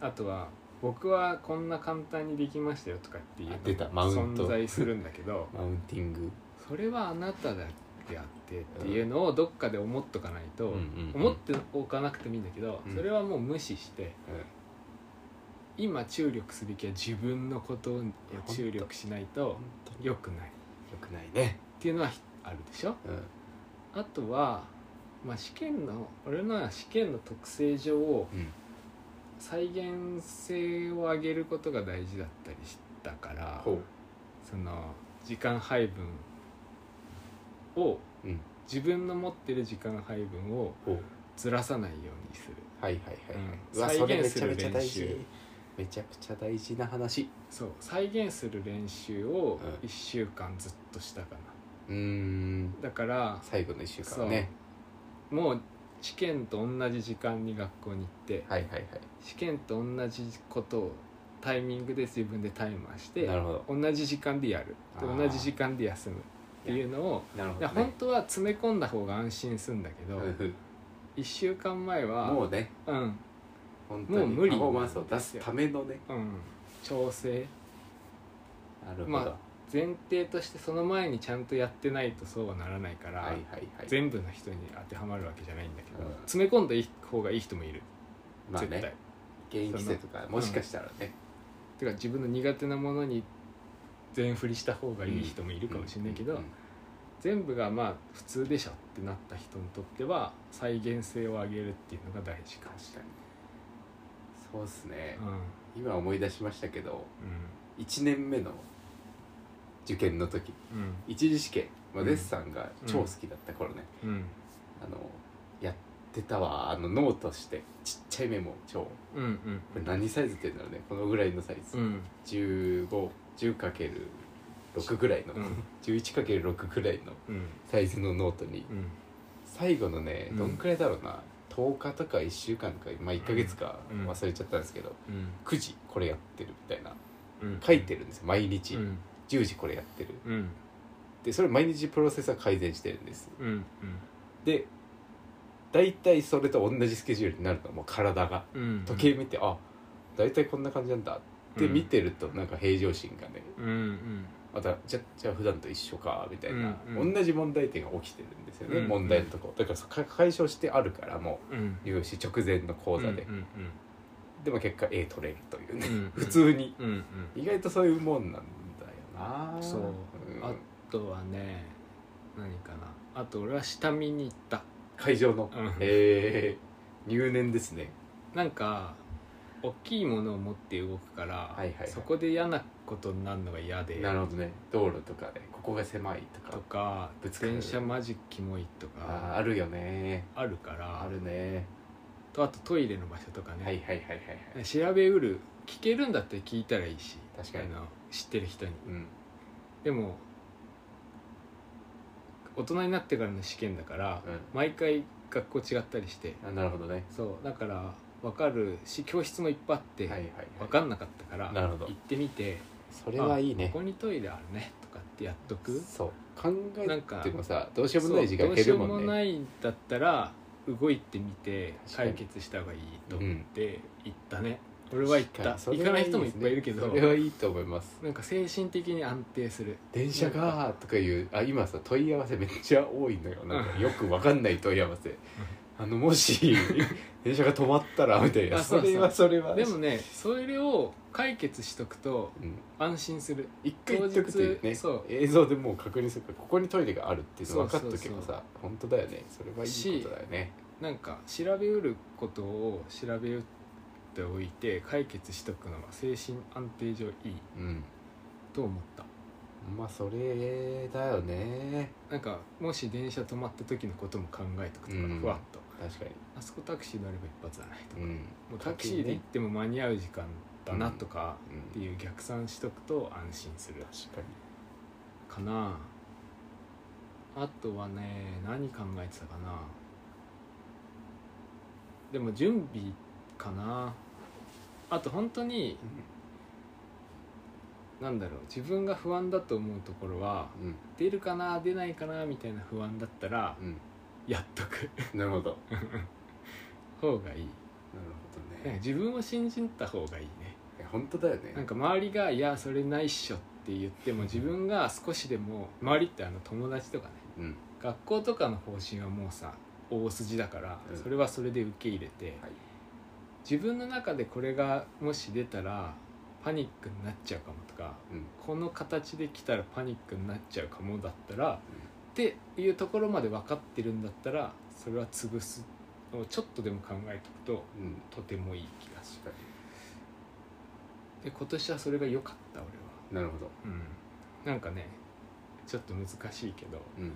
S2: あとは僕はこんな簡単にできましたよとかっていう
S1: あ出たマウント
S2: 存在するんだけど
S1: マウンティング、
S2: それはあなただってあってっていうのをどっかで思っとかないと、
S1: ん
S2: 思っておかなくてもいいんだけど、
S1: うん
S2: それはもう無視して今注力すべきは自分のことを注力しないと
S1: よ
S2: 良くないっ
S1: よくないね
S2: ていうのはひあるでしょ
S1: うん
S2: あとは、まあ、試験の俺のは試験の特性上
S1: うん
S2: 再現性を上げることが大事だったりしたから
S1: ほ
S2: その時間配分を
S1: ううん
S2: 自分の持ってる時間配分を
S1: ほう
S2: ずらさないようにする
S1: はいはいはい、
S2: うん
S1: はい
S2: 再現する練習
S1: めちゃくちゃ大事な話
S2: そう再現する練習を
S1: うん
S2: 1週間ずっとしたかな、
S1: うーん
S2: だから
S1: 最後の1週間はね
S2: もう試験と同じ時間に学校に行って
S1: はいはいはい
S2: 試験と同じことをタイミングで自分でタイマーして
S1: なるほど
S2: 同じ時間でやる
S1: あ
S2: で
S1: ー
S2: 同じ時間で休むっていうのを
S1: なる
S2: いや本当は詰め込んだ方が安心するんだけど、
S1: うん
S2: 1週間前は
S1: もうね
S2: うん
S1: 本
S2: も
S1: 当
S2: う
S1: に
S2: 無理
S1: パフォーマンスを出すためのね
S2: うん調整
S1: なるほど、
S2: まあ前提としてその前にちゃんとやってないとそうはならないから、
S1: はいはいはい
S2: 全部の人に当てはまるわけじゃないんだけど、
S1: うん
S2: 詰め込んだ方がいい人もいる、
S1: まあ
S2: 絶対
S1: ね現役生とかもしかしたらね、
S2: てか自分の苦手なものに全振りした方がいい人もいるかもしれないけど、
S1: うんうん
S2: 全部がまあ普通でしょってなった人にとっては再現性を上げるっていうのが大事
S1: 確
S2: かも
S1: か
S2: し
S1: にそうっすね
S2: れ、ない、うん
S1: 今思い出しましたけど1年目の受験の時
S2: うん
S1: 一次試験、まあ、
S2: うん
S1: デッサンが超好きだった頃ね、
S2: うんうん
S1: あのやってたわあのノートしてちっちゃいメモ帳こ
S2: うんうん
S1: れ何サイズって言うんだろうねこのぐらいのサイ
S2: う
S1: ズ、
S2: ん
S1: 1510×6 ぐらいの、
S2: うん
S1: 11×6 ぐらいの
S2: うん
S1: サイズのノートに
S2: うん
S1: 最後のね
S2: うん
S1: どんくらいだろうな、10日とか1週間とか、まあ、1ヶ月か
S2: うん
S1: 忘れちゃったんですけど、
S2: うん
S1: 9時これやってるみたいな
S2: うん
S1: 書いてるんですよ毎日、
S2: うん
S1: 10時これやってる
S2: うん
S1: でそれ毎日プロセスは改善してるんです
S2: うんうん
S1: で大体それと同じスケジュールになるのもう体が
S2: うん
S1: 時計見て、あ大体こんな感じなんだって見てると
S2: うん
S1: なんか平常心がね
S2: うんうん
S1: またじゃじゃあ普段と一緒かみたいな、
S2: うんうん
S1: 同じ問題点が起きてるんですよね、
S2: うんうん
S1: 問題のとこだからそか解消してあるからも
S2: うん
S1: う入試直前の講座で、
S2: うん
S1: でも結果 A 取れるというね、
S2: うんうん
S1: 普通に
S2: うんうん
S1: 意外とそういうもんなんだよな
S2: そう
S1: うん
S2: あとはね何かなあと俺は下見に行った
S1: 会場の
S2: うん
S1: えー、入念ですね
S2: なんか大きいものを持って動くから、
S1: はいはいはい
S2: そこで嫌なことになるのが嫌で
S1: なるほどね道路とかでここが狭いとか
S2: とか
S1: ぶつかる
S2: 電車マジキモいと
S1: あー
S2: か
S1: あるよね
S2: あるから
S1: あるね
S2: とあとトイレの場所とかね、
S1: はいはいはいはいはい
S2: 調べうる聞けるんだったら聞いたらいいし
S1: 確かに
S2: あの知ってる人に
S1: うん
S2: でも大人になってからの試験だから、
S1: うん
S2: 毎回学校違ったりして
S1: あなるほどね
S2: そうだから分かるし教室もいっぱいあって、
S1: はいはい
S2: 分かんなかったから
S1: なるほ
S2: 行
S1: ど
S2: ってみて
S1: それはいい
S2: あ
S1: ね
S2: ここにトイレあるねとかってやっとく
S1: そう考え
S2: なんか
S1: てもさどうしようもない時間減る
S2: そうど
S1: も
S2: うしようんも
S1: ね
S2: ないんだったら動いてみて
S1: 確かに
S2: 解決した方がいいと思って行ったね、俺は行った
S1: 確かに
S2: 行かない人もいっぱいいるけど
S1: それはいいと思います
S2: なんか精神的に安定する
S1: 電車がとかいうあ今さ問い合わせめっちゃ多いのよなんかよくわかんない問い合わせあのも し電車が止まったらみたいな
S2: あそう
S1: そ
S2: そう
S1: れはそれは
S2: でもねそれを解決しとくと
S1: うん
S2: 安心する
S1: 一回言っとくという
S2: 当
S1: ね
S2: 日そう
S1: 映像でもう確認するからここにトイレがあるっていうの分かっとけば
S2: そうそう
S1: さ本当だよねそれはいいことだよね
S2: なんか調べうることを調べうっておいて解決しとくのは精神安定上いい
S1: うん
S2: と思った
S1: まあそれだよね
S2: なんかもし電車止まった時のことも考えとくとか、
S1: うん
S2: ふわっと
S1: 確かに
S2: あそこタクシー乗れば一発だねとか、
S1: うん
S2: もうタクシーで行っても間に合う時間だなとか
S1: うん
S2: っていう逆算しとくと安心する
S1: 確かに
S2: かなあとはね何考えてたかなでも準備かなあと本当に何だろう自分が不安だと思うところは
S1: うん
S2: 出るかな出ないかなみたいな不安だったら
S1: うん
S2: やっとく
S1: なるほどなる
S2: 方がいい
S1: ほど
S2: なんか
S1: ね
S2: 自分を信じた方がいいね
S1: いや本当だよね
S2: なんか周りが「いやそれないっしょ」って言っても自分が少しでも周りってあの友達とかね
S1: うん
S2: 学校とかの方針はもうさ大筋だから、
S1: うん
S2: それはそれで受け入れて、
S1: はい
S2: 自分の中でこれがもし出たらパニックになっちゃうかもとか
S1: うん
S2: この形で来たらパニックになっちゃうかもだったら、っていうところまで分かってるんだったらそれは潰すのをちょっとでも考えておく
S1: うん
S2: ととてもいい気がす
S1: 確か
S2: るで今年はそれが良かった俺は
S1: になるほど
S2: うんなんかねちょっと難しいけど
S1: うん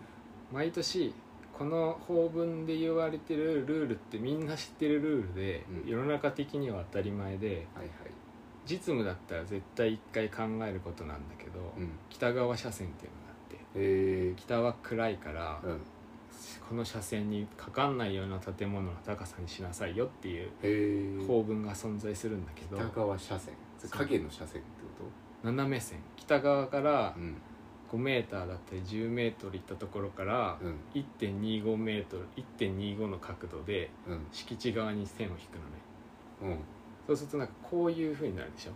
S2: 毎年この法文で言われてるルールってみんな知ってるルールで、
S1: うん
S2: 世の中的には当たり前で
S1: はいはい
S2: 実務だったら絶対一回考えることなんだけど、
S1: うん
S2: 北側車線っていうのがあって
S1: え
S2: 北は暗いから、
S1: ーうん
S2: この車線にかかんないような建物の高さにしなさいよっていう
S1: えー
S2: 法文が存在するんだけど、
S1: 北側車線それ影の車線ってこ
S2: 斜め線北側から
S1: とうん
S2: 5メーターだったり10メートル行ったところから、
S1: うん
S2: 1.25メートル1.25の角度で
S1: うん
S2: 敷地側に線を引くのね
S1: うん
S2: そうするとなんかこういうふうになるでしょ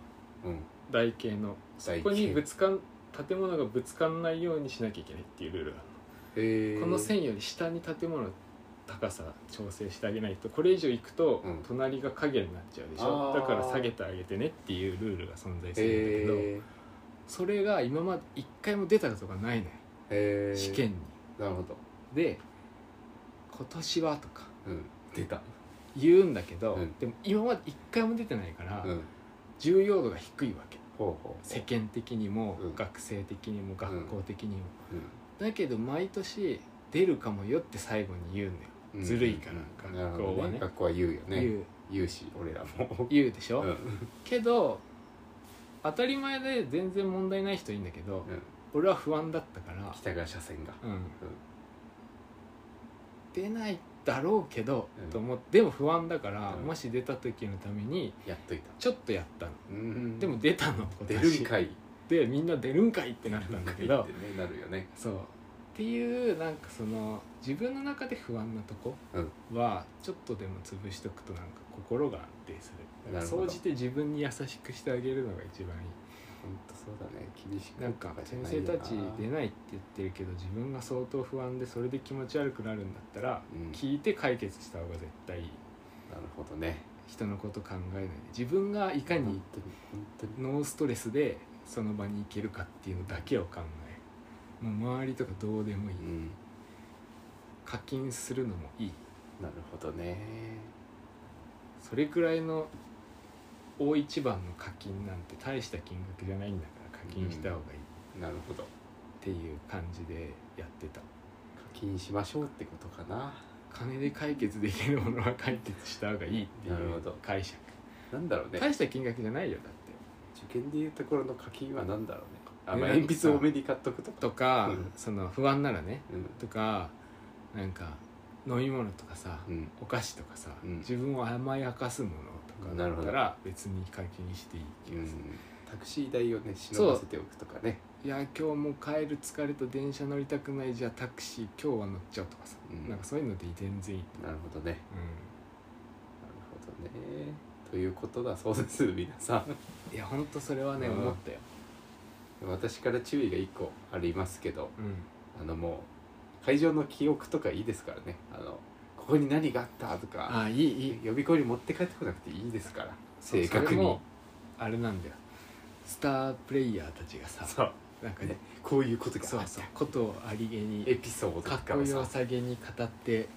S1: うん
S2: 台形の
S1: そ
S2: ここにぶつかん建物がぶつかんないようにしなきゃいけないっていうルールがあ
S1: え
S2: る
S1: ー
S2: の、この線より下に建物の高さ調整してあげないとこれ以上行くと
S1: うん
S2: 隣が影になっちゃうでしょ、
S1: あー
S2: だから下げてあげてねっていうルールが存在するんだけど、
S1: えー
S2: それが今まで一回も出たことがないのよ、
S1: えー
S2: 試験に
S1: なるほど
S2: で今年はとか
S1: うん出た
S2: 言うんだけど、
S1: うん
S2: でも今まで一回も出てないから、
S1: うん
S2: 重要度が低いわけ
S1: ほうほう
S2: 世間的にも、
S1: うん
S2: 学生的にも学校的にも、
S1: うん
S2: だけど毎年出るかもよって最後に言うんだよ、
S1: うん
S2: ずるいから
S1: うん
S2: 学校はね
S1: なるほど学校は言うよね
S2: 言う
S1: 言うし俺らも
S2: 言うでしょ、
S1: うん
S2: けど当たり前で全然問題ない人いいんだけ
S1: う
S2: ど、
S1: ん
S2: 俺は不安だったから、
S1: 北側車線が
S2: うん出ないだろうけど、
S1: うん
S2: と思ってでも不安だから、
S1: うん
S2: もし出た時のために
S1: やっといた
S2: ちょっとやったの、
S1: うん
S2: でも出たの今
S1: 出
S2: 年
S1: るんかい
S2: でみんな出るんかいってなったんだけ ど
S1: ってねなるよね
S2: そうっていうなんかその自分の中で不安なとこはちょっとでも潰しとくとなんか心が安定する
S1: なるほど
S2: 総じて自分に優しくしてあげるのが一番いい
S1: 本当そうだね厳しく
S2: なんか
S1: とじゃ
S2: 先
S1: ない
S2: 生
S1: よな
S2: たち出ないって言ってるけど自分が相当不安でそれで気持ち悪くなるんだったら、
S1: うん
S2: 聞いて解決した方が絶対いい
S1: なるほどね
S2: 人のこと考えないで自分がいかに
S1: 本当に本当に
S2: ノーストレスでその場に行けるかっていうのだけを考えもう周りとかどうでもいい、
S1: うん
S2: 課金するのもいい
S1: なるほどね
S2: それくらいの大一番の課金なんて大した金額じゃないんだから課金した方がいい
S1: なるほど
S2: っていう感じでやってた
S1: 課金しましょうってことかな
S2: 金で解決できるものは解決した方がいいってい
S1: なるほ
S2: う
S1: ど
S2: 解釈
S1: なんだろうね
S2: 大した金額じゃないよだっ
S1: 受験でいうところの課金はなんだろうねあ、まあ、
S2: ね
S1: 鉛筆多めに買っとくと
S2: て
S1: か
S2: とか、
S1: うん
S2: その不安ならね
S1: うん
S2: とかなんか飲み物とかさ、
S1: うん
S2: お菓子とかさ、
S1: うん
S2: 自分を甘やかすものとか
S1: なる
S2: だ
S1: ほ
S2: っ
S1: ど
S2: たら別に課金していい気
S1: う
S2: がする、
S1: んタクシー代をね忍ばせておくとかね
S2: いや今日もう帰る疲れた電車乗りたくないじゃあタクシー今日は乗っちゃおうとかさ、
S1: うん
S2: なんかそういうので全然いい、
S1: なるほどねなるほどねということだそうです皆さん
S2: うん、いやほんとそれはね、
S1: うん
S2: 思ったよ、
S1: 私から注意が1個ありますけど
S2: うん、
S1: あのもう会場の記憶とかいいですからねあのここに何があったとか
S2: ああいいいい
S1: 予備校に持って帰ってこなくていいですから
S2: そう
S1: 正確
S2: それ
S1: に
S2: もあれなんだよスタープレイヤーたちがさ
S1: そう
S2: なんかね
S1: こういうことが
S2: そう
S1: あっ
S2: そう
S1: た
S2: ことをありげに
S1: エピソードと
S2: かっ
S1: か
S2: こ
S1: をさ
S2: よさげに語って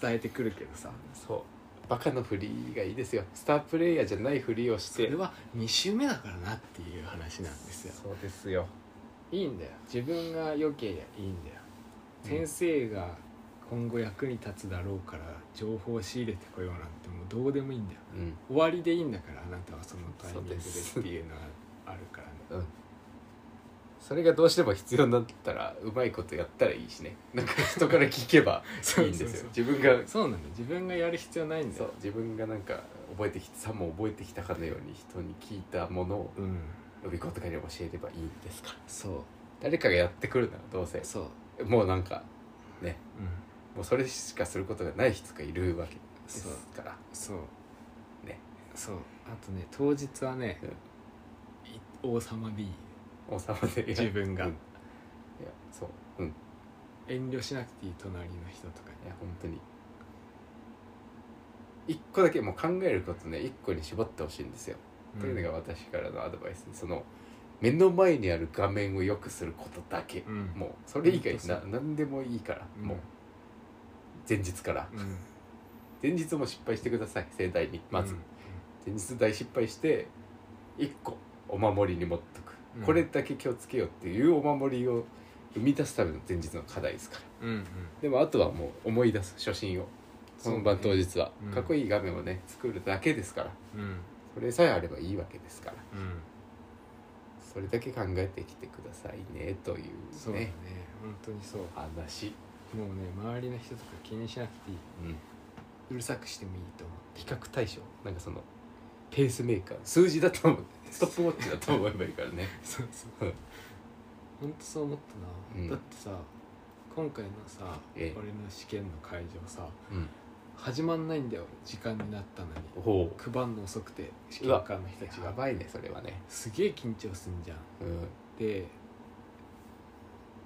S2: 伝えてくるけどさ
S1: そうバカの振りがいいですよスタープレイヤーじゃない振りをし
S2: そ
S1: て
S2: れは2周目だからなっていう話なんですよ
S1: そうですよ
S2: いいんだよ自分が良けりゃいいんだよ
S1: うん
S2: 先生が今後役に立つだろうから情報を仕入れてこようなんてもうどうでもいいんだよ
S1: うん
S2: 終わりでいいんだからあなたはそのタイミングでっ
S1: そ
S2: て
S1: うです
S2: いうのがあるからね
S1: うんそれがどうしても必要になったらうまいことやったらいいしねなんか人から聞け ばいいんですよ自分が
S2: そうなんだ自分がやる必要ないんだ
S1: そう
S2: よ
S1: 自分がなんか覚えてきてさも覚えてきたかのように人に聞いたものを
S2: うん
S1: 予備校とかに教えればいいんですから
S2: そう
S1: 誰かがやってくるならどうせ
S2: そう
S1: もうなんかね
S2: うん
S1: もうそれしかすることがない人がいるわけで
S2: そう
S1: すから
S2: そう
S1: ね
S2: そうあとね当日はね、い王様でいい
S1: 王様で
S2: 自分が
S1: うんいやそううんい
S2: 遠慮しなくていい隣の人とかに
S1: や本当に一個だけもう考えることね一個に絞ってほしいんですよ、というのが私からのアドバイスでその目の前にある画面を良くすることだけ、
S2: うん
S1: もうそれ以外
S2: 本当そ
S1: な
S2: う
S1: 何でもいいから、
S2: うん
S1: もう前日から
S2: うん、うん、
S1: 前日も失敗してください盛大に まず、前日大失敗して1個お守りに持っとく、
S2: うん
S1: これだけ気をつけようっていうお守りを生み出すための前日の課題ですから
S2: うんうんうん
S1: でもあとはもう思い出す初心を本番当日は、
S2: うん
S1: かっこいい画面をね作るだけですから
S2: うんうん
S1: それさえあればいいわけですからそれだけ考えてきてくださいねとい
S2: そう
S1: う
S2: だね
S1: ね
S2: 本当にそう
S1: 話、
S2: もうね周りの人とか気にしなくていいう
S1: うん
S2: うるさくしてもいいと思
S1: 比較対象なんかそのペースメーカー数字だと思うストップウォッチだと思えばいいからね
S2: うそうそう
S1: うん
S2: 本当そう思ったな、
S1: うん
S2: だってさ今回のさ、
S1: ええ
S2: 俺の試験の会場さ
S1: うん
S2: 始まんないんだよ時間になったのに
S1: ほう
S2: 配んの遅くて試験
S1: うわ
S2: 官の人たち
S1: や
S2: が
S1: ばいねそれはね
S2: すげえ緊張すんじゃん
S1: うん
S2: で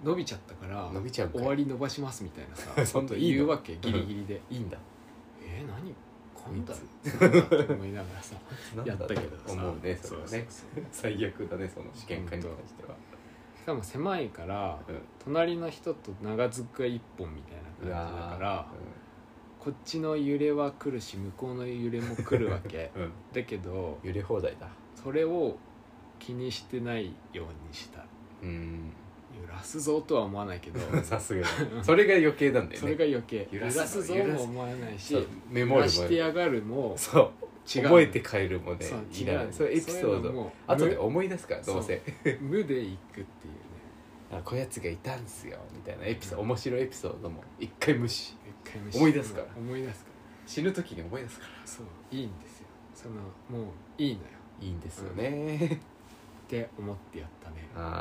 S2: 伸びちゃったから
S1: 伸びちゃうんかい
S2: 終わり伸ばしますみたいな さ
S1: そんなのいいの
S2: 言うわけギリギリで
S1: いいんだ
S2: えー、何こんだ
S1: こ
S2: って思いながらさやったけどさ
S1: 思うねそれはね
S2: そうそうそう
S1: 最悪だねその試験官に関しては
S2: しかも狭いから隣の人と長机一本みた
S1: うん
S2: いうな感じだから
S1: わ
S2: こっちの揺れは来るし向こうの揺れも来るわ け
S1: ーうん
S2: だけど
S1: 揺れ放題だ
S2: それを気にしてないようにした
S1: うん
S2: 揺らすぞとは思わない けど
S1: さすがにそれが余計なんだよ
S2: それ
S1: ね
S2: が余計
S1: 揺
S2: 揺
S1: ら
S2: ら
S1: す
S2: すぞ
S1: 揺らす
S2: も思わないし
S1: そうメモ
S2: 揺ら
S1: る
S2: して
S1: も
S2: やがるも
S1: そう
S2: 違う
S1: 覚えて帰るもね
S2: そう
S1: い
S2: 違
S1: ら
S2: う
S1: な
S2: の
S1: いそれエピソー
S2: そういうの
S1: ド
S2: も
S1: 後で思い出すからどうせ
S2: 無無で行くっていう
S1: あこやつがいたんすよみたいなエピソード面白いエピソードも一回無視
S2: ね一回も
S1: 思い出すから
S2: 思い出すから
S1: 死ぬ時に思い出すから
S2: そういいんですよそのもういいのよ
S1: いいんですよね、
S2: って思ってやったね
S1: ああ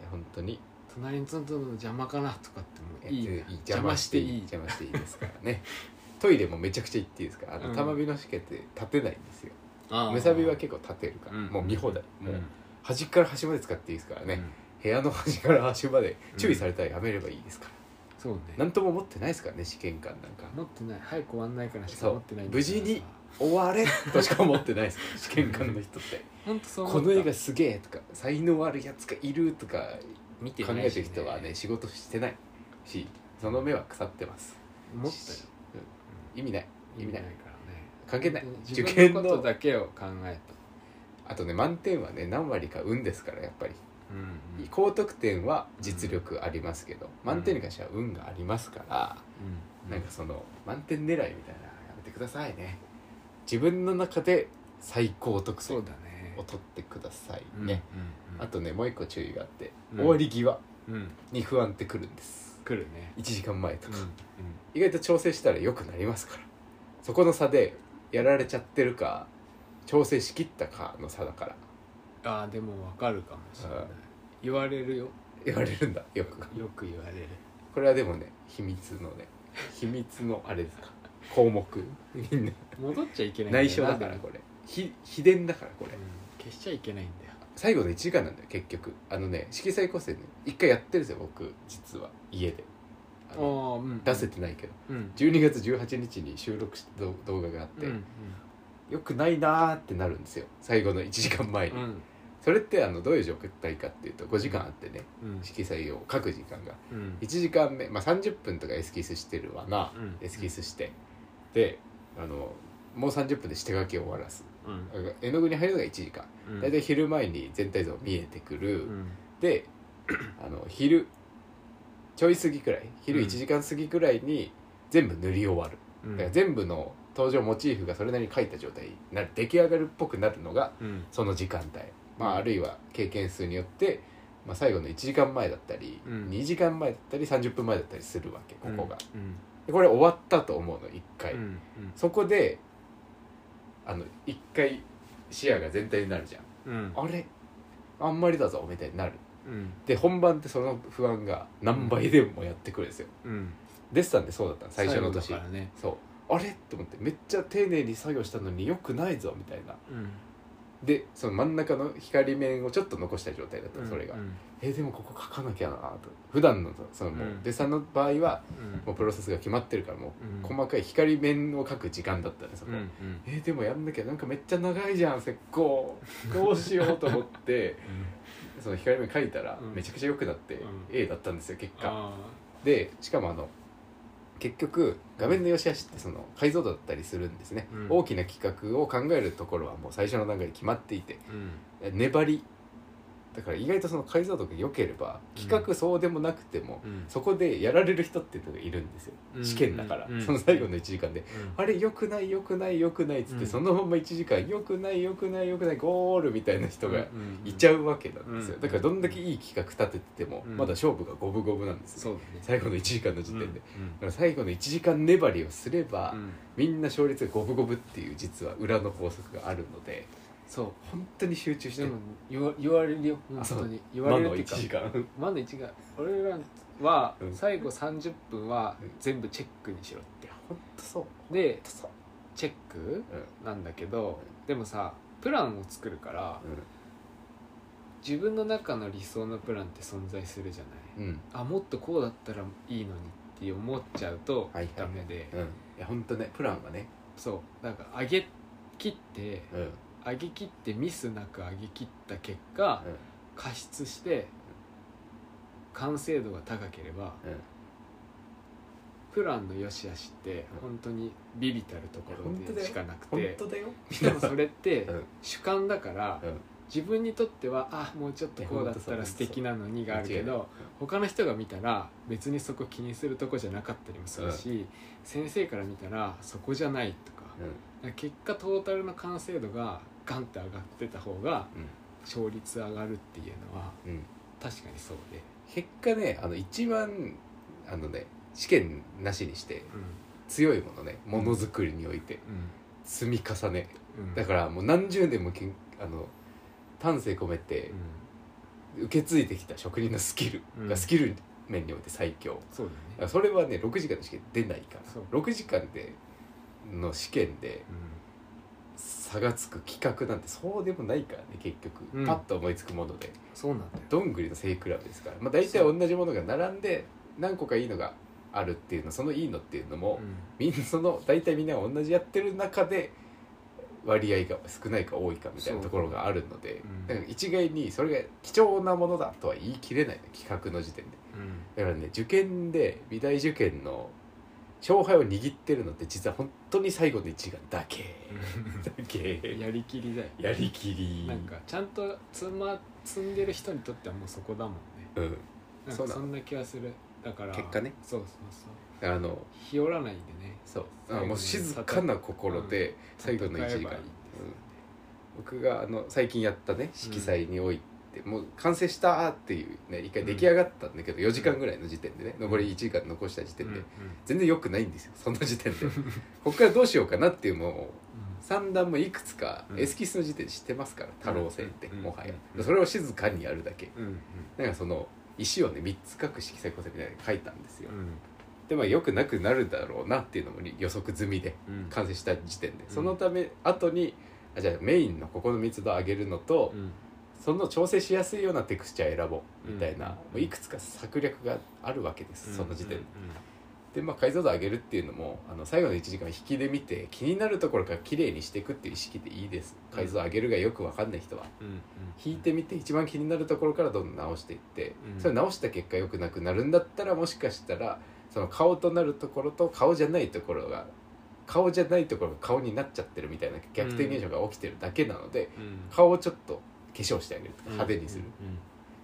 S1: いや本当に
S2: 隣にトントンの邪魔かなとかってもういいのよ
S1: 邪
S2: 邪
S1: 魔
S2: 魔
S1: し
S2: してて
S1: い
S2: い
S1: い
S2: い
S1: 邪魔していいですからね トイレもめちゃくちゃ行っていいですからあ
S2: う
S1: の
S2: ん
S1: 玉火の試験って立てないんですよ
S2: あー
S1: むさびは結構立てるから、
S2: うん
S1: もう見放題、
S2: うん
S1: もう端から端まで使っていいですからね、
S2: うん
S1: 部屋の端から端まで
S2: うん
S1: 注意されたらやめればいいですから、
S2: そうね
S1: なん、何とも思ってないですからね試験官なんか
S2: 持ってない早く終わんないからし
S1: そ
S2: か
S1: う
S2: 持ってないんだけ
S1: 無
S2: どさ
S1: 事に終われとしか思ってないですから試験官の人って
S2: ほんとそう思
S1: こ
S2: った
S1: の絵がすげえとか才能あるやつがいるとか
S3: 見て
S1: 考
S3: ない
S1: え
S3: して
S1: る人はね仕事してないしその目は腐ってます
S2: 思った
S1: 意味ない
S2: よ
S1: 意味ない
S2: からね
S1: 関係ない受
S2: 自分
S1: 験
S2: のこと
S1: の
S2: だけを考え
S1: あとね満点はね何割か運ですからやっぱり
S2: た、うんうん
S1: 高得点は実力ありますけど満点に関しては運がありますから
S2: うん
S1: なんかその満点狙いみたいなやめてくださいね自分の中で最高得
S2: そう
S1: 点
S2: だね
S1: を取ってくださいね、
S2: うんうんうん
S1: あとねもう一個注意があって、
S2: うん
S1: 終わり際
S2: うん
S1: に不安ってくるんです
S2: 来るね
S1: 1時間前と
S2: うん
S1: か、
S2: うん
S1: 意外と調整したら良くなりますからそこの差でやられちゃってるか調整しきったかの差だから
S2: ああでもわかるかもしれな
S1: う
S2: い
S1: ん
S2: 言われるよ
S1: 言われるんだよく
S2: よく言われる
S1: これはでもね秘密の ね秘密のあれですか項目み んな
S2: 戻っちゃいけないんだよ
S1: 内緒だから
S2: なん
S1: これひ秘伝だからこれ
S2: うん消しちゃいけないんだよ
S1: 最後の1時間なんだよ結局あのね色彩個性ね一回やってるんですよ僕実は家であの
S2: あーうん
S1: 出せてないけど
S2: うん
S1: 12月18日に収録した動動画があって、
S2: うん
S1: よくないなーってなるんですよ最後の1時間前に、
S2: うん
S1: それってあのどういう状態かっていうと5時間あってね
S2: うん
S1: 色彩を書く時間が
S2: うん
S1: 1時間目、まあ、30分とかエスキスしてるわな、
S2: うん
S1: エスキスしてであのもう30分で下書きを終わらす
S2: うん
S1: だから絵の具に入るのが1時間
S2: うん
S1: 大体昼前に全体像見えてくる、
S2: うん
S1: であの昼ちょい過ぎくらい昼
S2: うん
S1: 1時間過ぎくらいに全部塗り終わる、
S2: うん
S1: だから全部の登場モチーフがそれなりに描いた状態になる出来上がるっぽくなるのが
S2: うん
S1: その時間帯、ま
S2: うん
S1: あ、あるいは経験数によって、まあ、最後の1時間前だったり、
S2: うん
S1: 2時間前だったり30分前だったりするわけここが、
S2: うん
S1: でこれ終わったと思うの1回、
S2: うん
S1: そこであの1回視野が全体になるじゃん
S2: うん
S1: あれあんまりだぞみたいになる
S2: うん
S1: で本番ってその不安が何倍でもやってくるんですよ、
S2: うん
S1: デッサンってそうだったの最初の年
S2: 最後だからね
S1: そうあれと思ってめっちゃ丁寧に作業したのによくないぞみたいな
S2: うん
S1: でその真ん中の光面をちょっと残した状態だった
S2: う
S1: の
S2: ん
S1: それが、
S2: うん
S1: えでもここ書かなきゃなと普段のそのもう、
S2: うん
S1: デッサンの場合は
S2: うん
S1: もうプロセスが決まってるからも
S2: うん
S1: う細かい光面を書く時間だったねそこ、
S2: うんうん
S1: えでもやんなきゃなんかめっちゃ長いじゃん石膏どうしようと思って その光面書いたら
S2: うん
S1: めちゃくちゃ良くなって、
S2: うん
S1: A だったんですよ結果、
S2: あ
S1: でしかもあの結局画面の良し悪しってその解像度だったりするんですね、
S2: うん
S1: 大きな企画を考えるところはもう最初の段階で決まっていて
S2: ーうん
S1: 粘りだから意外とその解像度が良ければ企画そうでもなくても、
S2: うん
S1: そこでやられる人っていうのがいるんですよ、
S2: うん
S1: 試験だから、
S2: うん
S1: その最後の1時間で、
S2: うん
S1: あれ良くない良くない良くないっつって、
S2: うん
S1: そのまま1時間良くない良くない良くないゴールみたいな人が
S2: うんうん
S1: いちゃうわけなんですよ、
S2: うん
S1: だからどんだけいい企画立ててても、
S2: うん
S1: まだ勝負が五分五分なんですよ
S2: そうだね
S1: 最後の1時間の時点で、だ
S2: うん
S1: から最後の1時間粘りをすれば、
S2: うん
S1: みんな勝率が五分五分っていう実は裏の法則があるので
S2: そう
S1: 本当に集中して
S2: でも言わ言われるよ
S1: あそう
S2: 本当に言わ
S1: 魔
S2: れるっ
S1: の
S2: てい
S1: 1
S2: うか
S1: 時間
S2: まだ一が俺らは
S1: うん
S2: 最後30分は
S1: うん
S2: 全部チェックにしろって
S1: 本当そう
S2: で
S1: 当そう
S2: チェック
S1: うん
S2: なんだけどでもさプランを作るから自分の中の理想のプランって存在するじゃない
S1: うんうん
S2: あもっとこうだったらいいのにって思っちゃうと
S1: はいはい
S2: ダメで、
S1: うんいや本当ねプランはね
S2: そうなんか上げ切って
S1: うんうん
S2: 上げ切ってミスなく上げ切った結果加湿して完成度が高ければ
S1: うん
S2: プランの良し悪しって本当にビビたるところでしかなく
S1: 本
S2: て
S1: 当だよ
S2: でもそれって
S1: うん
S2: 主観だから
S1: うん
S2: 自分にとってはあもうちょっとこうだったら素敵なのにがあるけど他の人が見たら別にそこ気にするとこじゃなかったりもするし先生から見たらそこじゃないとか
S1: うん
S2: だから結果トータルの完成度がガンって上がってた方が勝率上がるっていうのは
S1: うんうん
S2: 確かにそうで。
S1: 結果ねあの一番あのね試験なしにして
S2: うん
S1: 強いものねものづくりにおいて積み重ね
S2: うんうん
S1: だからもう何十年もけんあの丹精込めて
S2: うん
S1: 受け継いできた職人のスキル
S2: うん
S1: がスキル面において最強、
S2: そう
S1: だから
S2: だね
S1: それはね6時間の試験出ないか
S2: そう
S1: ら6時間での試験で差がつく企画なんてそうでもないからね結局、
S2: うん
S1: パッと思いつくもので
S2: そうなんだよ
S1: どんぐりの背比べですから、まあ、大体同じものが並んで何個かいいのがあるっていうのそのいいのっていうのも、みんなその大体みんなが同じやってる中で割合が少ないか多いかみたいなところがあるので、
S2: そう
S1: なんか一概にそれが貴重なものだとは言い切れない、ね、企画の時点でだからね受験で美大受験の勝敗を握ってるのって実は本当に最後の1時間だけだ
S2: うん、
S1: け
S2: やりきりだよ
S1: やりきり
S2: なんかちゃんと積,、ま、積んでる人にとってはもうそこだもんね
S1: うん
S2: なん
S1: そう
S2: か
S1: なの
S2: そんな気がするだから
S1: 結果ね
S2: そうそうそう
S1: あの
S2: 日和らないでね
S1: そう
S2: 最後に
S1: もう静かな心で最後の1
S2: 戦え
S1: 時間
S2: ばいいんですよね
S1: 僕があの最近やったね色彩において、もう完成したっていうね一回出来上がったんだけど、4時間ぐらいの時点でね残り1時間残した時点で、
S2: うんうん
S1: 全然良くないんですよその時点 でこっからどうしようかなっていうのを
S2: うん
S1: 三段もいくつか
S2: うん
S1: エスキスの時点で知ってますから太郎線って
S2: うん
S1: もはや
S2: うん
S1: それを静かにやるだけ
S2: うん
S1: なんかその石をね3つ書く色彩構成みたいなの書いたんですよ
S2: うん
S1: でまあ良くなくなるだろうなっていうのも予測済みで
S2: うん
S1: 完成した時点で
S2: ん
S1: そのため後にあじゃあメインのここの密度を上げるのと
S2: うん
S1: その調整しやすいようなテクスチャー選ぼうみたいな
S2: うん
S1: もういくつか策略があるわけですその時点で
S2: うんうんうん
S1: でまあ解像度上げるっていうのもあの最後の1時間引きで見て気になるところから綺麗にしていくっていう意識でいいです
S2: うん
S1: 解像度上げるがよく分かんない人は
S2: うんうん
S1: 引いてみて一番気になるところからどんどん直していって
S2: うん
S1: それ直した結果良くなくなるんだったらもしかしたらその顔となるところと顔じゃないところが顔じゃないところが顔になっちゃってるみたいな逆転現象が起きてるだけなので
S2: うん
S1: 顔をちょっと化粧してあげるとか
S2: うん
S1: 派手にする
S2: うん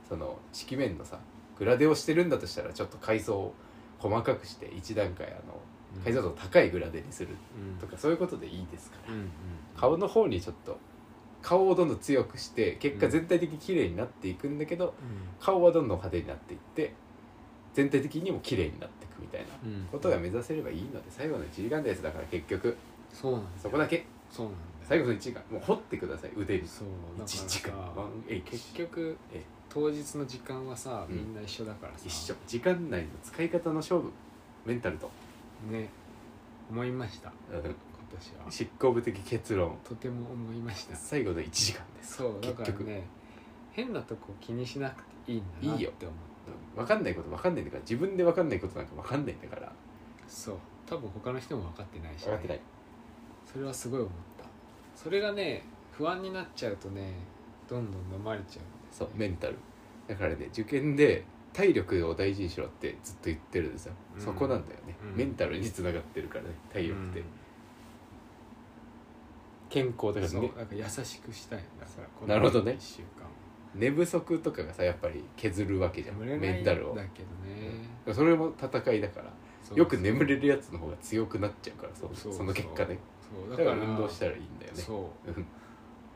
S1: その色面のさグラデをしてるんだとしたらちょっと階層を細かくして1段階あの
S2: うん
S1: 解像度高いグラデにする
S2: うん
S1: とかそういうことでいいですから
S2: うんうん
S1: 顔の方にちょっと顔をどんどん強くして結果全体的に綺麗になっていくんだけど顔はどんどん派手になっていって全体的にも綺麗になっていくみたいな
S2: うんうん
S1: ことが目指せればいいので最後の1時間ですだから結局
S2: そうなんだよ
S1: そこだけ
S2: そうなんだ
S1: 最後の1時間もう掘ってください腕に
S2: そうだから
S1: 1時間ワンエイト
S2: 結局
S1: え
S2: 当日の時間はさ
S1: うん
S2: みんな一緒だからさ
S1: 一緒時間内の使い方の勝負メンタルと
S2: ね思いました
S1: うん
S2: 今年は
S1: 執行部的結論
S2: とても思いました
S1: 最後の1時間です
S2: そうだから
S1: 結局
S2: ね変なとこ気にしなくていいんだなっ
S1: いいよ
S2: て思う
S1: 分かんないこと分かんないんだから自分で分かんないことなんか分かんないんだから
S2: そう多分他の人も分かってないし、
S1: 分かってない
S2: それはすごい思ったそれがね不安になっちゃうとねどんどん飲まれちゃうんです
S1: そ
S2: よ
S1: うメンタルだからね受験で体力を大事にしろってずっと言ってるんですよ、
S2: うん
S1: そこなんだよね、
S2: うん
S1: メンタルにつながってるからね体力って、
S2: うん
S1: 健康だから、
S2: そう
S1: ね、
S2: なんか優しくしたいだからこの
S1: なるほどね
S2: 一週間
S1: 寝不足とかがさやっぱり削るわけじゃん
S2: 眠れない
S1: メン
S2: ん
S1: タ
S2: だけ
S1: ル
S2: ど
S1: を
S2: ね、
S1: それも戦いだから
S2: そう
S1: よく眠れるやつの方が強くなっちゃうからそう
S2: そう
S1: その結果ね
S2: そう
S1: だ
S2: だ
S1: か
S2: からら
S1: 運動したらいいんだよね
S2: そう
S1: うん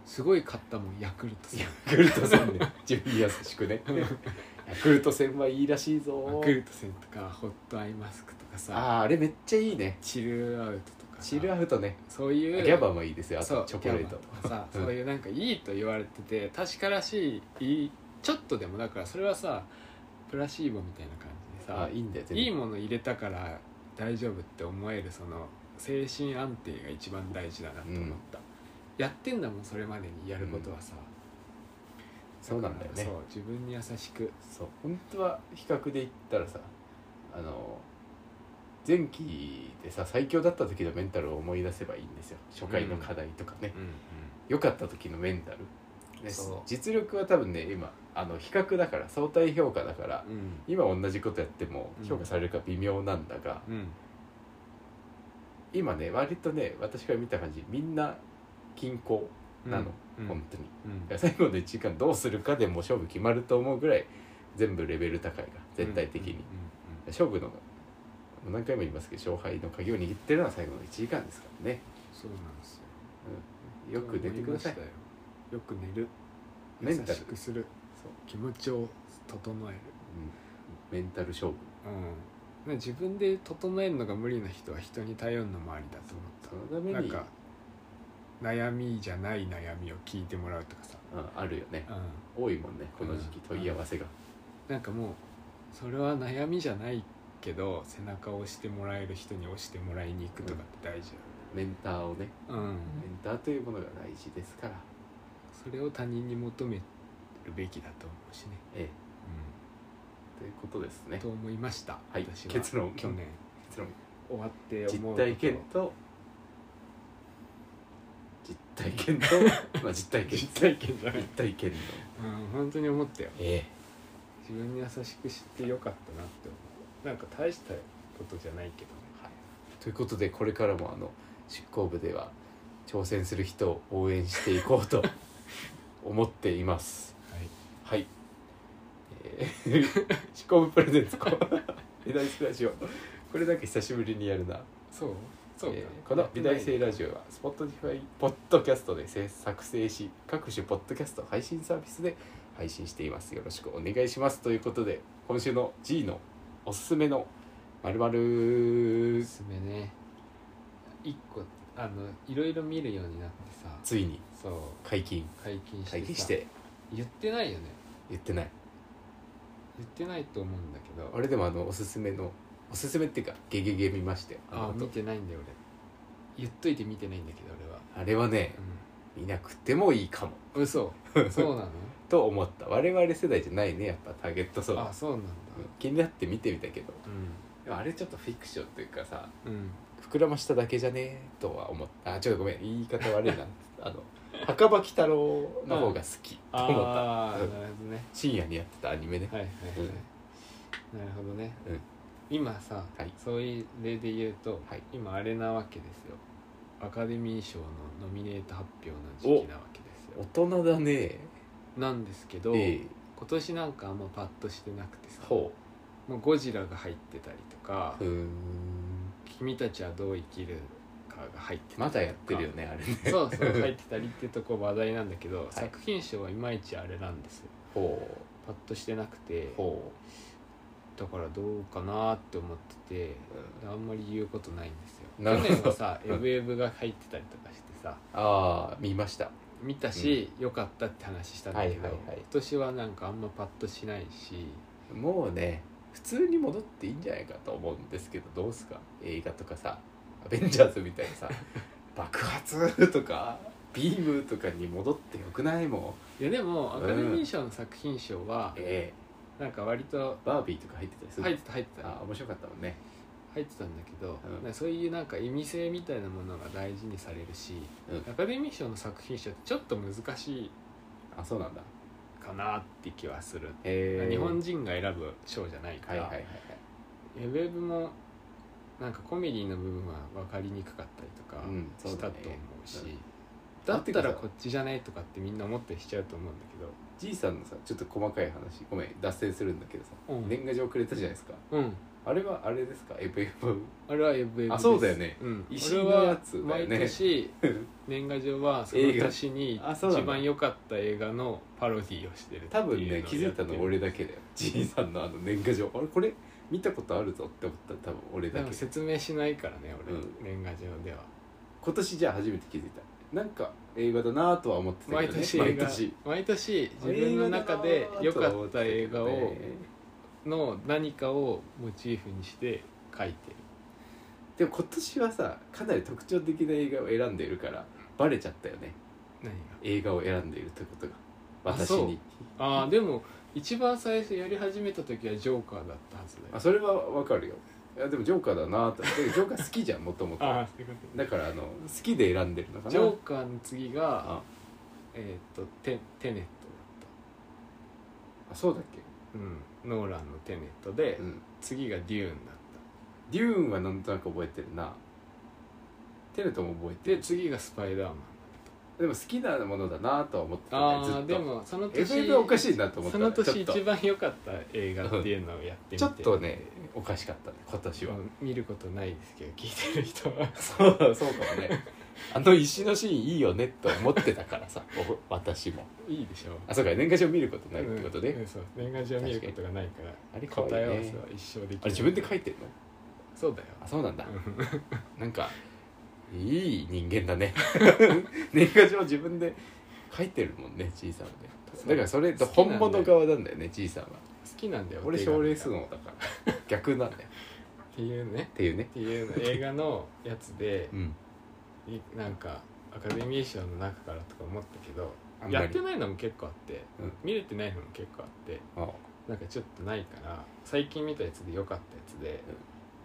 S2: すごい買ったもんヤクルトさん
S1: ヤクルト戦ね自分に優し くねヤクルト戦はいいらしい
S2: ヤ
S1: ぞ
S2: クルト戦とかホットアイマスクとかさ
S1: あああれめっちゃいいね
S2: チルアウトとか
S1: チルア
S2: ウ
S1: ウトね
S2: トそういう
S1: ギャバもいいですよあ
S2: そ
S1: と
S2: う
S1: チョコレー
S2: ギャ
S1: ト
S2: バとかさ、
S1: うん
S2: そういうなんかいいと言われてて確からしいいいちょっとでもだからそれはさプラシーボみたいな感じで
S1: あ
S2: さ
S1: あいいんだよ全
S2: いい
S1: ん
S2: もの入れたから大丈夫って思えるその精神安定が一番大事だなと思った、やってんだもんそれまでにやることはさ、
S1: そうなんだよね
S2: そう自分に優しく
S1: そう本当は比較で言ったらさあの前期でさ最強だった時のメンタルを思い出せばいいんですよ初回の課題とかね良、かった時のメンタル、ね
S2: そう
S1: 実力は多分ね今あの比較だから相対評価だから、
S2: うん
S1: 今同じことやっても
S2: うん
S1: 評価されるか微妙なんだが、
S2: うん
S1: 今ね割とね私が見た感じみんな均衡なの、
S2: うん
S1: 本当に
S2: うん
S1: 最後の1時間どうするかでもう勝負決まると思うぐらい全部レベル高いが全体的に、
S2: うん
S1: 勝負の何回も言いますけど勝敗の鍵を握ってるのは最後の1時間ですからね、
S2: そうなんですよ
S1: うん、よく寝てください
S2: 思ましたよよく寝る
S1: メンタル
S2: 優しくする
S1: そう、
S2: 気持ちを整える、
S1: うん、メンタル勝負
S2: うん、自分で整えるのが無理な人は人に頼るのもありだと
S1: そ
S2: 思っ
S1: のた
S2: た
S1: め
S2: なん
S1: に
S2: か悩みじゃない悩みを聞いてもらうとかさ、
S1: うん、あるよね
S2: うん、
S1: 多いもんねこの時期
S2: うん
S1: 問い合わせが、
S2: なんかもうそれは悩みじゃないけど背中を押してもらえる人に押してもらいに行くとかって大事
S1: メンターをね
S2: だ、うん
S1: メンターというものが大事ですから、
S2: それを他人に求めるべきだと思うしね、
S1: ええということですね
S2: と思いました、
S1: はい
S2: 私は
S1: 結論
S2: 去年
S1: 結論
S2: 終わって思う
S1: 実
S2: こと
S1: 体験と実体験の まあ実体験
S2: 実体験じゃない
S1: 実体験の
S2: うん本当に思ったよ
S1: ええ
S2: 自分に優しく知ってよかったなって思うなんか大したことじゃないけどね
S1: ということでこれからもあの執行部では挑戦する人を応援していこ うと思っています
S2: はい
S1: はい、えー 執行部プレゼンツこ 美大生ラジオこれだけ久しぶりにやるな
S2: そうそうか、
S1: えーこの美大生ラジオは Spotify ポッドキャストで制作成し各種ポッドキャスト配信サービスで配信していますよろしくお願いしますということで今週の G のおすすめの〇〇
S2: おすすめね一個あのいろいろ見るようになってさ
S1: ついに
S2: そう
S1: 解禁
S2: 解禁してさ
S1: 解禁して
S2: 言ってないよね
S1: 言ってない
S2: 言ってないと思うんだけど
S1: 俺でもあのおすすめのおすすめっていうかゲゲゲ見まして
S2: あ
S1: あの
S2: 見てないんだよ俺言っといて見てないんだけど俺は
S1: あれはね見なくてもいいかも
S2: う ん嘘そうなの
S1: と思った我々世代じゃないねやっぱターゲット層
S2: あそうなんだ
S1: うん気になって見てみたけど
S2: う
S1: でもあれちょっとフィクションというかさ
S2: ん うん
S1: 膨らましただけじゃねえとは思ったあちょっとごめん言い方悪い なあの墓場鬼太郎の方が好きと思った
S2: ああ
S1: うん
S2: なるほどね
S1: 深夜にやってたアニメね
S2: はいはいはい、
S1: うん
S2: なるほどね、
S1: うん
S2: 今さ、
S1: はい
S2: そういう例で言うと、
S1: はい
S2: 今あれなわけですよアカデミー賞のノミネート発表の時期なわけです
S1: 大
S2: よ
S1: 人だね
S2: なんですけど、
S1: ええ
S2: 今年なんかあんまパッとしてなくてさ
S1: ほ
S2: もうゴジラが入ってたりとか
S1: うふーん
S2: 君たちはどう生きるかが入ってたりとか
S1: まだやってるよねあれね
S2: そうそう入ってたりってとこ話題なんだけど、
S1: い
S2: 作品賞はいまいちあれなんですよ
S1: ほ
S2: パッとしてなくて
S1: うほ
S2: だからどうかなって思ってて
S1: う、うん
S2: あんまり言うことないんですよ
S1: なるほ
S2: 去
S1: ど
S2: 年はさ「エブエブが入ってたりとかしてさ
S1: ああ見ました
S2: 見たし、良かったって話したんだけど、
S1: はいはいはい
S2: 今年はなんかあんまパッとしないし
S1: もうね普通に戻っていいんじゃないかと思うんですけどどうすか映画とかさ「アベンジャーズ」みたい なさ爆発とかビームとかに戻ってよくないもん
S2: いやでも
S1: う
S2: ア
S1: ん
S2: カデミー賞の作品賞は、
S1: え
S2: なんか割と
S1: えバービーとか入ってたりする
S2: 入ってた入って
S1: あ
S2: た
S1: 面白かったもんね
S2: 入ってたんだけど、
S1: うん
S2: なんかそういうなんか意味性みたいなものが大事にされるし、
S1: うん
S2: アカデミー賞の作品賞ってちょっと難しい
S1: あそうなんだ
S2: かなって気はする、
S1: ええ
S2: 日本人が選ぶ賞じゃないか
S1: はい
S2: ら、
S1: はいはいはい
S2: ウェブもなんかコメディの部分は分かりにくかったりとか
S1: うんそう
S2: し
S1: だ
S2: た
S1: ね
S2: と思うし、
S1: うん
S2: だったらこっちじゃねとかってみんな思ったりしちゃうと思うんだけ
S1: じいさんのさちょっと細かい話ごめん脱線するんだけどさ、
S2: うん
S1: 年賀状くれたじゃないですか
S2: ど、うん、
S1: あれはあれですか FF
S2: あれはウェブです
S1: あそうだよね
S2: うん、
S1: 石のやつだよね
S2: 俺は毎 年年賀状はその年に
S1: 映画あそうなん
S2: 一
S1: だ
S2: 番良かった映画のパロディをしてるってい
S1: 多
S2: うのを
S1: 分
S2: や
S1: ね
S2: って
S1: 気づいたの俺だけだ よじいさんのあの年賀状あれこれ見たことあるぞって思ったの多分俺
S2: で
S1: だ
S2: も
S1: け
S2: 説明しないからね俺、
S1: うん
S2: 年賀状では
S1: 今年じゃあ初めて気づいたなんか映画だなとは思ってたけ
S2: 毎
S1: ど、ね、
S2: 年映画毎年自分の中で良かった
S1: 映
S2: 映画
S1: 画だなとは思
S2: を
S1: ってたけどね
S2: の何かをモチーフにして書いてる
S1: でも今年はさかなり特徴的な映画を選んでいるからバレちゃったよね
S2: 何が
S1: 映画を選んでいるということが
S2: あ
S1: 私
S2: そう
S1: に
S2: ああでも一番最初やり始めた時はジョーカーだったはず
S1: あ
S2: だよ
S1: それはわかるよいやでもジョーカーだなと思ってジョーカー好きじゃんもともと
S2: ああそういうこと
S1: だからあの好きで選んでるのかな
S2: ジョーカーの次が
S1: あ
S2: えーっとテテネット
S1: あそうだっ
S2: だった、うん、ノーランのテネットで、
S1: けうん
S2: 次がデューンだっ
S1: デューンはなんとなく覚えてるなテネットも覚
S2: た
S1: えて
S2: で
S1: る
S2: 次がスパイダーマン
S1: でも好きなものだなとは思ってた
S2: あ
S1: ねずっ
S2: あ
S1: と
S2: でもその年
S1: FF はおかしいなと思った
S2: その年
S1: ちょ
S2: 一
S1: っ
S2: 番良かった映画っていうのをやって
S1: と
S2: みて
S1: ちょっとねおかしかったね今年は、
S2: うん見ることないですけど聞いてる人は
S1: そうそうかもねあの石のシーンいいよねと思ってたからさお私も
S2: いいでしょ
S1: あそうか年賀状見ることないってことで、
S2: うんうんそう年賀状見ることがないから
S1: あれ可愛い
S2: 答え合わ
S1: ね
S2: せは一生できない
S1: あれ自分で書いてるの
S2: そうだよ
S1: あそうなんだ
S2: うん
S1: なんかいい人間だね 年賀状自分で書いてるもんねじいさんはね
S2: そう
S1: だからそれ
S2: 好きなんだよ
S1: 本物側なんだよねじいさんは
S2: 好きなんだよ
S1: 俺
S2: お手紙
S1: 奨
S2: が
S1: 励するのだから逆なんだよ
S2: っていうね
S1: っていうね
S2: っていう の映画のやつで
S1: うん
S2: いなんかアカデミー賞の中からとか思ったけど
S1: あんまり
S2: やってないのも結構あって、
S1: うん
S2: 見れてないのも結構あって
S1: あ
S2: なんかちょっとないから最近見たやつで良かったやつで、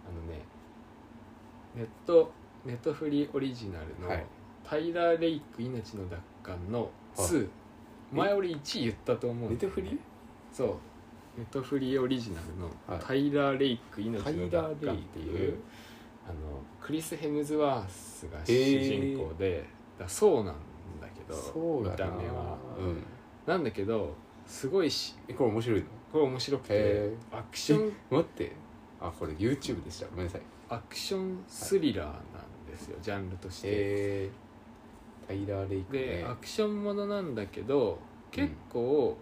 S2: あのねネットネットフリーオリジナルの
S1: はい
S2: 「タイラー・レイク「命の奪還」の2
S1: い
S2: 前俺1位言ったと思うん
S1: ネ
S2: だ
S1: ト
S2: よね
S1: フリ
S2: そうネットフリーオリジナルの
S1: はい
S2: タイラー・レイク「命
S1: タイ
S2: の
S1: ラ
S2: 奪
S1: ー・レ
S2: 還」
S1: イ
S2: って
S1: って
S2: い
S1: いう
S2: うあのクリス・ヘムズワースが主人公でだそうなんだけど
S1: そうだな
S2: 見た目は
S1: うん
S2: なんだけどすごいし
S1: えこれ面白いの
S2: これ面白くて
S1: へ
S2: アクション
S1: 待ってあこれ YouTube でしたごめんなさい
S2: アクションスリラーなんですよジャンルとして、
S1: えー、タイラー・レイク
S2: で
S1: ね
S2: アクションものなんだけど結構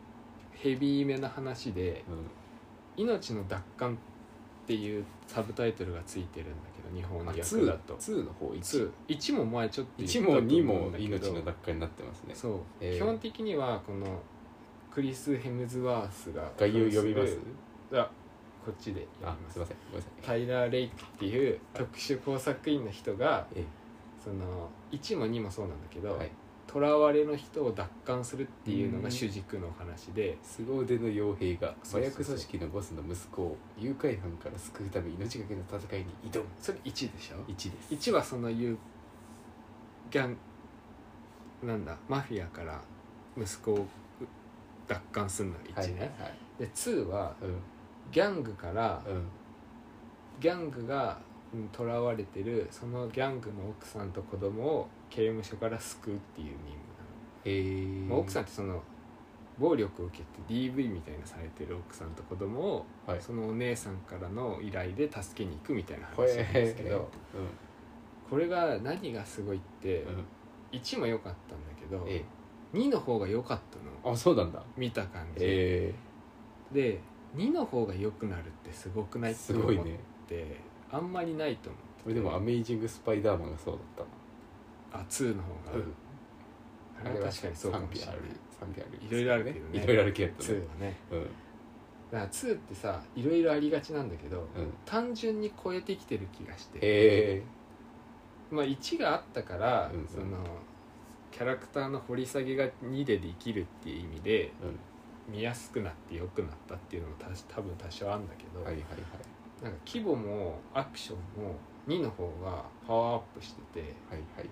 S2: ヘビーめな話で「命の奪還」っていうサブタイトルがついてるんだけど日本
S1: うん、あ
S2: の訳だと
S1: 2の方
S2: 2 1も前ちょっと言った
S1: 1
S2: と
S1: も
S2: 思うん
S1: 2も
S2: だけど
S1: 命の奪還になってますね
S2: そう、
S1: えー
S2: 基本的にはこのクリス・ヘムズワースが
S1: 概要読みます
S2: あこっちで読
S1: あ
S2: みます
S1: いませんごめんなさい
S2: タイラー・レイクっていう特殊工作員の人が
S1: え
S2: その1も2もそうなんだけど、
S1: はい
S2: 囚われの人を奪還するっていうのが主軸の話で、
S1: 凄腕の傭兵が
S2: そ
S1: 麻
S2: うそうそ
S1: 薬
S2: う
S1: 組織のボスの息子を誘拐犯から救うため命がけの戦いに挑む
S2: それ1でしょ
S1: 1です
S2: 1はそのいうギャンなんだマフィアから息子を奪還するのが1ね、
S1: はい
S2: で2は
S1: はい
S2: ギャングから
S1: うんうん
S2: ギャングがうん囚われてるそのギャングの奥さんと子供を刑務所から救うっていう任務なの
S1: へえ
S2: まあ、奥さんってその暴力を受けて DV みたいなされてる奥さんと子供を、
S1: はい
S2: そのお姉さんからの依頼で助けに行くみたいな
S1: これ
S2: 話なんですけど、
S1: う
S2: これが何がすごいって、
S1: んうん
S2: 1も良かったんだけど、
S1: え
S2: 2の方が良かったの
S1: あそうなんだ
S2: 見た感じ、
S1: え
S2: で2の方が良くなるってすごくない
S1: え
S2: って
S1: す
S2: 思っ
S1: ご
S2: て
S1: いね
S2: あんまりないと思
S1: これでも「アメイジング・スパイダーマン」がそうだったな
S2: うあ2の方が、あれは確かにそうかもしれない
S1: 賛否ある
S2: いろいろあるけどね
S1: いろいろあるけどね
S2: 2はね
S1: うん
S2: だから2ってさいろいろありがちなんだけど、
S1: うん
S2: 単純に超えてきてる気がして
S1: え
S2: まあ、1があったから、
S1: うんうん
S2: そのキャラクターの掘り下げが2でできるっていう意味で
S1: えうん
S2: 見やすくなって良くなったっていうのもた多分多少あるんだけど、
S1: はいはいはい
S2: なんか規模もアクションも2の方がパワーアップしてて
S1: はいはいはいは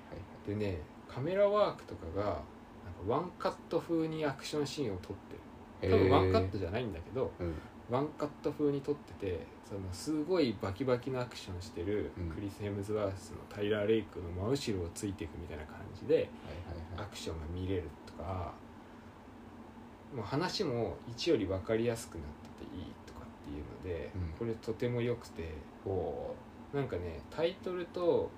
S1: い
S2: でねカメラワークとかがなんかワンカット風にアクションシーンを撮ってる多分ワンカットじゃないんだけど、
S1: ええうん
S2: ワンカット風に撮っててそのすごいバキバキのアクションしてる
S1: うん
S2: クリス・ヘムズワースのタイラー・レイクの真後ろをついていくみたいな感じで
S1: はいはい
S2: ア
S1: はい
S2: クションが見れるとかもう話も1より分かりやすくなってていいとかっていうので、
S1: うん
S2: これとても良くて
S1: お
S2: なんかねタイトルと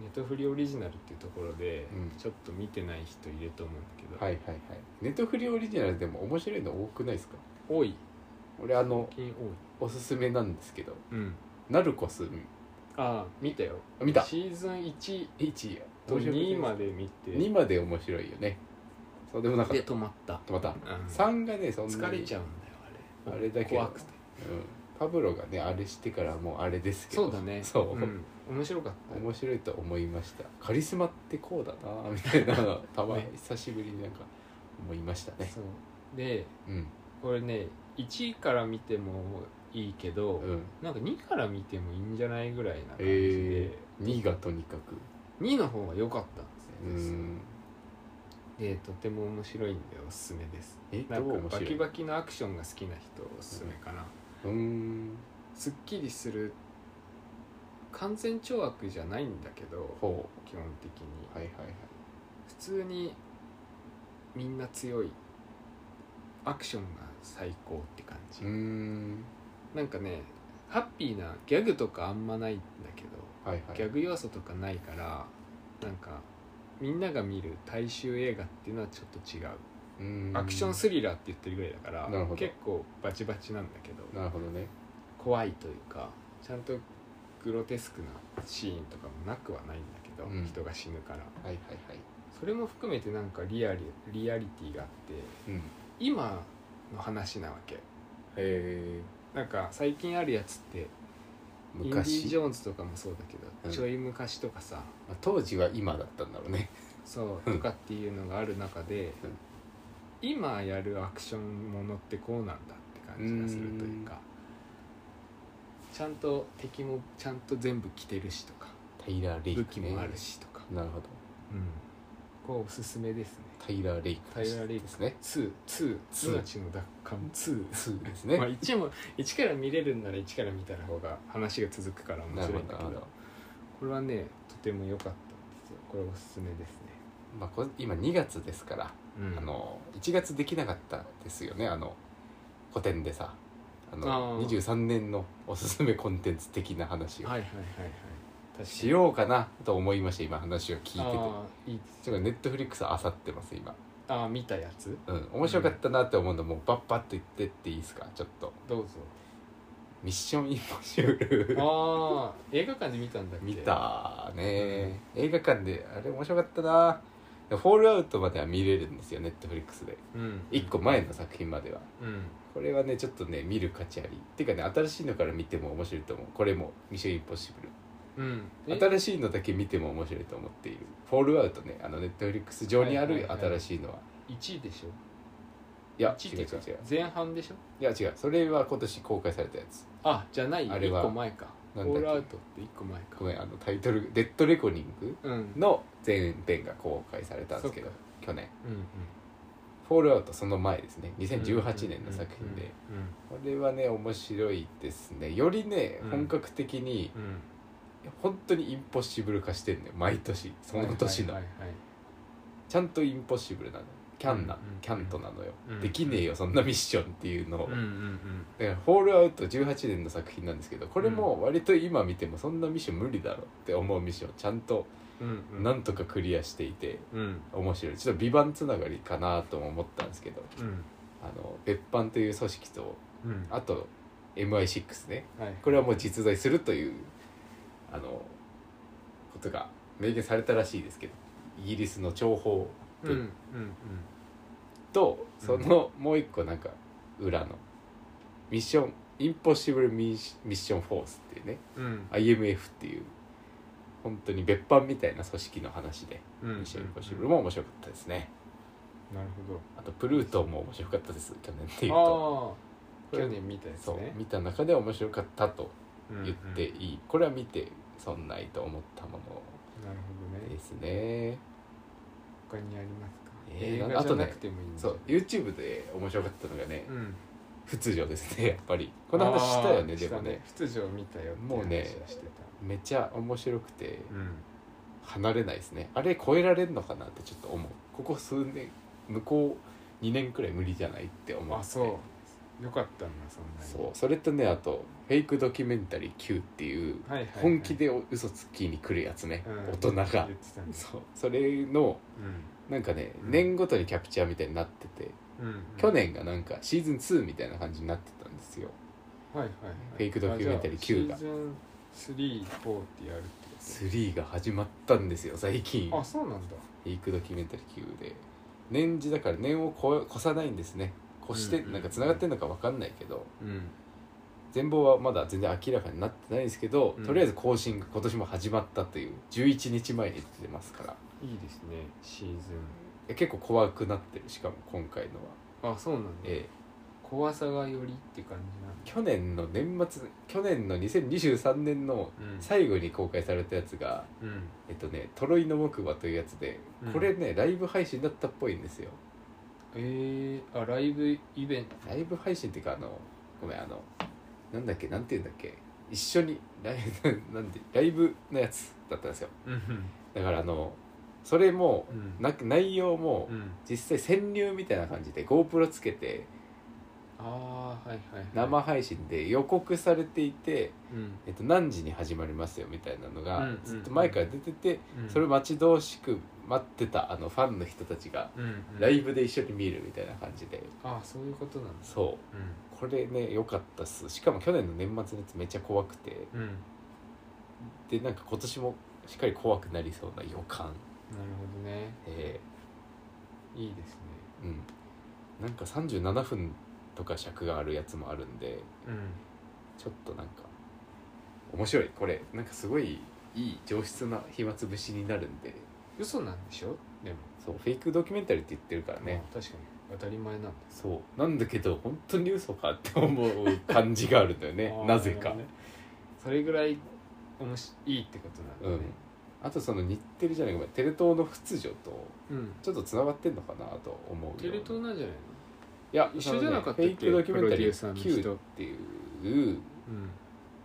S2: ネットフリオリジナルっていうところで、
S1: うん
S2: ちょっと見てない人いると思うんだけど、
S1: はいはいはいネットフリーオリジナルでも面白いの多くないですか
S2: 多い
S1: 俺あの
S2: 最近
S1: おすすめなんですけど
S2: 多い、うん、
S1: ナルコス
S2: ああ見たよ
S1: あ見た
S2: シーズン1
S1: 1面白く
S2: 2
S1: な
S2: ま
S1: い
S2: で見て
S1: 2まで面白いよねそうでもなんかっ
S2: で止まった、
S1: たまた
S2: うん、
S1: 3がねそんな
S2: 疲れ
S1: に
S2: ちゃうんだよあれ
S1: あれだけ
S2: 怖くて
S1: うんパブロがねあれしてからもうあれですけど
S2: そうだね
S1: そう、
S2: ん面白かった
S1: 面白いと思いましたカリスマってこうだなみたいなのをたま、
S2: ね
S1: 久しぶりになんか思いましたね
S2: そうで
S1: うん
S2: これね1から見てもいいけど、
S1: うん
S2: なんか2から見てもいいんじゃないぐらいな感じで、
S1: えー、2がとにかく
S2: 2の方が良かった
S1: うん
S2: ですよ
S1: ん
S2: でとても面白いんでおすすめです
S1: え
S2: な
S1: ど
S2: ん
S1: う
S2: か
S1: 面
S2: バ
S1: 白
S2: キ
S1: い
S2: バキのアクションが好きな人おすすめかな、
S1: うーん
S2: すっきりする完全懲悪じゃないんだけど
S1: ほ
S2: 基本的に
S1: うはいはいはい
S2: 普通にみんな強いアクションが最高って感じ、
S1: うーん
S2: なんかねハッピーなギャグとかあんまないんだけど、
S1: はいはい
S2: ギャグ要素とかないからなんかみんなが見る大衆映画っていうのはちょっと違う、
S1: うーん
S2: アクションスリラーって言ってるぐらいだか
S1: なるほ
S2: ら
S1: ど
S2: 結構バチバチなんだけど
S1: なるほどね
S2: 怖いというかちゃんとグロテスクなシーンとかもなくはないんだけど、
S1: うん
S2: 人が死ぬから
S1: はいはいはい
S2: それも含めてなんかリアリリアリティがあって
S1: うんへ
S2: 今の話なわけ
S1: え
S2: なんか最近あるやつってインディ・
S1: 昔
S2: ジョーンズとかもそうだけど、
S1: うん
S2: ちょい昔とかさ
S1: まあ当時は今だったんだろうね
S2: そうとかっていうのがある中で、
S1: うん
S2: 今やるアクションものってこうなんだって感じがするというかちゃんと敵もちゃんと全部着てるしとか
S1: タイラー・レイク、ね、
S2: 武器もあるしとか、
S1: なるほど
S2: うんこれおすすめですね
S1: タイラー・レイク
S2: タイラー・レイク
S1: ですね
S2: 2「2」「
S1: 2
S2: 命の奪還2」
S1: 2です
S2: まあ
S1: ね
S2: 1も1から見れるんなら1から見たら方が話が続くから面
S1: なるほ
S2: 白いん
S1: どな
S2: だけ
S1: る
S2: ど
S1: ほど
S2: これはねとても良かったんですよこれおすすめですね、
S1: まあこれ今2月ですから
S2: うん
S1: あの1月できなかったですよねあの個展でさあの
S2: あー
S1: 23年のおすすめコンテンツ的な話を
S2: はいはいはいはい確かに
S1: しようかなと思いました今話を聞いてて
S2: あーいいです
S1: ちょっとネットフリックスあさってます今
S2: あー見たやつ
S1: うん面白かったなって思うのもうバッバッと言ってっていいですかちょっと
S2: どうぞ
S1: 「ミッションインポッシブル」
S2: ああ映画館で見たんだっ け
S1: 見たね、映画館であれ面白かったなフォールアウトまでは見れるんですよネットフリックスで
S2: うん
S1: 1個前の作品までは
S2: うん
S1: これはねちょっとね見る価値ありっていうかね新しいのから見ても面白いと思うこれも「ミッションインポッシブル
S2: うん」
S1: 新しいのだけ見ても面白いと思っているフォールアウトねあのネットフリックス上にあ
S2: はい
S1: る
S2: はいはい
S1: 新しいのは,、
S2: 1位でしょ
S1: いや
S2: 1
S1: 違
S2: 位
S1: う
S2: で
S1: 違
S2: しょ
S1: う違う
S2: 前半でしょ
S1: いや違うそれは今年公開されたやつ
S2: あじゃないよ
S1: あれは
S2: 1個前か
S1: な
S2: ホ
S1: んだっけ
S2: ールアウトって1個前か
S1: ごめんあのタイトル「デッドレコニング
S2: うんうん」
S1: の前編が公開されたんですけど
S2: そっ
S1: 去年
S2: うん
S1: フォールアウトその前ですね2018年の作品で、
S2: う
S1: これはね面白いですねよりね
S2: うん
S1: 本格的に、
S2: んうんうんうん
S1: 本当にインポッシブル化してんね毎年その年の、
S2: はいはいはいはい
S1: ちゃんとインポッシブルなのキャンな、
S2: うん
S1: キャントなのよ、
S2: うん
S1: できねえよそんなミッションっていうのを、
S2: うんうんうん
S1: だからフォールアウト18年の作品なんですけどこれも割と今見てもそんなミッション無理だろって思うミッションをちゃんと
S2: うんうん
S1: なんとかクリアしていて
S2: うん
S1: 面白いちょっと美版つながりかなとも思ったんですけど
S2: うん
S1: あの別版という組織と
S2: うん
S1: あと MI6 ね
S2: はい
S1: これはもう実在するというあのことが明言されたらしいですけどイギリスの諜報
S2: うんうん
S1: と
S2: うん
S1: そのもう一個なんか裏のミッションインポッシブルミッシミッションフォースっていうね
S2: うんうん
S1: IMF っていう本当に別班みたいな組織の話で
S2: うん
S1: ミッションインポッシブルも面白かったですね
S2: なるほど
S1: あとプルートンも面白かったです去年っていうと
S2: ああ去年見たやつ
S1: そう
S2: ね
S1: 見た中で面白かったと
S2: うんうん
S1: 言っていいこれは見て損ないと思ったもの
S2: なるほどね
S1: ですね
S2: 他にありますか
S1: 映
S2: 映
S1: 画
S2: 画じゃなくてもいいんじ
S1: そ
S2: ゃないう
S1: YouTube で面白かったのがね
S2: うん
S1: 不通常ですねやっぱりこの話したよね
S2: あ
S1: で
S2: ー
S1: もね
S2: した不通常見たよって
S1: もうね
S2: 話はしてた
S1: めちゃ面白くて
S2: うん
S1: 離れないですねあれ超えられるのかなってちょっと思うここ数年向こう2年くらい無理じゃないって思って
S2: あそうよかったんだそんなに
S1: そうそれとねあとフェイクドキュメンタリー Q っていう
S2: はいはいはい
S1: 本気で嘘つきに来るやつね、
S2: うん
S1: 大人が、
S2: 言ってたんだ
S1: そうそれの
S2: う
S1: なんかね、
S2: うん
S1: 年ごとにキャプチャーみたいになってて、
S2: んうんうん
S1: 去年がなんかシーズン2みたいな感じになってたんですよ
S2: はいはい
S1: フェイクドキュメンタリー Q が
S2: あじゃあシーズン34ってやるってこ
S1: 3が始まったんですよ最近
S2: とあそうなんだ
S1: フェイクドキュメンタリー級で年次だから年を超え越さないんですね越して
S2: うんうん
S1: なんかつながってんのか分かんないけど
S2: うん
S1: 全貌はまだ全然明らかになってないんですけど、
S2: うん
S1: とりあえず更新が今年も始まったという11日前に出てますから
S2: いいですねシーズ
S1: え結構怖くなってるしかも今回のは、
S2: ンあそうなんだ
S1: え
S2: 怖さがよりって感じなん
S1: え
S2: だ
S1: 去年の年末去年の2023年の
S2: うん
S1: 最後に公開されたやつが、
S2: うん
S1: えっとね「トロイの木馬」というやつで
S2: うん
S1: これね、ライブ配信だったっぽいんですよ
S2: えー、あライブイベント
S1: ライブ配信っていうかあのごめんあのなんだっけなんて言うんだっけ一緒にライブ なんてライブのやつだったんですよ
S2: うん
S1: だからあのそれも
S2: うん
S1: な内容も
S2: うん
S1: 実際潜入みたいな感じで GoPro つけて
S2: ああはいはい、はい、
S1: 生配信で予告されていて、
S2: うん、
S1: えっと、何時に始まりますよみたいなの
S2: うん
S1: が
S2: うん
S1: ずっと前から出てて
S2: うん、
S1: それを待ち遠しく待ってたあのファンの人たちが
S2: うん、うん、
S1: ライブで一緒に見るみたいな感じで
S2: ああそういうことなんです
S1: そう
S2: う
S1: これね良かったっすしかも去年の年末のやつめっちゃ怖くて
S2: んうんなる
S1: でなんか今年もしっかり怖くなりそうな予感
S2: ほどね
S1: え
S2: いいですね
S1: ーうんなんか37分とか尺があるやつもあるんで
S2: うん
S1: ちょっとなんか面白いこれなんかすごいいい上質な暇つぶしになるんで
S2: 嘘なんでしょでも
S1: そうフェイクドキュメンタリーって言ってるからね、
S2: まあ確かに当たり前なんだよ
S1: そうなんだけど本当に嘘かって思う感じがあるんだよね
S2: あー
S1: なぜか、
S2: るほどねそれぐらいおもしいいってことなんだ
S1: う
S2: ね、
S1: んあとその日テレじゃないごめんテレ東の仏女と
S2: うん
S1: ちょっとつながってんのかなと思う
S2: テ
S1: よ
S2: レ東なんじゃないの
S1: いや
S2: 一緒じゃなかったっけ
S1: フェイクドキュメンタリー
S2: プロデューサーの
S1: Q
S2: 人
S1: っていう
S2: うん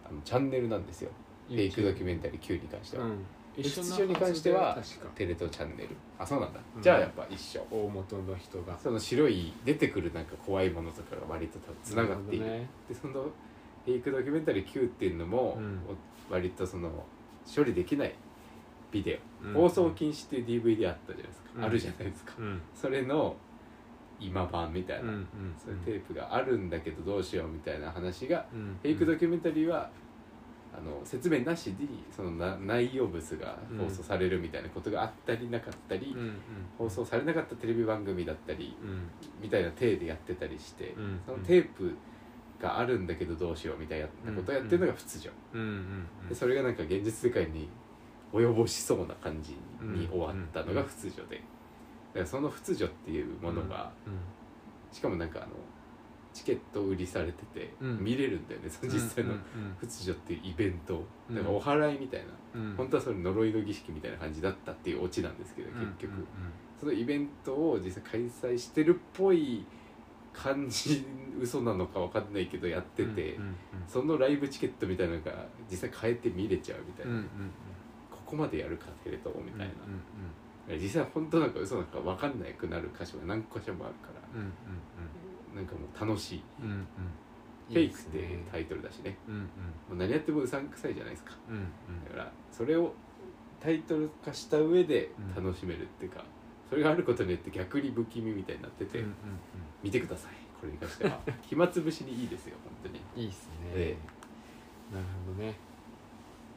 S1: あのチャンネルなんですよフェイクドキュメンタリー Q に関しては、
S2: うん一
S1: 一
S2: 緒な
S1: 緒に関しては
S2: ずだよ確か
S1: テレ東チャンネルあそうなんだ、
S2: うん
S1: じゃあやっぱ一緒
S2: 大元の人が
S1: その白い出てくるなんか怖いものとかが割と多分つながっている
S2: なほどね
S1: でそのフェイクドキュメンタリー Q っていうのも、
S2: うん
S1: 割とその処理できないビデオ、
S2: うん
S1: 放送禁止っていう DVD あったじゃないですか、
S2: うん
S1: あるじゃないですか、
S2: うん
S1: それの今版みたい
S2: うん
S1: な、
S2: うん
S1: そういうテープがあるんだけどどうしようみたいな話が、
S2: うん
S1: フェイクドキュメンタリーはあの説明なしにそのな内容物が放送されるみたいなことがあったりなかったり、
S2: うんうん
S1: 放送されなかったテレビ番組だったり
S2: うん
S1: みたいな体でやってたりして、
S2: うん
S1: そのテープがあるんだけどどうしようみたいなことをやってるのが普通じゃん、
S2: うんうん
S1: でそれがなんか現実世界に及ぼしそうな感じに
S2: うん
S1: 終わったのが普通女で、だからその普通女っていうものが、
S2: う
S1: しかもなんかあのチケット売りされてて、
S2: うん
S1: 見れるんだよねそ
S2: ん
S1: の実際の
S2: うんうん
S1: 普通女っていうイベントを
S2: うん
S1: だからお祓いみたいな、
S2: うん
S1: 本当はそれ呪いの儀式みたいな感じだったっていうオチなんですけど
S2: うん
S1: 結局、
S2: うん
S1: そのイベントを実際開催してるっぽい感じ嘘なのかわかんないけどやってて、
S2: うんうん
S1: そのライブチケットみたいなのが実際変えて見れちゃうみたい
S2: うん
S1: な、
S2: うん
S1: ここまでやるかテレ東み
S2: うん
S1: たいな、
S2: うん
S1: 実際本当なんか嘘なんかわかんなくなる箇所が何箇所もあるから、
S2: うんうん
S1: なんかもう楽しい
S2: うんうんうん
S1: 「
S2: うん
S1: フェイク」って
S2: いい
S1: い
S2: で
S1: う
S2: すね
S1: タイトルだしね
S2: うんうん
S1: もう何やってもうさんくさいじゃないですか
S2: うんうん
S1: だからそれをタイトル化した上で
S2: うん
S1: 楽しめるっていうか、それがあることによって逆に不気味みたいになってて、
S2: うんうん
S1: 見てくださいこれに関して は暇つぶしにいいですよ本当に
S2: うんいいっすね
S1: え
S2: なるほどね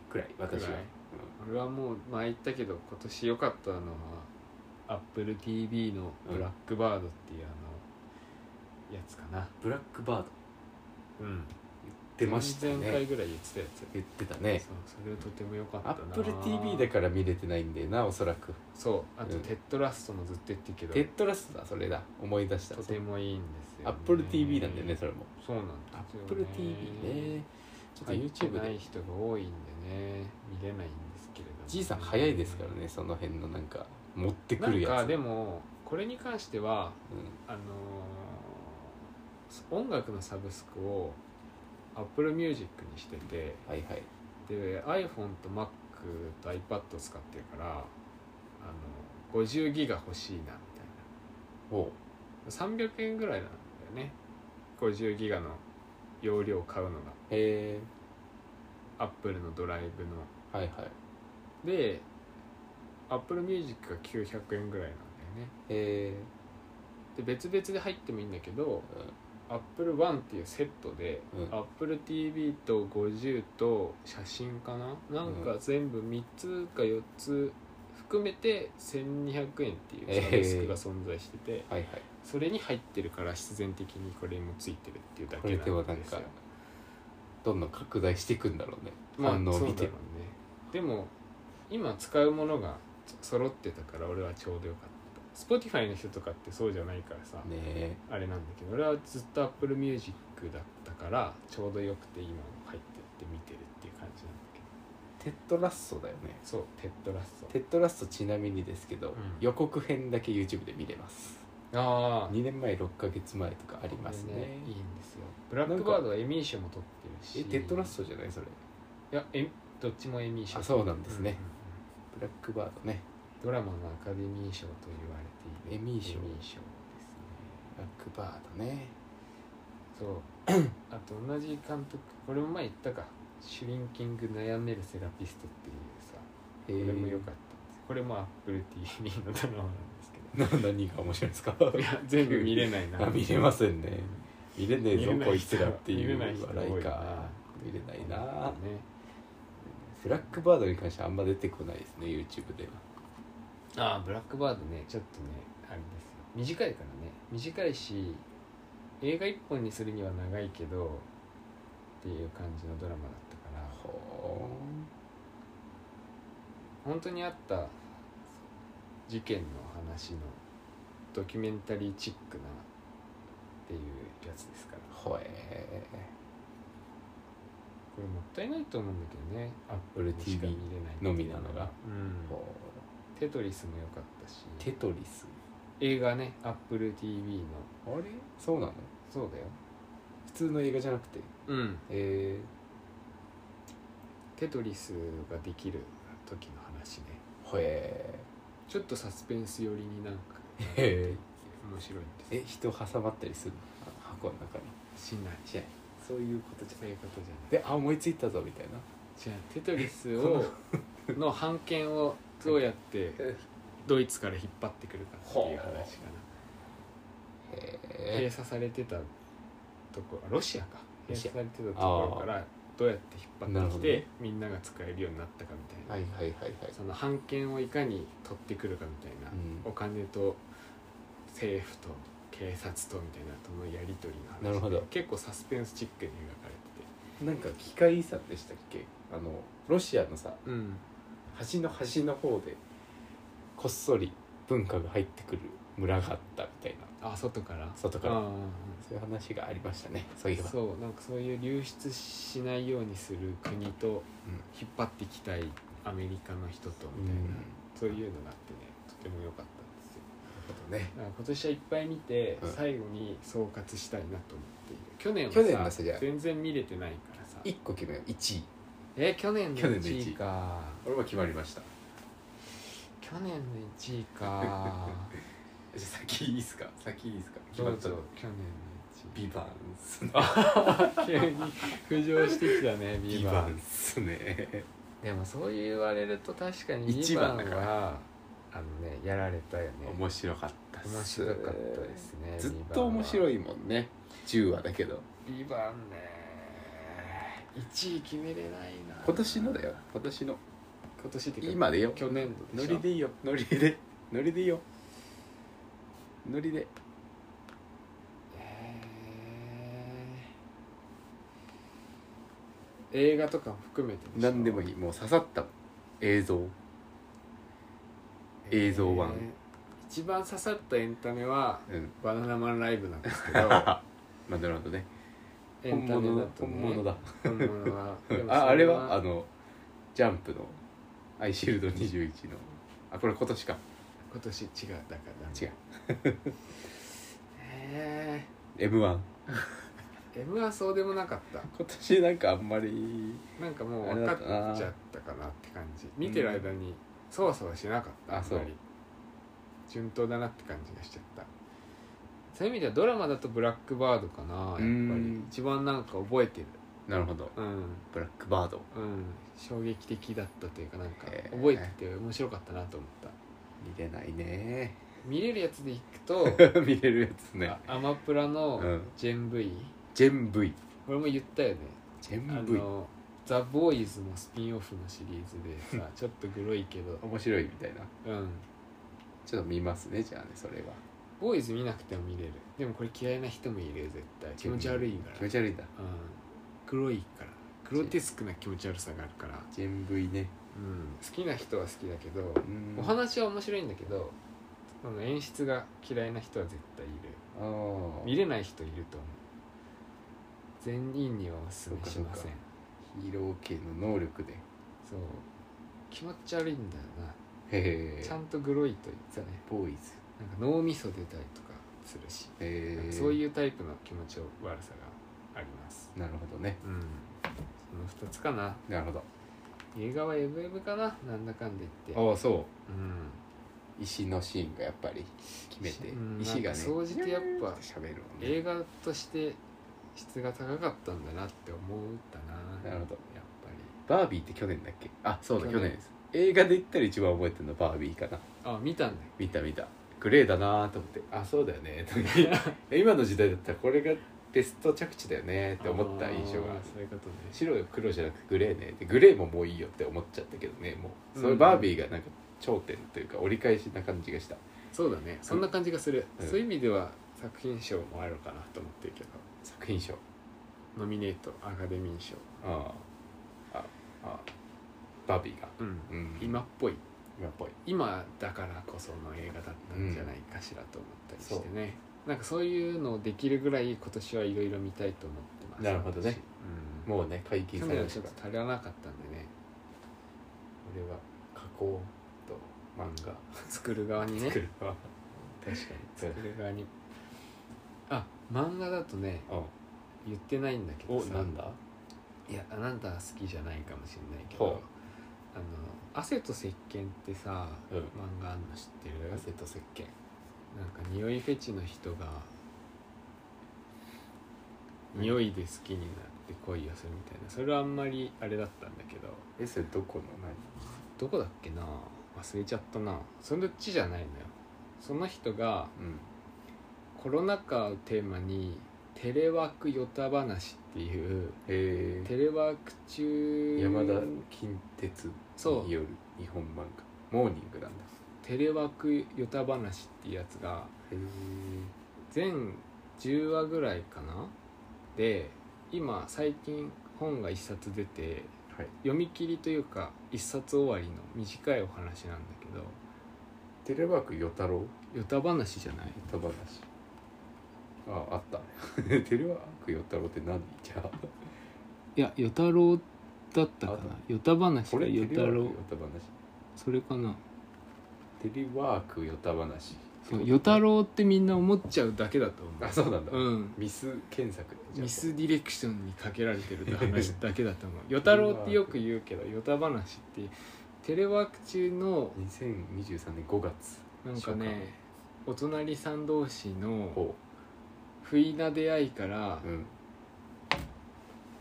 S1: くらい私は
S2: くらい俺はもう前言ったけど今年良かったのは AppleTV の「ブラックバード」っていうあのやつかな
S1: うんブラックバード
S2: うん
S1: 出ました
S2: 前々回
S1: ね
S2: ぐらい言ってたやつ
S1: 言ってたね
S2: そうそれはとても良かった
S1: ア
S2: な
S1: ップル TV だから見れてないんだよなおそらく
S2: そうあと
S1: うん
S2: テッドラストもずっと言ってるけど、
S1: テッドラストだそれだ思い出した
S2: とてもいいんですよ、
S1: アップル TV なんだよねそれも
S2: そうなん
S1: アップル TV ねちょっと
S2: YouTube
S1: YouTube
S2: ない
S1: で
S2: 人が多いんでね見れないんですけれども、
S1: じいさん早いですからねその辺のなんか持ってく
S2: なん
S1: るやつ
S2: かでもこれに関してはあのー音楽のサブスクを Apple Music にしてて
S1: うん、はいはい
S2: で iPhone と Mac と iPad を使ってるからあの50ギガ欲しいなみたい
S1: おう
S2: な300円ぐらいなんだよね50ギガの容量を買うのが
S1: へ
S2: Apple のドライブの
S1: えはいはい
S2: で Apple Music が900円ぐらいなんだよね
S1: へえ
S2: で別々で入ってもいいんだけど Apple One っていうセットで、
S1: うん
S2: Apple TV と50と写真かななんか全部3つか4つ含めて1200円っていうサブスクが存在してて、
S1: はいはい
S2: それに入ってるから必然的にこれもついてるっていうだ
S1: こ
S2: け
S1: れで
S2: な
S1: は
S2: ん
S1: なん
S2: です
S1: か
S2: よ
S1: どんどん拡大していくんだろうね
S2: まあ
S1: 反応を
S2: そう
S1: 見
S2: だろ
S1: て
S2: うねでも今使うものがそ揃ってたから俺はちょうどよかった Spotify の人とかってそうじゃないからさ、
S1: ねえ
S2: あれなんだけど俺はずっと Apple Music だったからちょうどよくて今入ってって見てるっていう感じなんだけ
S1: テ
S2: ど
S1: ッドラッソだよね
S2: そうテッドラス
S1: テッドラストちなみにですけど、
S2: ん
S1: 予告編だけ YouTube で見れます
S2: トあ
S1: 2年前6ヶ月前とかあ
S2: あ
S1: りますね
S2: いいんですよブラックバードはエミー賞も取ってるし
S1: えテッドラストじゃないそれ
S2: いやえどっちもエミー賞
S1: あそうなんですね
S2: う
S1: ブ
S2: んうんうん
S1: ラックバードね
S2: ドラマのアカデミー賞と言われている
S1: エミー賞
S2: エミー賞ですね
S1: ブラックバードね
S2: そうあと同じ監督これも前言ったか「シュリンキング悩めるセラピスト」っていうさ
S1: え
S2: これも
S1: ー
S2: 良かったですこれも AppleTV のドラマなんですけ
S1: な何が面白いですか
S2: どいや全部見れない な
S1: あ見れませんね見れねえぞ
S2: 見れない人
S1: こいつらってい
S2: 見れないう人多い
S1: 笑いか見れないなブラック
S2: バー
S1: バードに関してはあんま出てこないですね YouTube では
S2: ドああブラックバードねちょっとねあれですよ短いからね短いし映画一本にするには長いけどっていう感じのドラマだったから
S1: ほ
S2: 本当にあった事件の話のドキュメンタリーチックなっていうやつですから
S1: ーほえ
S2: これもったいないと思うんだけどねアップル
S1: Apple
S2: にしか
S1: TV
S2: 見れない
S1: のみなのが、
S2: うん、テトリスも良かったし
S1: テトリス
S2: 映画ねアップル TV の
S1: あれそうなの
S2: そうだよ
S1: 普通の映画じゃなくて
S2: うん
S1: え
S2: テトリスができる時の話ね
S1: ー、へ
S2: ちょっとサスペンス寄りになんか
S1: え
S2: 面白いんです
S1: え人挟まったりするのあ箱の中に
S2: しない
S1: しないそういうことじゃ
S2: そういうことじゃない
S1: であ思いついたぞみたいな
S2: じゃあテトリスをの版権をどうやってドイツから引っ張ってくるかっていう話かな
S1: へ
S2: 閉
S1: え
S2: 鎖されてたところロシアか
S1: ロ
S2: 閉
S1: シア
S2: 鎖されてたところからどうやって引っ
S1: な
S2: 張
S1: る
S2: っ
S1: ほ
S2: て
S1: ど
S2: きて、
S1: ね
S2: みんなが使えるようになったかみたいな、
S1: はいはいはいはい
S2: その版権をいかに取ってくるかみたいな、
S1: うん
S2: お金と政府と警察とみたいなとのやり取りの話で
S1: なるほど
S2: 結構サスペンスチックに描かれてて
S1: なんか機械遺産でしたっけあのロシアのさ
S2: うん
S1: 端の端の方でこっそり文化が入ってくる村があったみたいな
S2: あ外から
S1: 外から
S2: あー
S1: そういう話がありましたねそういえば
S2: そうなんかそういう流出しないようにする国と
S1: うん
S2: 引っ張ってきたいアメリカの人とみたいな、そういうのがあってねとても良かったんですよ
S1: なるほどね
S2: だから今年はいっぱい見て、
S1: うん
S2: 最後に総括したいなと思っている去年はさ
S1: 去年のさじゃあ
S2: 全然見れてないからさ
S1: 一個決めよう1位
S2: え去年の
S1: 去年の
S2: 1
S1: 一
S2: 位
S1: 位
S2: か
S1: 俺も決まりました
S2: 去年の1位か
S1: 先いいっすか先いいっすか 決
S2: ど
S1: ま
S2: う
S1: った
S2: ぞ
S1: の
S2: 去年
S1: ビバンスね
S2: の1位急に浮上してきたねビ
S1: ビ
S2: バ
S1: バ
S2: ン
S1: ンスね
S2: でもそう言われると確かに
S1: 一
S2: 2番
S1: 番だから
S2: はあのねやられたよね
S1: 面白かったっ
S2: 面
S1: す
S2: 白かったですね
S1: ずっと面白
S2: い
S1: いもんね10話だけど
S2: 2番ね1位決めれないな
S1: 今年のだよ今年の
S2: 今年っていうか
S1: 今でよ
S2: 去年度
S1: ノ
S2: しょ
S1: リでいいよノリでノリでいいよノリで
S2: えー映画とかも含めてしょ
S1: 何でもいいもう刺さった映像映像版
S2: えー一番刺さったエンタメは
S1: うん
S2: バナナマンライブなんですけ ど
S1: まあなるほどね
S2: エンタメだと、
S1: 本
S2: ね、
S1: 物だ
S2: 本物はでもそ
S1: ああれはあのジャンプの「アイシールド21」のあこれ今年か
S2: 今年違うだから
S1: 違う
S2: え
S1: m 1
S2: ー、M はそうでもなかった
S1: 今年なんかあんまり
S2: なんかもう分かっちゃったかなって感じ見てる間にそわそわしなかった
S1: あそう
S2: あんまり順当だなって感じがしちゃったそういう意味ではドラマだと「ブラックバード」かなやっぱ
S1: う
S2: り
S1: ん
S2: 一番なんか覚えてる
S1: なるほど
S2: うん
S1: ブラックバード
S2: うん衝撃的だったというかなんか
S1: へー
S2: 覚えてて面白かったなと思った
S1: 見れないね
S2: 見れるやつでいくと
S1: 見れるやつ ね
S2: アマプラの
S1: うん
S2: ジェン V
S1: ジェン V
S2: これも言ったよね
S1: ジェ
S2: あ
S1: ン V
S2: のザ・ボーイズのスピンオフのシリー ズでさちょっとグロいけど
S1: 面白いみたいな
S2: うん
S1: ちょっと見ますねじゃあねそれは
S2: ボーイズ見なくても見れるでもこれ嫌いな人もいるよ絶対気持ち悪いか
S1: 気
S2: ら、う
S1: 持
S2: ん、
S1: ち悪いんだ
S2: 黒いからグロテスクな気持ち悪さがあるから、
S1: ジェン V ね
S2: うん、好きな人は好きだけど、
S1: うん
S2: お話は面白いんだけどあの演出が嫌いな人は絶対いる
S1: ああ
S2: 見れない人いると思う全員にはおすすめしま
S1: そう
S2: せん
S1: かヒーロー系の能力でへ
S2: そう気持ち悪いんだよな
S1: え
S2: ちゃんとグロいと言ってね
S1: ボーイズ
S2: なんか脳みそ出たりとかするし、
S1: へえ
S2: そういううタイプの気持ち悪さがあります
S1: なるほどね
S2: うんその2つかな
S1: なるほど
S2: 映画はエブエブかななんだかんで言って
S1: ああそう
S2: うん
S1: 石のシーンがやっぱり決めて、
S2: うん
S1: 石がね
S2: なんか総じてやっぱ
S1: 喋るもんね
S2: 映画として質が高かったんだなって思ったな
S1: なるほど
S2: やっぱり
S1: バービーって去年だっけあそうだ
S2: 去
S1: 去
S2: 年
S1: 年です映画で言ったら一番覚えてるのバービーかな
S2: あ見たんだよ
S1: 見た見たグレーだなと思ってあそうだよねと思って 今の時代だったらこれがベスト着地だよねって思った印象が
S2: あーそういうことね
S1: 白よ黒じゃなくてグレーねでグレーももういいよって思っちゃったけどねもうそのバービーがなんか頂点というか折り返しな感じがした
S2: そうだねそんな感じがする、
S1: うん
S2: そういう意味では作品賞もあるかなと思ってるけど
S1: 作品賞
S2: ノミネートアカデミー賞
S1: ああああバービーが、
S2: うん
S1: うん、
S2: 今っぽい
S1: 今っぽい
S2: 今だからこその映画だったんじゃないかしらと思ったりしてね、なんかそういうのをできるぐらい今年はいろいろ見たいと思ってます
S1: なるほどね
S2: 私うん
S1: もうね解禁
S2: カ
S1: さ
S2: メ
S1: れ
S2: ラ
S1: ま
S2: ち
S1: し
S2: ょったと足らなかったんでね
S1: 俺は加工と漫画
S2: 作る側にね
S1: 作
S2: 確
S1: る
S2: か
S1: わ
S2: に
S1: うん
S2: 作る側にあ漫画だとね
S1: う
S2: 言ってないんだけ
S1: んお
S2: どさ
S1: なんだ
S2: いやあなたは好きじゃないかもしれないけ
S1: ほう
S2: ど「あの汗と石鹸ってさ、
S1: うん
S2: 漫画あんの知ってる
S1: 汗と石鹸
S2: なんか匂いフェチの人が匂いで好きになって恋をするみたいなそれはあんまりあれだったんだけど
S1: えそれどこの
S2: どこだっけな忘れちゃったなそのっちじゃないのよその人が
S1: 何うん
S2: コロナ禍をテーマにテレワークヨタ話っていう
S1: え
S2: テレワーク中
S1: ー、山田近鉄
S2: そう
S1: による日本漫画モーニングなんだ
S2: テレワークヨタ話っていうやつが
S1: へえ
S2: 全10話ぐらいかなで今最近本が1冊出て
S1: はい
S2: 読み切りというか1冊終わりの短いお話なんだけど
S1: テレワーク与太郎
S2: ヨタ話じゃない
S1: 歌話ああった ねテレワーク与太郎って何じゃあ
S2: いやヨタロウだった
S1: あ
S2: か
S1: だ
S2: なヨタ話
S1: こ
S2: か
S1: れ
S2: ヨタロ
S1: テレワ
S2: ウ
S1: ーク与
S2: それかな
S1: 太話テレワーク与太話
S2: そうヨタロウってみんな思っちゃうだけだと
S1: あそうなんだ、
S2: 思ううん
S1: ミス検索ねじゃあ
S2: ミスディレクションにかけられてるって話だけだ と思う与太郎ってよく言うけど与太話ってテレワーク中の
S1: 2023年5月
S2: なんかねお隣さん同士の
S1: ほ
S2: 不意な出会いから
S1: う、うん、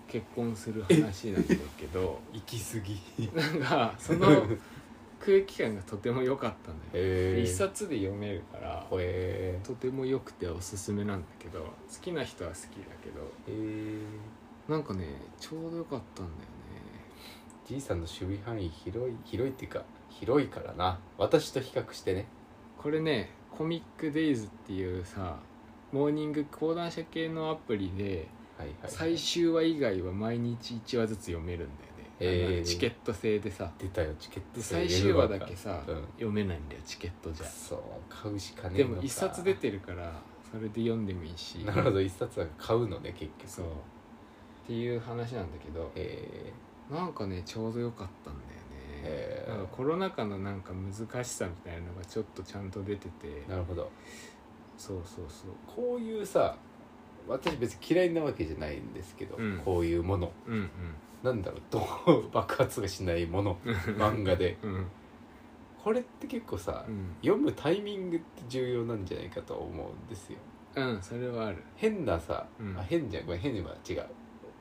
S2: 結婚する話なんだけど
S1: 行き過ぎ
S2: なんか その空気感がとても良かったんだよ、
S1: へえ
S2: で一冊で読めるから
S1: ほえ
S2: とても良くておすすめなんだけど好きな人は好きだけど
S1: えー、
S2: なんかねちょうど良かったんだよね
S1: じいさんの守備範囲広い広いっていうか広いからな私と比較してね
S2: これねコミックデイズっていうさモーニング講談社系のアプリで
S1: はいはい、
S2: 最終話以外は毎日1話ずつ読めるんだよね、
S1: へー
S2: あのチケット制でさ
S1: 出たよチケット
S2: で最終話だけさ、
S1: うん
S2: 読めないんだよチケットじ
S1: じゃ
S2: ゃ
S1: あそう買うしかねえ
S2: で
S1: のか
S2: も一冊出てるからそれで読んでもいいし
S1: なるほど一冊は買うのね結局
S2: そうっていう話なんだけど
S1: え
S2: なんかねちょうど良かったんだよね
S1: へー
S2: なんかコロナ禍のなんか難しさみたいなのがちょっとちゃんと出てて
S1: ー、なるほど
S2: そうそうそ
S1: こういうさ私別に嫌いなわけじゃないんですけど、
S2: うん
S1: こういうもの
S2: ううんうん
S1: なんだろうどう爆発がしないもの漫画で
S2: うん
S1: これって結構さ、
S2: うん
S1: 読むタイミングって重要なんじゃないかと思うんですよ
S2: うんそれはある
S1: 変なさ、
S2: うん
S1: あ変じゃんごめん変は違う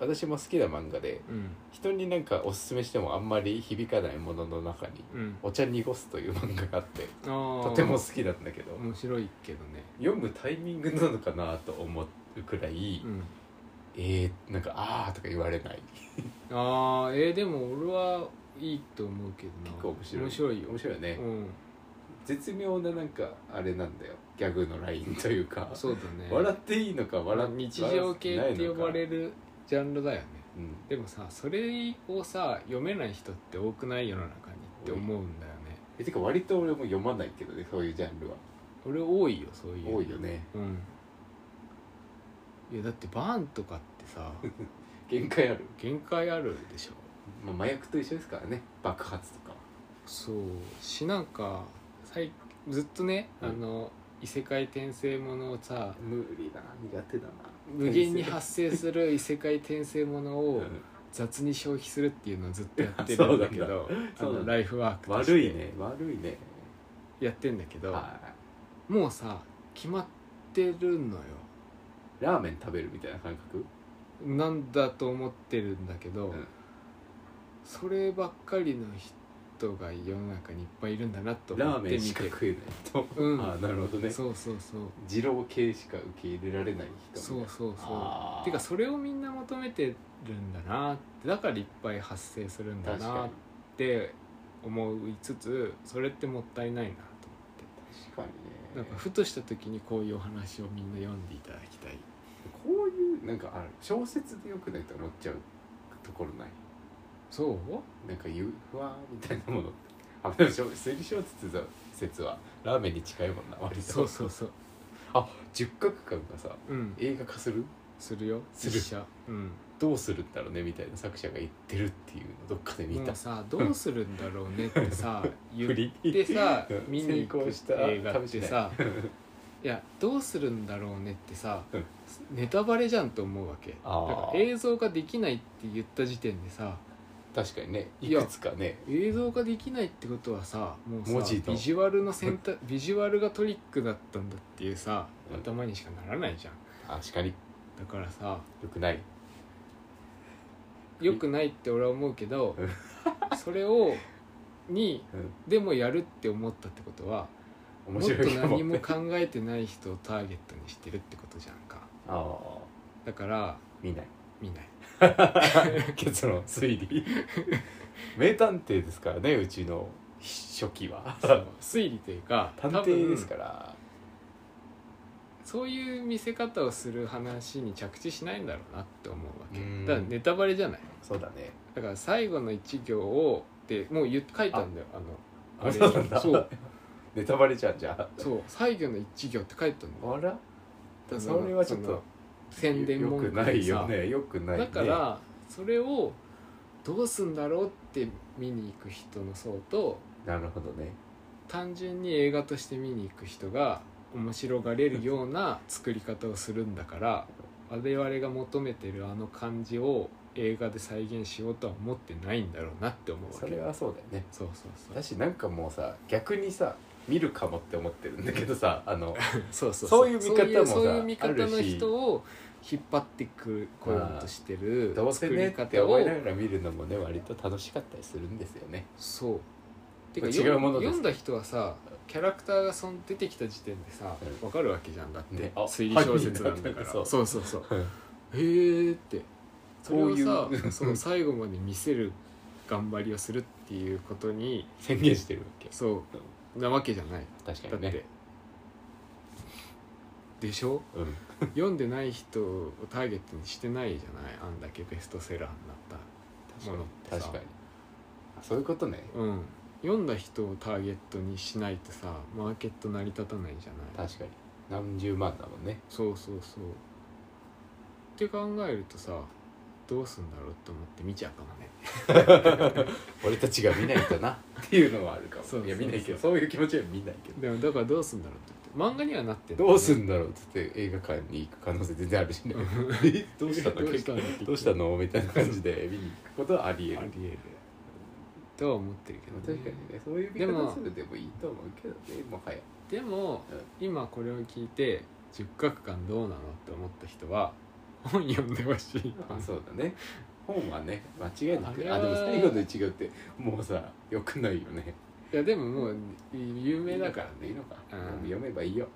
S1: 私も好きな漫画で
S2: うん
S1: 人になんかおすすめしてもあんまり響かないものの中に
S2: うん
S1: 「お茶濁す」という漫画があって
S2: と
S1: とても好きなんだけど、
S2: 面白いけどね
S1: 読むタイミングなのかなと思うくらい、
S2: うん
S1: えー、なんか「あー」とか言われない
S2: あーえー、でも俺はいいと思うけどな
S1: 結構面白い
S2: 面白いよ
S1: 面白いよね、
S2: うん
S1: 絶妙ななんかあれなんだよギャグのラインというか、
S2: そうだね
S1: 笑っていいのか笑っ
S2: 日常系って呼ばれ
S1: る、
S2: るジャンルだよね
S1: うん、
S2: でもさそれをさ読めない人って多くない世の中にって思うんだよね
S1: えてか割と俺も読まないけどねそういうジャンルは
S2: 俺多いよそういうの
S1: 多いよね
S2: うんいやだってバーンとかって さ
S1: 限界ある、
S2: 限界あるでしょ
S1: まあ、麻薬と一緒ですからね爆発とか
S2: そうしなんか最ずっとね、
S1: うん
S2: あの異世界転生ものを さ
S1: 無理だな苦手だな
S2: 無限に発生する 異世界転生もの
S1: う
S2: を
S1: ん
S2: 雑に消費するっていうのをずっとやってるんだけ
S1: そう
S2: どあ
S1: そうなんだ
S2: のライフワークとして
S1: 悪いね悪いね
S2: やってんだけど
S1: は
S2: もうさ決まってるのよ
S1: いラーメン食べるみたいな感覚
S2: なんだと思ってるんだけど、
S1: うん
S2: そればっかりの人が世の中にいっぱいいるんだなと思
S1: ラ
S2: っ
S1: ーメ
S2: て
S1: ン
S2: 見
S1: しか
S2: て
S1: 食えないと、
S2: うん
S1: ああなるほどね
S2: そうそうそう
S1: 二郎系しか受け入れられない人
S2: そうそうそ
S1: あ
S2: う
S1: ー
S2: てかそれをみんな求めてるんだなってだからいっぱい発生するんだ
S1: 確
S2: な
S1: か
S2: っ
S1: に
S2: て思いつつそれってもったいないなと
S1: 確かに
S2: 思っ
S1: ね
S2: てなんかふとした時にこういうお話をみんな読んでいただきたい
S1: こういうなんかある小説でよくないと思っちゃうところない
S2: そう
S1: なんかゆふわーみたいなものあでも小推理小説だ説はラーメンに近いもんな割と
S2: そうそうそう
S1: あ十角館がさ
S2: うん
S1: 映画化する
S2: するよ
S1: する
S2: 実写うん
S1: どうするんだろうねみたいな作者が言ってるっていうのをどっかで見
S2: も
S1: た
S2: うさどうするんだろうねってさ 言
S1: 振り
S2: ってさ
S1: うん
S2: 見
S1: 成
S2: に行く
S1: 功した
S2: 映画ってさいやどうするんだろうねってさ
S1: うん
S2: ネタバレじゃんと思うわけだ
S1: あー
S2: から映像化できないって言った時点でさ
S1: 確かにねい
S2: いや
S1: くつかね
S2: 映像化できないってことはさもうさ
S1: 文字の
S2: ビジュアルの 選択ビジュアルがトリックだったんだっていうさ
S1: うん
S2: 頭にしかならないじゃん
S1: あ確かに
S2: だからさ
S1: よくない
S2: 良くないって俺は思うけど
S1: うん
S2: それをに
S1: うん
S2: でもやるって思ったってことはも
S1: 面
S2: っと
S1: 白いかも
S2: 何も考えてない人をターゲットにしてるってことじゃんか
S1: ああ
S2: だから
S1: 見ない
S2: 見 ない
S1: 結論推理名探偵ですからねうちの初期 は
S2: そう推理というか
S1: 探偵です
S2: ら
S1: から
S2: そういう見せ方をする話に着地しないんだろうなって思うわけ
S1: うん
S2: だからネタバレじゃない
S1: そうだね
S2: だから最後の一行をってもう言っ書いたんだよあの
S1: あそうなんだ
S2: そう
S1: ネタバレじゃんじゃ
S2: そう最後の一行って書いたんだよ
S1: ああら
S2: だから
S1: それはちょっ
S2: そ
S1: と
S2: の宣伝文
S1: よく
S2: 句でさ
S1: ないよねよくないね
S2: だからそれをどうすんだろうって見に行く人の層と
S1: なるほどね
S2: 単純に映画として見に行く人が面白がれるような作り方をするんだから我々が求めてるあの感じを映画で再現しようとは思ってないんだろうなって思うわ
S1: そ
S2: け
S1: れはそうだよね
S2: そうそうそう
S1: 私なんかもうさ逆にさ見るかもって思ってるんだけどさあ の
S2: そうそう
S1: そういう見方もさ
S2: そういうそういう見方
S1: あ
S2: の
S1: るし
S2: 人を引っ張ってくこようとしてる
S1: どうせね
S2: 作り
S1: って
S2: 方
S1: 思
S2: を
S1: いながら見るのもね割と楽しかったりするんですよね
S2: そうてか
S1: 違う
S2: 読ん
S1: ものです
S2: 読んだ人はさキャラクターがその出てきた時点でさ
S1: うん
S2: 分かるわけじゃんだって、
S1: ねあ
S2: 推理小説なん
S1: 犯
S2: だ
S1: 人だ
S2: か
S1: っ
S2: ら
S1: てそう
S2: そうそう
S1: う
S2: そう
S1: ん
S2: へえってそれをさ
S1: こういう
S2: そう最後まで見せる頑張りをするっていうことに
S1: 宣言してるわけ
S2: そうなわけじゃない
S1: 確
S2: だ
S1: か
S2: っ
S1: に
S2: て、
S1: ね
S2: でしょ
S1: うん
S2: 読んでない人をターゲットにしてないじゃないあんだけベストセラーになったものってさ
S1: 確かにそういうことね
S2: うん読んだ人をターゲットにしないとさマーケット成り立たないじゃない
S1: 確かに何十万だもんね
S2: そうそうそうって考えるとさどうすんだろうと思って見ちゃうかもね
S1: 俺たちが見ないと なっていうのはあるか
S2: そう
S1: もいや
S2: そう
S1: 見ないけどそういう気持ちは見ないけど
S2: でもだからどうすんだろうって言って漫画にはなってんだよね
S1: どうすんだろうって言って映画館に行く可能性全然あるしねえ どうしたの
S2: どうしたの
S1: どうしたのみたいな感じで見に行くことはありえ
S2: あ
S1: る
S2: りえるとは思ってるけど、ね、
S1: 確かにねそういう見
S2: でも
S1: 方するでもいいと思うけどねもはや
S2: でも、今これを聞いて十角館どうなのって思った人は本読んでほしい
S1: あそうだね本はね間違いなくあ
S2: あれ
S1: で
S2: は
S1: も最後の一行ってもうさよくないよね
S2: いやでももう有名だから
S1: いい
S2: ね
S1: のか、
S2: うん
S1: もう読めばいいよ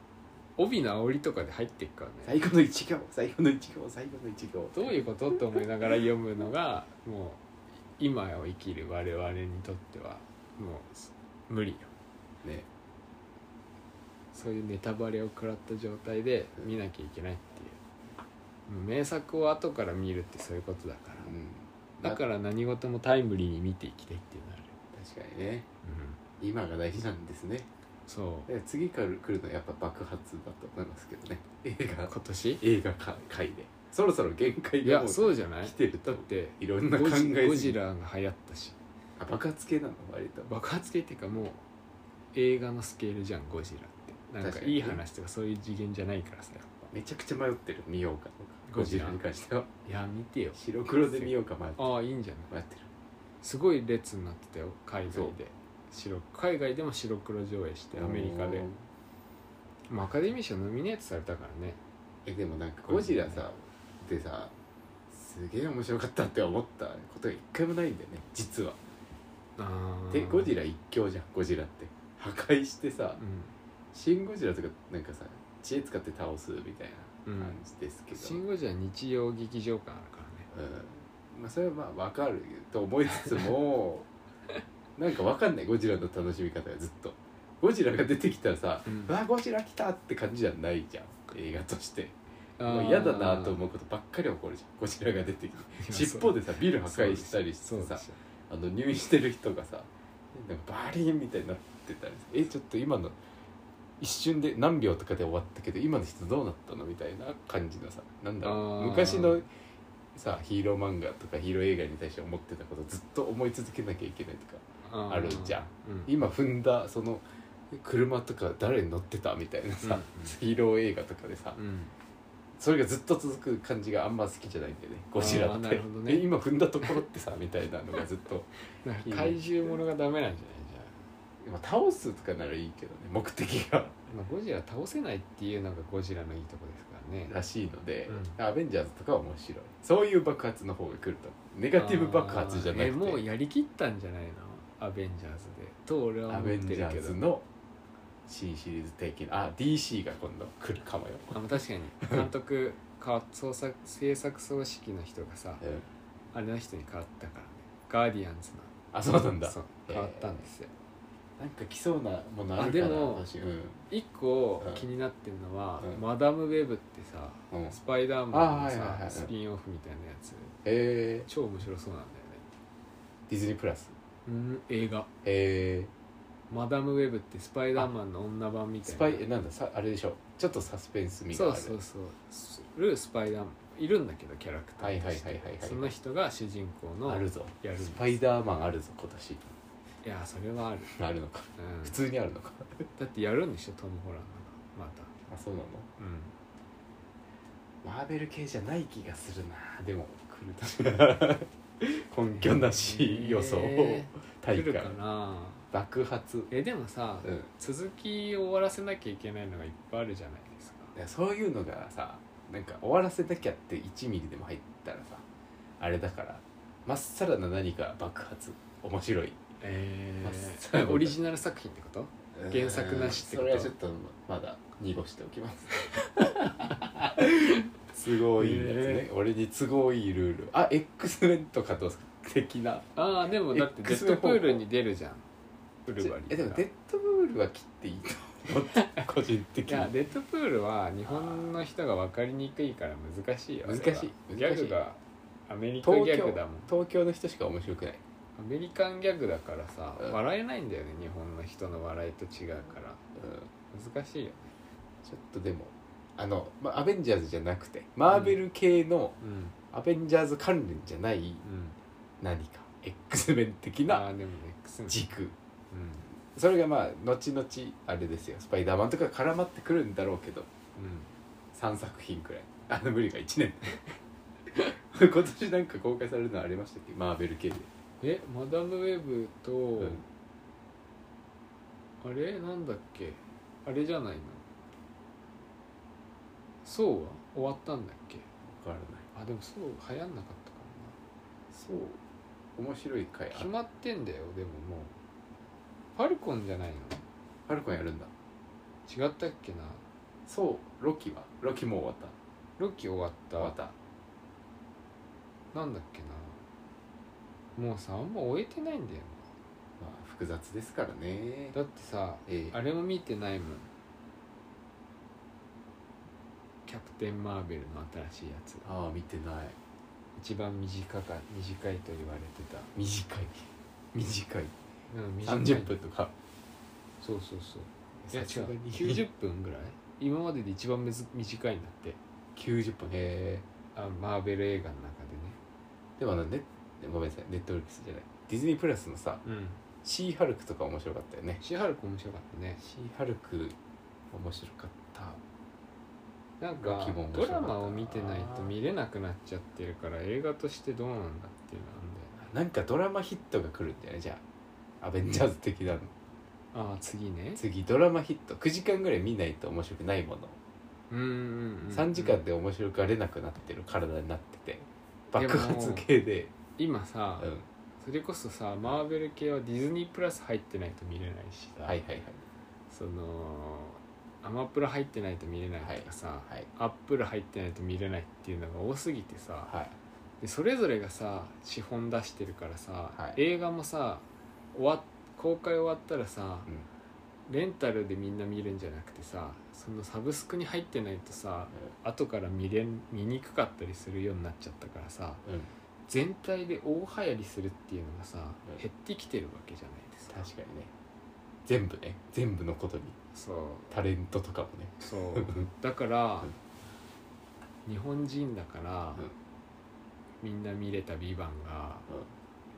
S2: 帯の煽りとかで入っていくからね
S1: 最後の一行最後の一行最後の一行
S2: どういうことって思いながら読むのがもう今を生きる我々にとってはもう無理よ
S1: ね
S2: そういうネタバレを食らった状態で見なきゃいけないっていうもう名作を後から見るってそういうことだから
S1: うん
S2: だから何事もタイムリーに見ていきたいっていうのある、
S1: 確かにね
S2: うん、
S1: 今が大事なんですね
S2: そう
S1: で次から来るのはやっぱ爆発だと思いますけどね映画
S2: 今年
S1: 映画か界でそろそろ限界
S2: い
S1: が
S2: や
S1: もう
S2: そうじゃない
S1: 来てる
S2: だ
S1: と
S2: って
S1: いろんな考
S2: ゴジ
S1: え
S2: ゴ
S1: す
S2: ジ
S1: ぎ
S2: ラが流行ったし
S1: あ爆発系なの割と
S2: 爆発系っていうかもう映画のスケールじゃんゴジラってなんか
S1: 確かにね
S2: いい話とかそういう次元じゃないからさやっぱ
S1: めちゃくちゃ迷ってる見ようかとか
S2: ゴ
S1: ゴ
S2: ジ
S1: ジ
S2: ラ
S1: ラに関してはい
S2: や見てよ
S1: 白黒で見ようか迷ってる
S2: ああいいんじゃない
S1: 迷ってる
S2: すごい列になってたよ海外
S1: そう
S2: で白海外でも白黒上映してアメリカで
S1: うん
S2: まあアカデミー賞ノミネートされたからね
S1: えでもなんかゴジラさでさすげえ面白かったって思ったことが一回もないんだよね実は
S2: ああ
S1: でゴジラ一強じゃんゴジラって破壊してさ
S2: う
S1: シン・ゴジラとかなんかさ知恵使って倒すみたいな感じですけ
S2: ん
S1: ど、
S2: シン・ゴジラ日曜劇場感あるからね
S1: うんまあそれはまあわかると思いつつも なんかわかんないゴジラの楽しみ方がずっとゴジラが出てきたらさ
S2: う
S1: 「
S2: ん
S1: うわゴジラ来た!」って感じじゃないじゃん映画としてもう嫌だな と思うことばっかり起こるじゃんゴジラが出てきて尻尾
S2: で
S1: でさビル破壊したりしてさあの入院してる人がさなんかバリンみたいになってたりさえちょっと今の一瞬で何秒とかで終わったけど今の人どうなったのみたいな感じのさなんだろ
S2: あー
S1: う昔のさヒーロー漫画とかヒーロー映画に対して思ってたことずっと思い続けなきゃいけないとか
S2: あ
S1: あるじゃん、
S2: うん、
S1: 今踏んだその車とか誰に乗ってたみたいなさ、
S2: うんうん
S1: ヒーロー映画とかでさ、
S2: うん
S1: それがずっと続く感じがあんま好きじゃないんだよねゴジラだったり
S2: あーなるほど、ね
S1: え今踏んだところってさみたいなのがずっと、
S2: なんか怪獣ものがダメなんじゃないじゃ
S1: まあ、倒すとかならいいけどね目的が
S2: あ、まあ、ゴジラ倒せないっていうのがゴジラのいいとこですからね
S1: らしいので、アベンジャーズとかは面白いそういう爆発の方が来るとネガティブ爆発じゃなくて
S2: あーえもうやりきったんじゃないのアベンジャーズでと俺は
S1: ア
S2: 思っ
S1: ベ
S2: て
S1: ンジ
S2: る
S1: ャ
S2: け
S1: ーズ
S2: ど
S1: の新シリーズ的なあ DC が今度来るかもよ、
S2: あ の確かに監督変わっ創作制作総指揮の人がさ
S1: うん
S2: あれの人に変わったからねガーディアンズの
S1: あそうなんだ
S2: そう
S1: へー
S2: 変わったんですよ
S1: なんか来そうなものあ
S2: あ
S1: る
S2: で
S1: かな
S2: も
S1: 私うん
S2: 一個
S1: うん
S2: 気になってるのは、
S1: うん
S2: マダム・ウェブってさ、
S1: うん
S2: スパイダーマンの
S1: あーはいはい
S2: さ
S1: はい
S2: スピンオフみたいなやつ
S1: え
S2: 超面白そうなん
S1: ー、ディズニープラス
S2: だよねうん映画
S1: え
S2: マダム・ウェブってスパイダーマンの女版み
S1: ー、
S2: た
S1: ス
S2: いな
S1: パイえなんださあれでしょちょっとサスペンス味
S2: そ
S1: があ
S2: う
S1: る
S2: そうそうするスパイダーマンいるんだけどキャラクターとして
S1: はいはいはいはいはい
S2: その人が主人公の
S1: あるぞ
S2: やるんです
S1: スパイダーマンあるぞ今年
S2: いやそれはある、
S1: あるのか
S2: うん
S1: 普通にあるのか
S2: だってやるんでしょトム・ホランドがまた
S1: あそうなの
S2: うん
S1: マーベル系じゃない気がするな でも来ると根拠なし予想
S2: え
S1: 大
S2: 来る
S1: 会
S2: かな
S1: 爆発
S2: えでもさ、
S1: うん
S2: 続きを終わらせなきゃいけないのがいっぱいあるじゃないですか
S1: いやそういうのがさなんか終わらせなきゃって1ミリでも入ったらさあれだからまっさらな何か爆発面白い
S2: え
S1: まあ
S2: ー
S1: そう
S2: オリジナル作品ってこと原作なしってこ
S1: そ
S2: と
S1: れはちょっとまだ濁しておきます 都合いいやつね、
S2: え
S1: 俺に都合いいルールあ X メンとかと的な
S2: ああでもだってデ
S1: X
S2: ッドプールに出るじゃんウルヴァリンが
S1: えでもデッドブールは切っていいと思 った個人的
S2: いや
S1: に
S2: デッドプールは日本の人が分かりにくいから難しいよ
S1: 難しい
S2: それは
S1: 難しい
S2: ギャグがアメリカギ
S1: 東
S2: ャ
S1: 京
S2: グだもん
S1: 東京の人しか面白くない
S2: アメリカンギャグだからさ、
S1: うん
S2: 笑えないんだよね日本の人の笑いと違うから
S1: うん
S2: 難しいよね
S1: ちょっとでもあの、まあ、アベンジャーズじゃなくてマーベル系の
S2: うん
S1: アベンジャーズ関連じゃない何か X メン的
S2: うんあ
S1: な
S2: あでも X の
S1: 軸
S2: うん
S1: それがまあ後々あれですよスパイダーマンとか絡まってくるんだろうけど3作品くらいあの無理が1年 今年なんか公開されるのありましたっけマーベル系で、
S2: えマダムウェブと、
S1: うん
S2: あれなんだっけあれじゃないのそうは終わったんだっけ
S1: 分からない
S2: あでもそう流行んなかったかな
S1: そう面白い回あ
S2: 決まってんだよでももうファルコンじゃない
S1: ファルコンやるんだ
S2: の違ったっけな
S1: そうロキはロキもう終わっ
S2: ロキ終わったた
S1: 終わった
S2: なんだっけなもうさあんま終えてないんだよ
S1: まあ複雑ですからね
S2: なだってさ
S1: ええ
S2: あれも見てないもんキャプテン・マーベルの新しいやつ
S1: ああ見てない
S2: 一番短か短いと言われてた
S1: 短い短い
S2: うん短い
S1: 30分とか
S2: そうそうそういや
S1: さす
S2: 違
S1: が
S2: う
S1: に
S2: 90分ぐらい今までで一番むず短いんだって
S1: 90分へえ
S2: あマーベル映画の中でね
S1: でもあのねごめんなさいネットフリックスじゃないディズニープラスのさ
S2: うん
S1: 「シーハルク」とか面白かったよね
S2: シーハルク面白かったね
S1: シーハルク面白かった
S2: なんか
S1: 希望も
S2: ドラマを見てないと見れなくなっちゃってるから映画としてどうなんだっていうの
S1: なんかドラマヒットが来るんだよねじゃあアベンジャーズ的なの
S2: あんだよねああ次ね
S1: 次ドラマヒット9時間ぐらい見ないと面白くないもの、
S2: うんうん、うん、
S1: 3時間で面白がれなくなってる体になってて爆発系で
S2: 今さ、
S1: うん
S2: それこそさマーベル系はディズニープラス入ってないと見れないしさ、
S1: はいはいはい
S2: そのアマプラ入ってないと見れないとかさ、
S1: はい
S2: アップル入ってないと見れないっていうのが多すぎてさ
S1: はい
S2: でそれぞれがさ資本出してるからさ、
S1: はい
S2: 映画もさ終わっ公開終わったらさ、
S1: うん
S2: レンタルでみんな見るんじゃなくてさそのサブスクに入ってないとさ後から見れん見にくかったりするようになっちゃったからさ
S1: うん、うん、
S2: 全体で大流行りするっていうのがさ
S1: うん
S2: 減ってきてるわけじゃないですか
S1: 確かにね全部ね全部のことに
S2: そう
S1: タレントとかもね
S2: そう だから日本人だから、
S1: うん
S2: みんな見れた「ビバンが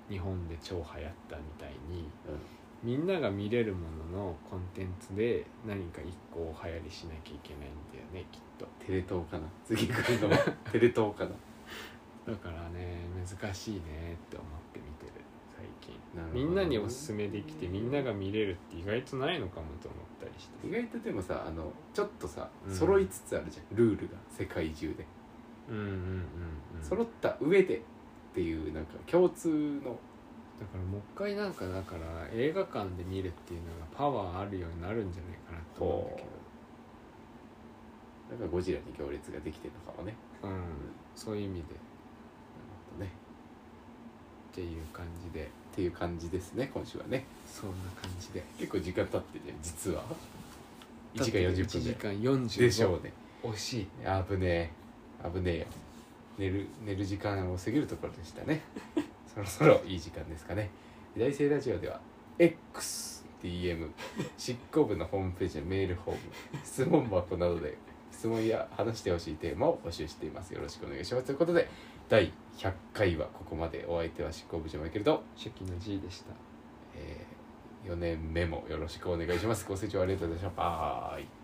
S2: 日本で超流行ったみたいに
S1: うんうん
S2: みんなが見れるもののコンテンツで何か一個流行りしなきゃいけないんだよねきっと
S1: テレ東かな次来る のはテレ東かな
S2: だからね難しいねって思って見てる最近
S1: なるほど
S2: みんなにおすすめできてみんなが見れるって意外とないのかもと思ったりして
S1: 意外とでもさあのちょっとさ
S2: うん
S1: 揃いつつあるじゃん、ルールが世界中で、
S2: うんうんうんうん
S1: 揃った上でっていうなんか共通の
S2: だからもう一回なんかだから映画館で見るっていうのがパワーあるようになるんじゃないかなと思うんだけ
S1: なんかゴジラに行列ができてるのかもね
S2: ど、うん、そういう意味でっ
S1: なるほどね
S2: ていう感じで
S1: っていう感じですね今週はね
S2: そんな感じで
S1: 結構時間経ってるじゃん実は1時間40分
S2: 1時
S1: で
S2: 間
S1: でし
S2: 45
S1: ょ
S2: 分
S1: うね
S2: 惜しい
S1: あぶねえ危ねえよ寝る寝る時間を過ぎるところでしたねそろそろいい時間ですかね大生ラジオでは XDM 執行部のホームページやメールフォーム質問箱などで質問や話してほしいテーマを募集していますよろしくお願いしますということで第100回はここまでお相手は執行部長マイケルと、
S2: 初期の G でした
S1: え4年目もよろしくお願いしますご清聴ありがとうございましたバイ